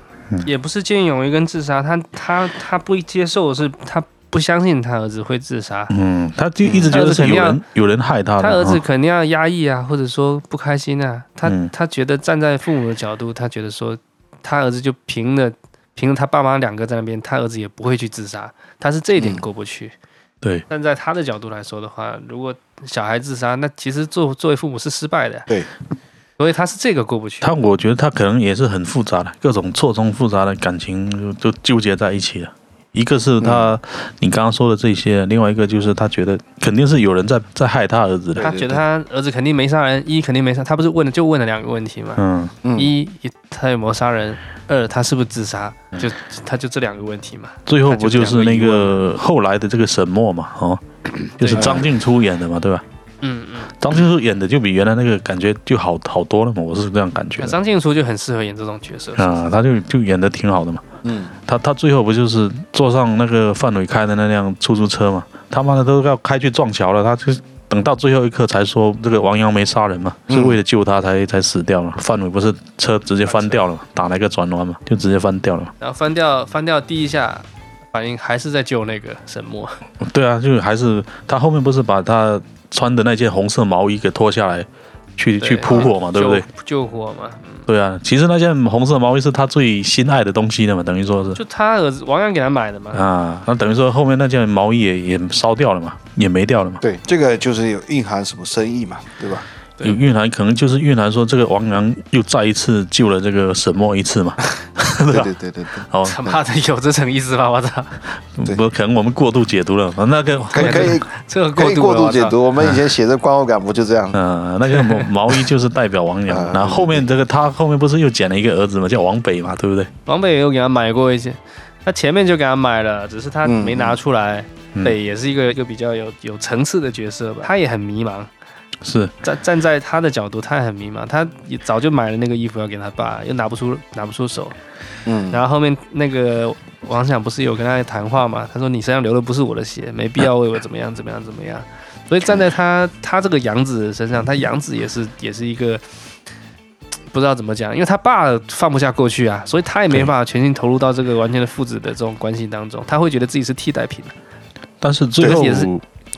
Speaker 1: 也不是见义勇为跟自杀，他他他不接受的是他不相信他儿子会自杀，
Speaker 2: 嗯，他就一直觉得是有
Speaker 1: 他儿子肯定
Speaker 2: 人有人害他的，
Speaker 1: 他儿子
Speaker 2: 嗯
Speaker 1: 肯定要压抑啊，或者说不开心啊。他、
Speaker 2: 嗯
Speaker 1: 他觉得站在父母的角度，他觉得说他儿子就凭了凭了他爸妈两个在那边，他儿子也不会去自杀，他是这一点
Speaker 3: 嗯
Speaker 1: 过不去。
Speaker 2: 对
Speaker 1: 但在他的角度来说的话，如果小孩自杀，那其实作作为父母是失败的。
Speaker 3: 对，
Speaker 1: 所以他是这个过不去。
Speaker 2: 他我觉得他可能也是很复杂的，各种错综复杂的感情就就纠结在一起了。一个是他，你刚刚说的这些，另外一个就是他觉得肯定是有人在在害他儿子的。
Speaker 1: 他觉得他儿子肯定没杀人，一肯定没杀，他不是问了就问了两个问题嘛？
Speaker 2: 嗯，
Speaker 3: 嗯，
Speaker 1: 一他有没有杀人，二他是不是自杀？
Speaker 2: 嗯
Speaker 1: 就他就这两个问题嘛。
Speaker 2: 最后不就是那个啊后来的这个沈墨嘛？哦，就是张静初演的嘛，对吧？
Speaker 1: 嗯嗯，
Speaker 2: 张静初演的就比原来那个感觉就好好多了嘛，我是这样感觉
Speaker 1: 那
Speaker 2: 的
Speaker 1: 张静初就很适合演这种角色。
Speaker 2: 啊，他就就演的挺好的嘛。
Speaker 3: 嗯，
Speaker 2: 他他最后不就是坐上那个范伟开的那辆出租车嘛？他妈的都要开去撞桥了，他就等到最后一刻才说这个王阳没杀人嘛，
Speaker 3: 嗯
Speaker 2: 是为了救他才才死掉了。范伟不是车直接翻掉了嘛，打了一个转弯嘛，就直接翻掉了嘛。
Speaker 1: 然后翻掉翻掉第一下，反应还是在救那个沈墨。
Speaker 2: 对啊，就还是他后面不是把他穿的那件红色毛衣给脱下来，去
Speaker 1: 对啊
Speaker 2: 去扑火嘛，对不对？？
Speaker 1: 救救火嘛，
Speaker 2: 对啊，其实那件红色毛衣是他最心爱的东西了嘛，等于说是。
Speaker 1: 就他儿子王阳给他买的嘛。
Speaker 2: 啊，那等于说后面那件毛衣也也烧掉了嘛，也没掉了嘛。
Speaker 3: 对，这个就是有蕴含什么深意嘛，对吧？
Speaker 1: 对
Speaker 2: 有越南可能就是越南说这个王阳又再一次救了这个沈墨一次 嘛，
Speaker 3: 对
Speaker 2: 对吧
Speaker 3: 对对对对，
Speaker 2: 哦，
Speaker 1: 他妈的有这层意思吗？我操，
Speaker 3: 对
Speaker 2: 不，可能我们过度解读了，反正 那个
Speaker 3: 可以可以
Speaker 1: 这个
Speaker 3: 可以
Speaker 1: 度
Speaker 3: 过
Speaker 1: 过
Speaker 3: 度解。读，我们以前写的观后感不就这样？
Speaker 2: 呃，那个毛毛衣就是代表 王阳
Speaker 3: 啊，
Speaker 2: 然后后面这个他后面不是又捡了一个儿子嘛，叫王北嘛，对不对？
Speaker 1: 王北也有给他买过一些，他前面就给他买了，只是他
Speaker 3: 嗯
Speaker 1: 没拿出来。
Speaker 2: 嗯
Speaker 1: 北也是一个一个比较有有层次的角色吧，他也很迷茫。
Speaker 2: 是，
Speaker 1: 站站在他的角度，他也很迷茫。他也早就买了那个衣服要给他爸，又拿不出拿不出手。
Speaker 3: 嗯，
Speaker 1: 然后后面那个王想不是有跟他谈话嘛？他说你身上流的不是我的血，没必要为我怎么样怎么样怎么样。所以站在他他这个养子身上，他养子也是也是一个不知道怎么讲，因为他爸放不下过去啊，所以他也没办法全心投入到这个完全的父子的这种关系当中，他会觉得自己是替代品。
Speaker 2: 但是最
Speaker 1: 对
Speaker 2: 后
Speaker 1: 也是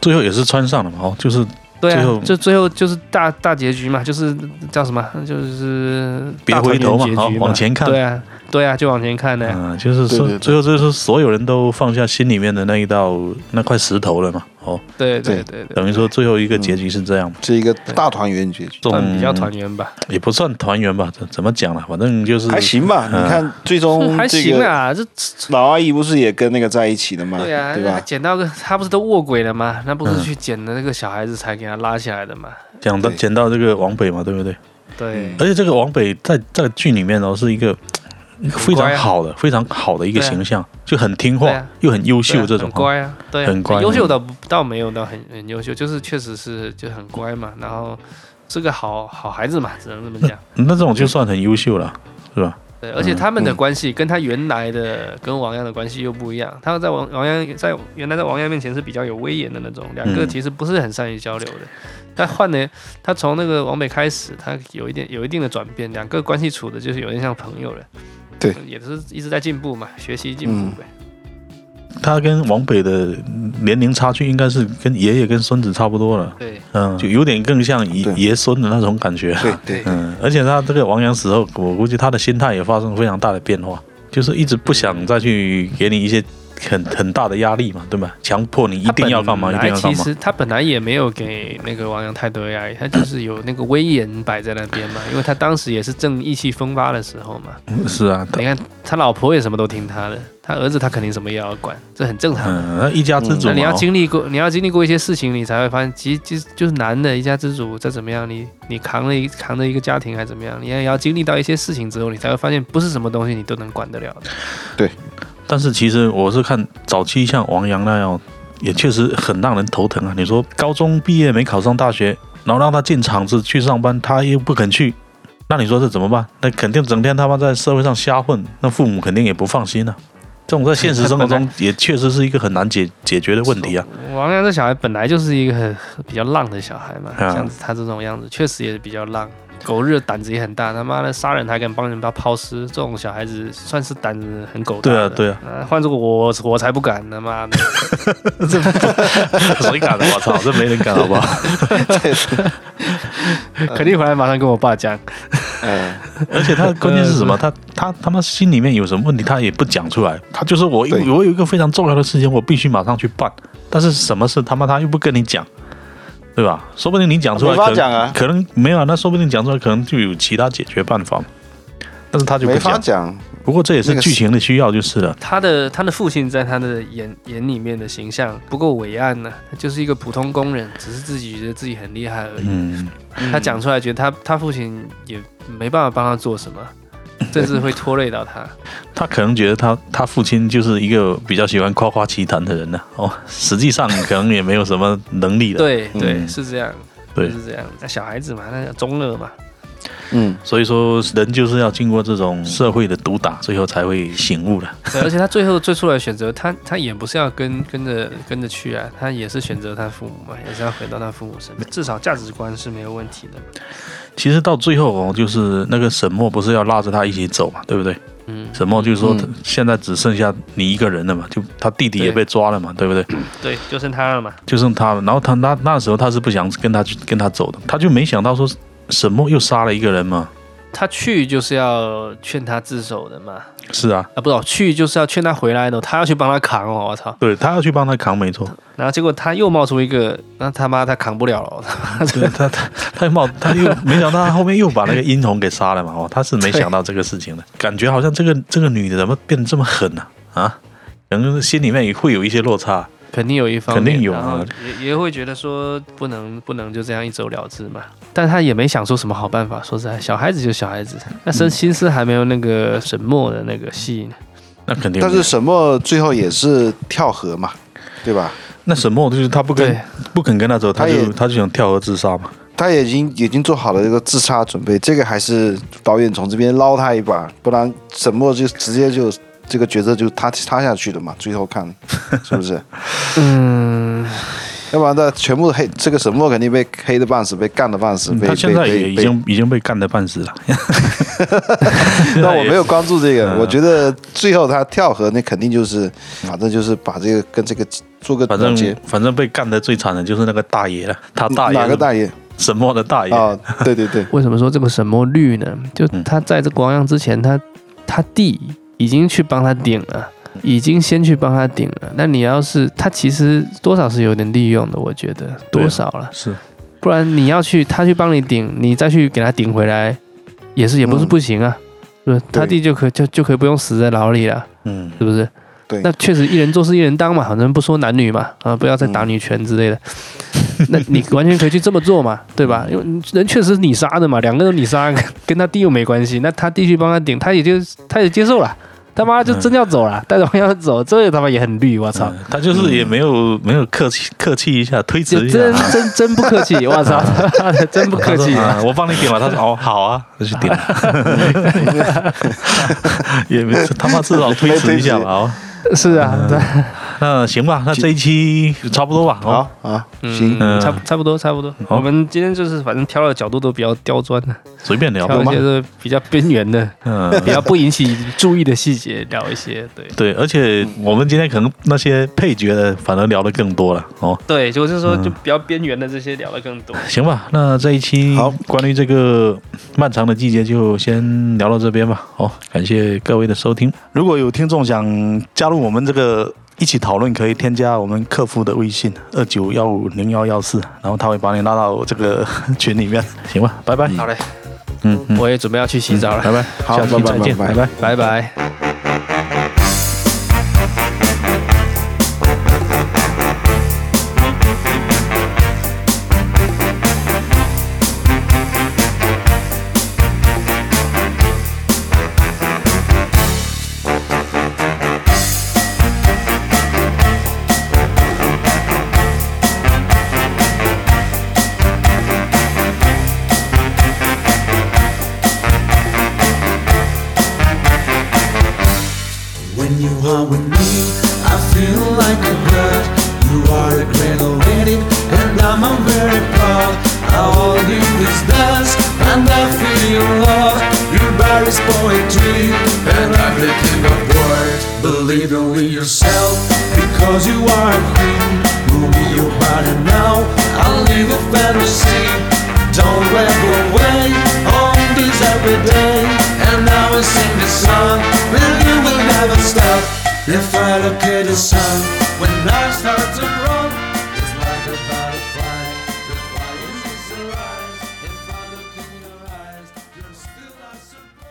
Speaker 2: 最后也是穿上了嘛，哦，就是
Speaker 1: 对
Speaker 2: 最
Speaker 1: 啊
Speaker 2: 后，
Speaker 1: 就最后就是大大结局嘛，就是叫什么，就是
Speaker 2: 别
Speaker 1: 大团
Speaker 2: 回头嘛
Speaker 1: 圆结，
Speaker 2: 好
Speaker 1: 局
Speaker 2: 往前看，
Speaker 1: 对啊，对啊，就往前看呢、
Speaker 2: 嗯，就是说
Speaker 3: 对对对
Speaker 2: 最后就是所有人都放下心里面的那一道那块石头了嘛，哦，
Speaker 1: 对
Speaker 3: 对
Speaker 1: 对对对，
Speaker 2: 等于说最后一个结局是这样嘛，
Speaker 3: 是一个大团圆结局，
Speaker 2: 这种
Speaker 1: 算比较团圆吧，
Speaker 2: 也不算团圆吧，怎怎么讲呢？反正就是
Speaker 3: 还行吧？
Speaker 2: 嗯
Speaker 3: 你看最终
Speaker 1: 还
Speaker 3: 这
Speaker 1: 行
Speaker 3: 个
Speaker 1: 啊，这
Speaker 3: 老阿姨不是也跟那个在一起的嘛？
Speaker 1: 对啊，
Speaker 3: 对
Speaker 1: 那
Speaker 3: 吧？
Speaker 1: 捡到个他不是都卧轨了吗？那不
Speaker 2: 嗯
Speaker 1: 是去捡的那个小孩子才给他拉起来的嘛？
Speaker 2: 讲到
Speaker 3: 对
Speaker 2: 捡到这个王北嘛，对不对？
Speaker 1: 对啊
Speaker 3: 嗯，
Speaker 2: 而且这个王北在在剧里面哦，是一个一个非
Speaker 1: 很乖
Speaker 2: 常
Speaker 1: 啊
Speaker 2: 好的、非常好的一个
Speaker 1: 对啊
Speaker 2: 形象，就很听话、
Speaker 1: 对啊
Speaker 2: 又很优
Speaker 1: 对啊
Speaker 2: 秀这种哦
Speaker 1: 很。乖啊，对啊，
Speaker 2: 很乖嗯
Speaker 1: 优秀倒不倒没有到很很优秀，就是确实是就很乖嘛，然后是个好好孩子嘛，只能这么讲。
Speaker 2: 那这种就算很优秀了，是吧？
Speaker 1: 对，而且他们的
Speaker 3: 嗯
Speaker 1: 关系跟他原来的跟王阳的关系又不一样。他在王王阳在原来在王阳面前是比较有威严的那种，两个
Speaker 2: 嗯
Speaker 1: 其实不是很善于交流的。
Speaker 3: 嗯
Speaker 1: 但换了他从那个王北开始，他有一点有一定的转变，两个关系处的就是有点像朋友了。
Speaker 3: 对，
Speaker 1: 也是一直在进步嘛，学习进步呗。
Speaker 2: 他跟王北的年龄差距应该是跟爷爷跟孙子差不多了，
Speaker 1: 对，
Speaker 2: 嗯，就有点更像爷
Speaker 3: 对
Speaker 2: 爷孙的那种感觉。
Speaker 3: 对
Speaker 1: 啊
Speaker 3: 对，
Speaker 2: 嗯，而且他这个王阳死后，我估计他的心态也发生非常大的变化，就是一直不想再去给你一些很很大的压力嘛，对吧？强迫你一定要干嘛，一
Speaker 1: 他
Speaker 2: 定
Speaker 1: 本来
Speaker 2: 要
Speaker 1: 其
Speaker 2: 干嘛。
Speaker 1: 实他本来也没有给那个王阳太多压力，他就是有那个威严摆在那边嘛，因为他当时也是正意气风发的时候嘛。
Speaker 2: 是啊，他
Speaker 1: 你看他老婆也什么都听他的，他儿子他肯定什么也要管，这很正常。
Speaker 2: 嗯，那一家之主
Speaker 1: 那
Speaker 2: 嘛，
Speaker 1: 你要
Speaker 2: 哦
Speaker 1: 经历过，你要经历过一些事情，你才会发现，其实其实就是男的一家之主，再怎么样，你你扛了一扛着一个家庭还怎么样，你也要经历到一些事情之后，你才会发现，不是什么东西你都能管得了的。
Speaker 2: 但是其实我是看早期像王阳那样，也确实很让人头疼啊。你说高中毕业没考上大学，然后让他进厂子去上班，他又不肯去，那你说这怎么办？那肯定整天他妈在社会上瞎混，那父母肯定也不放心啊。这种在现实生活
Speaker 1: 本
Speaker 2: 中也确实是一个很难解解决的问题啊。
Speaker 1: 王阳这小孩本来就是一个很比较浪的小孩嘛，
Speaker 2: 啊
Speaker 1: 像他这种样子，确实也比较浪。狗日的胆子也很大，他妈的杀人还敢帮人家抛尸，这种小孩子算是胆子很狗大
Speaker 2: 对
Speaker 1: 的。
Speaker 2: 啊，对啊，
Speaker 1: 啊，换做我，我才不敢，他妈的！
Speaker 2: 谁敢啊？我操，这没人敢好不好？
Speaker 1: 肯定回来马上跟我爸讲。
Speaker 3: 嗯，
Speaker 2: 而且他关键是什 么？他他他妈心里面有什么问题，他也不讲出来。他就是我
Speaker 3: 对
Speaker 2: 我有一个非常重要的事情，我必须马上去办，但是什么事他妈他又不跟你讲。对吧？说不定你讲出来
Speaker 3: 没法
Speaker 2: 可能
Speaker 3: 讲啊
Speaker 2: 可能没有啊，那说不定讲出来可能就有其他解决办法嘛。但是他就不
Speaker 3: 没法
Speaker 2: 讲，
Speaker 3: 讲。
Speaker 2: 不过这也是
Speaker 3: 那个
Speaker 2: 剧情的需要就是了。
Speaker 1: 他的他的父亲在他的眼眼里面的形象不够伟岸呢、他就是一个普通工人，只是自己觉得自己很厉害而已。
Speaker 2: 嗯，
Speaker 1: 他讲出来，觉得他他父亲也没办法帮他做什么，甚至会拖累到他。
Speaker 2: 他可能觉得他他父亲就是一个比较喜欢夸夸其谈的人呢、哦，实际上可能也没有什么能力的。
Speaker 1: 对
Speaker 3: 嗯
Speaker 1: 对，是这样，
Speaker 2: 对
Speaker 1: 就是这样。那小孩子嘛，那叫中二嘛，
Speaker 3: 嗯，
Speaker 2: 所以说，人就是要经过这种社会的毒打，最后才会醒悟的。
Speaker 1: 对而且他最后最出来的选择，他他也不是要跟跟着跟着去啊，他也是选择他父母嘛，也是要回到他父母身边，至少价值观是没有问题的。
Speaker 2: 其实到最后哦，就是那个沈墨不是要拉着他一起走嘛，对不对？
Speaker 1: 嗯，
Speaker 2: 沈墨就说
Speaker 3: 嗯
Speaker 2: 现在只剩下你一个人了嘛，就他弟弟也被抓了嘛，对不对？
Speaker 1: 对，就剩他了嘛。
Speaker 2: 就剩他了。然后他那那时候他是不想跟他去跟他走的，他就没想到说沈墨又杀了一个人嘛。
Speaker 1: 他去就是要劝他自首的嘛，
Speaker 2: 是啊，
Speaker 1: 啊，不是、去就是要劝他回来的，他要去帮他扛哦，我操！
Speaker 2: 对他要去帮他扛，没错。
Speaker 1: 然后结果他又冒出一个，那他妈他扛不了了，
Speaker 2: 对他他他又冒他 又没想到他后面又把那个殷红给杀了嘛，哦，他是没想到这个事情的，感觉好像这个这个女的怎么变得这么狠呢、啊？啊，可能心里面也会有一些落差，
Speaker 1: 肯定有一方面，
Speaker 2: 肯定有啊
Speaker 1: 然后也也会觉得说不能不能就这样一走了之嘛。但他也没想出什么好办法，说实在，小孩子就小孩子，
Speaker 2: 嗯
Speaker 1: 那身心思还没有那个沈墨的那个细呢。
Speaker 2: 那肯定没
Speaker 3: 但
Speaker 2: 有。
Speaker 3: 是沈墨最后也是跳河嘛，对吧？
Speaker 2: 那沈墨就是他不
Speaker 1: 对
Speaker 2: 跟不肯跟他走，他
Speaker 3: 他也
Speaker 2: 就他就想跳河自杀嘛。
Speaker 3: 他已经已经做好了这个自杀准备，这个还是导演从这边捞他一把，不然沈墨就直接就这个角色就塌塌下去了嘛。最后看 是不是？
Speaker 1: 嗯，
Speaker 3: 要不然他全部黑这个沈墨肯定被黑的半死，被干的半死。
Speaker 2: 嗯
Speaker 3: 被
Speaker 2: 他现在
Speaker 3: 被
Speaker 2: 也
Speaker 3: 被
Speaker 2: 已经已经被干得半死了。
Speaker 3: 那我没有关注这个
Speaker 2: 嗯，
Speaker 3: 我觉得最后他跳河，那肯定就是，反正就是把这个跟这个做个
Speaker 2: 反
Speaker 3: 总
Speaker 2: 正
Speaker 3: 结。
Speaker 2: 反正被干得最惨的就是那个大爷了，他大爷
Speaker 3: 哪个大爷
Speaker 2: 沈墨的大爷，
Speaker 3: 啊？对对对，
Speaker 1: 为什么说这个沈墨绿呢？就
Speaker 2: 嗯
Speaker 1: 他在这光阳之前，他他弟已经去帮他顶了。
Speaker 2: 嗯
Speaker 1: 已经先去帮他顶了，那你要是他其实多少是有点利用的，我觉得
Speaker 2: 对
Speaker 1: 多
Speaker 2: 啊
Speaker 1: 少了，
Speaker 2: 是
Speaker 1: 不然你要去，他去帮你顶，你再去给他顶回来，也是也不是
Speaker 3: 嗯
Speaker 1: 不行啊，是不是？他弟就可就就可以不用死在牢里了，
Speaker 2: 嗯，
Speaker 1: 是不是？
Speaker 3: 对
Speaker 1: 那确实一人做事一人当嘛，反正不说男女嘛，啊，不要再打女拳之类的。
Speaker 2: 嗯
Speaker 1: 那 你完全可以去这么做嘛，对吧？因为人确实是你杀的嘛，两个都你杀， 跟跟他弟又没关系，那他弟去帮他顶，他也就他也接受了。他妈就真要走了，带着朋友走，这他妈也很绿，我操！
Speaker 2: 嗯他就是也没有没有客气客气一下，推
Speaker 1: 就
Speaker 2: 迟一下啊
Speaker 1: 真。真真不客 气，我操，他妈的真不客
Speaker 2: 他说
Speaker 1: 气。
Speaker 2: 嗯我帮你顶了。他说 哦，好啊，那就顶了。也没他妈至少推迟一下吧。哦，
Speaker 1: 是啊，对，
Speaker 2: 那行吧，那这一期就差不多吧。哦，
Speaker 3: 好啊，行，
Speaker 2: 嗯
Speaker 1: 差不差不多差不多。
Speaker 2: 好
Speaker 1: 我们今天就是反正挑的角度都比较刁钻的，
Speaker 2: 随便聊吧
Speaker 1: 挑一。些是比较边缘的、
Speaker 2: 嗯，
Speaker 1: 呃比较不引起注意的细节聊一些。对
Speaker 2: 对，而且我们今天可能那些配角的反而聊的更多了。哦，
Speaker 1: 对，就是说就比较边缘的这些聊的更多。
Speaker 2: 行吧，那这一期
Speaker 3: 好
Speaker 2: 关于这个漫长的季节就先聊到这边吧。好，感谢各位的收听。如果有听众想加入我们这个一起讨论，可以添加我们客服的微信二九幺五零幺幺四，然后他会把你拉到这个群里面，行吧？拜拜。
Speaker 1: 好嘞，
Speaker 2: 嗯嗯，
Speaker 1: 我也准备要去洗澡了，
Speaker 2: 拜拜，
Speaker 3: 好
Speaker 2: 下期
Speaker 3: 拜
Speaker 2: 再
Speaker 3: 拜
Speaker 2: 见，
Speaker 3: 拜拜
Speaker 2: 拜拜。
Speaker 1: 嗯拜拜。
Speaker 4: When you are with me, I feel like a bird. You are a great already, and I'm a very proud. All you is dance, and I feel your love. Your bar is poetry, and everything of word. Believe only yourself, because you are a queen. Move your body now, I'll leave a fantasy. Don't let go away on this every day. And I will sing this song, and you will never stop. If I look at the sun, when I start to grow, it's like a butterfly. The disappoint.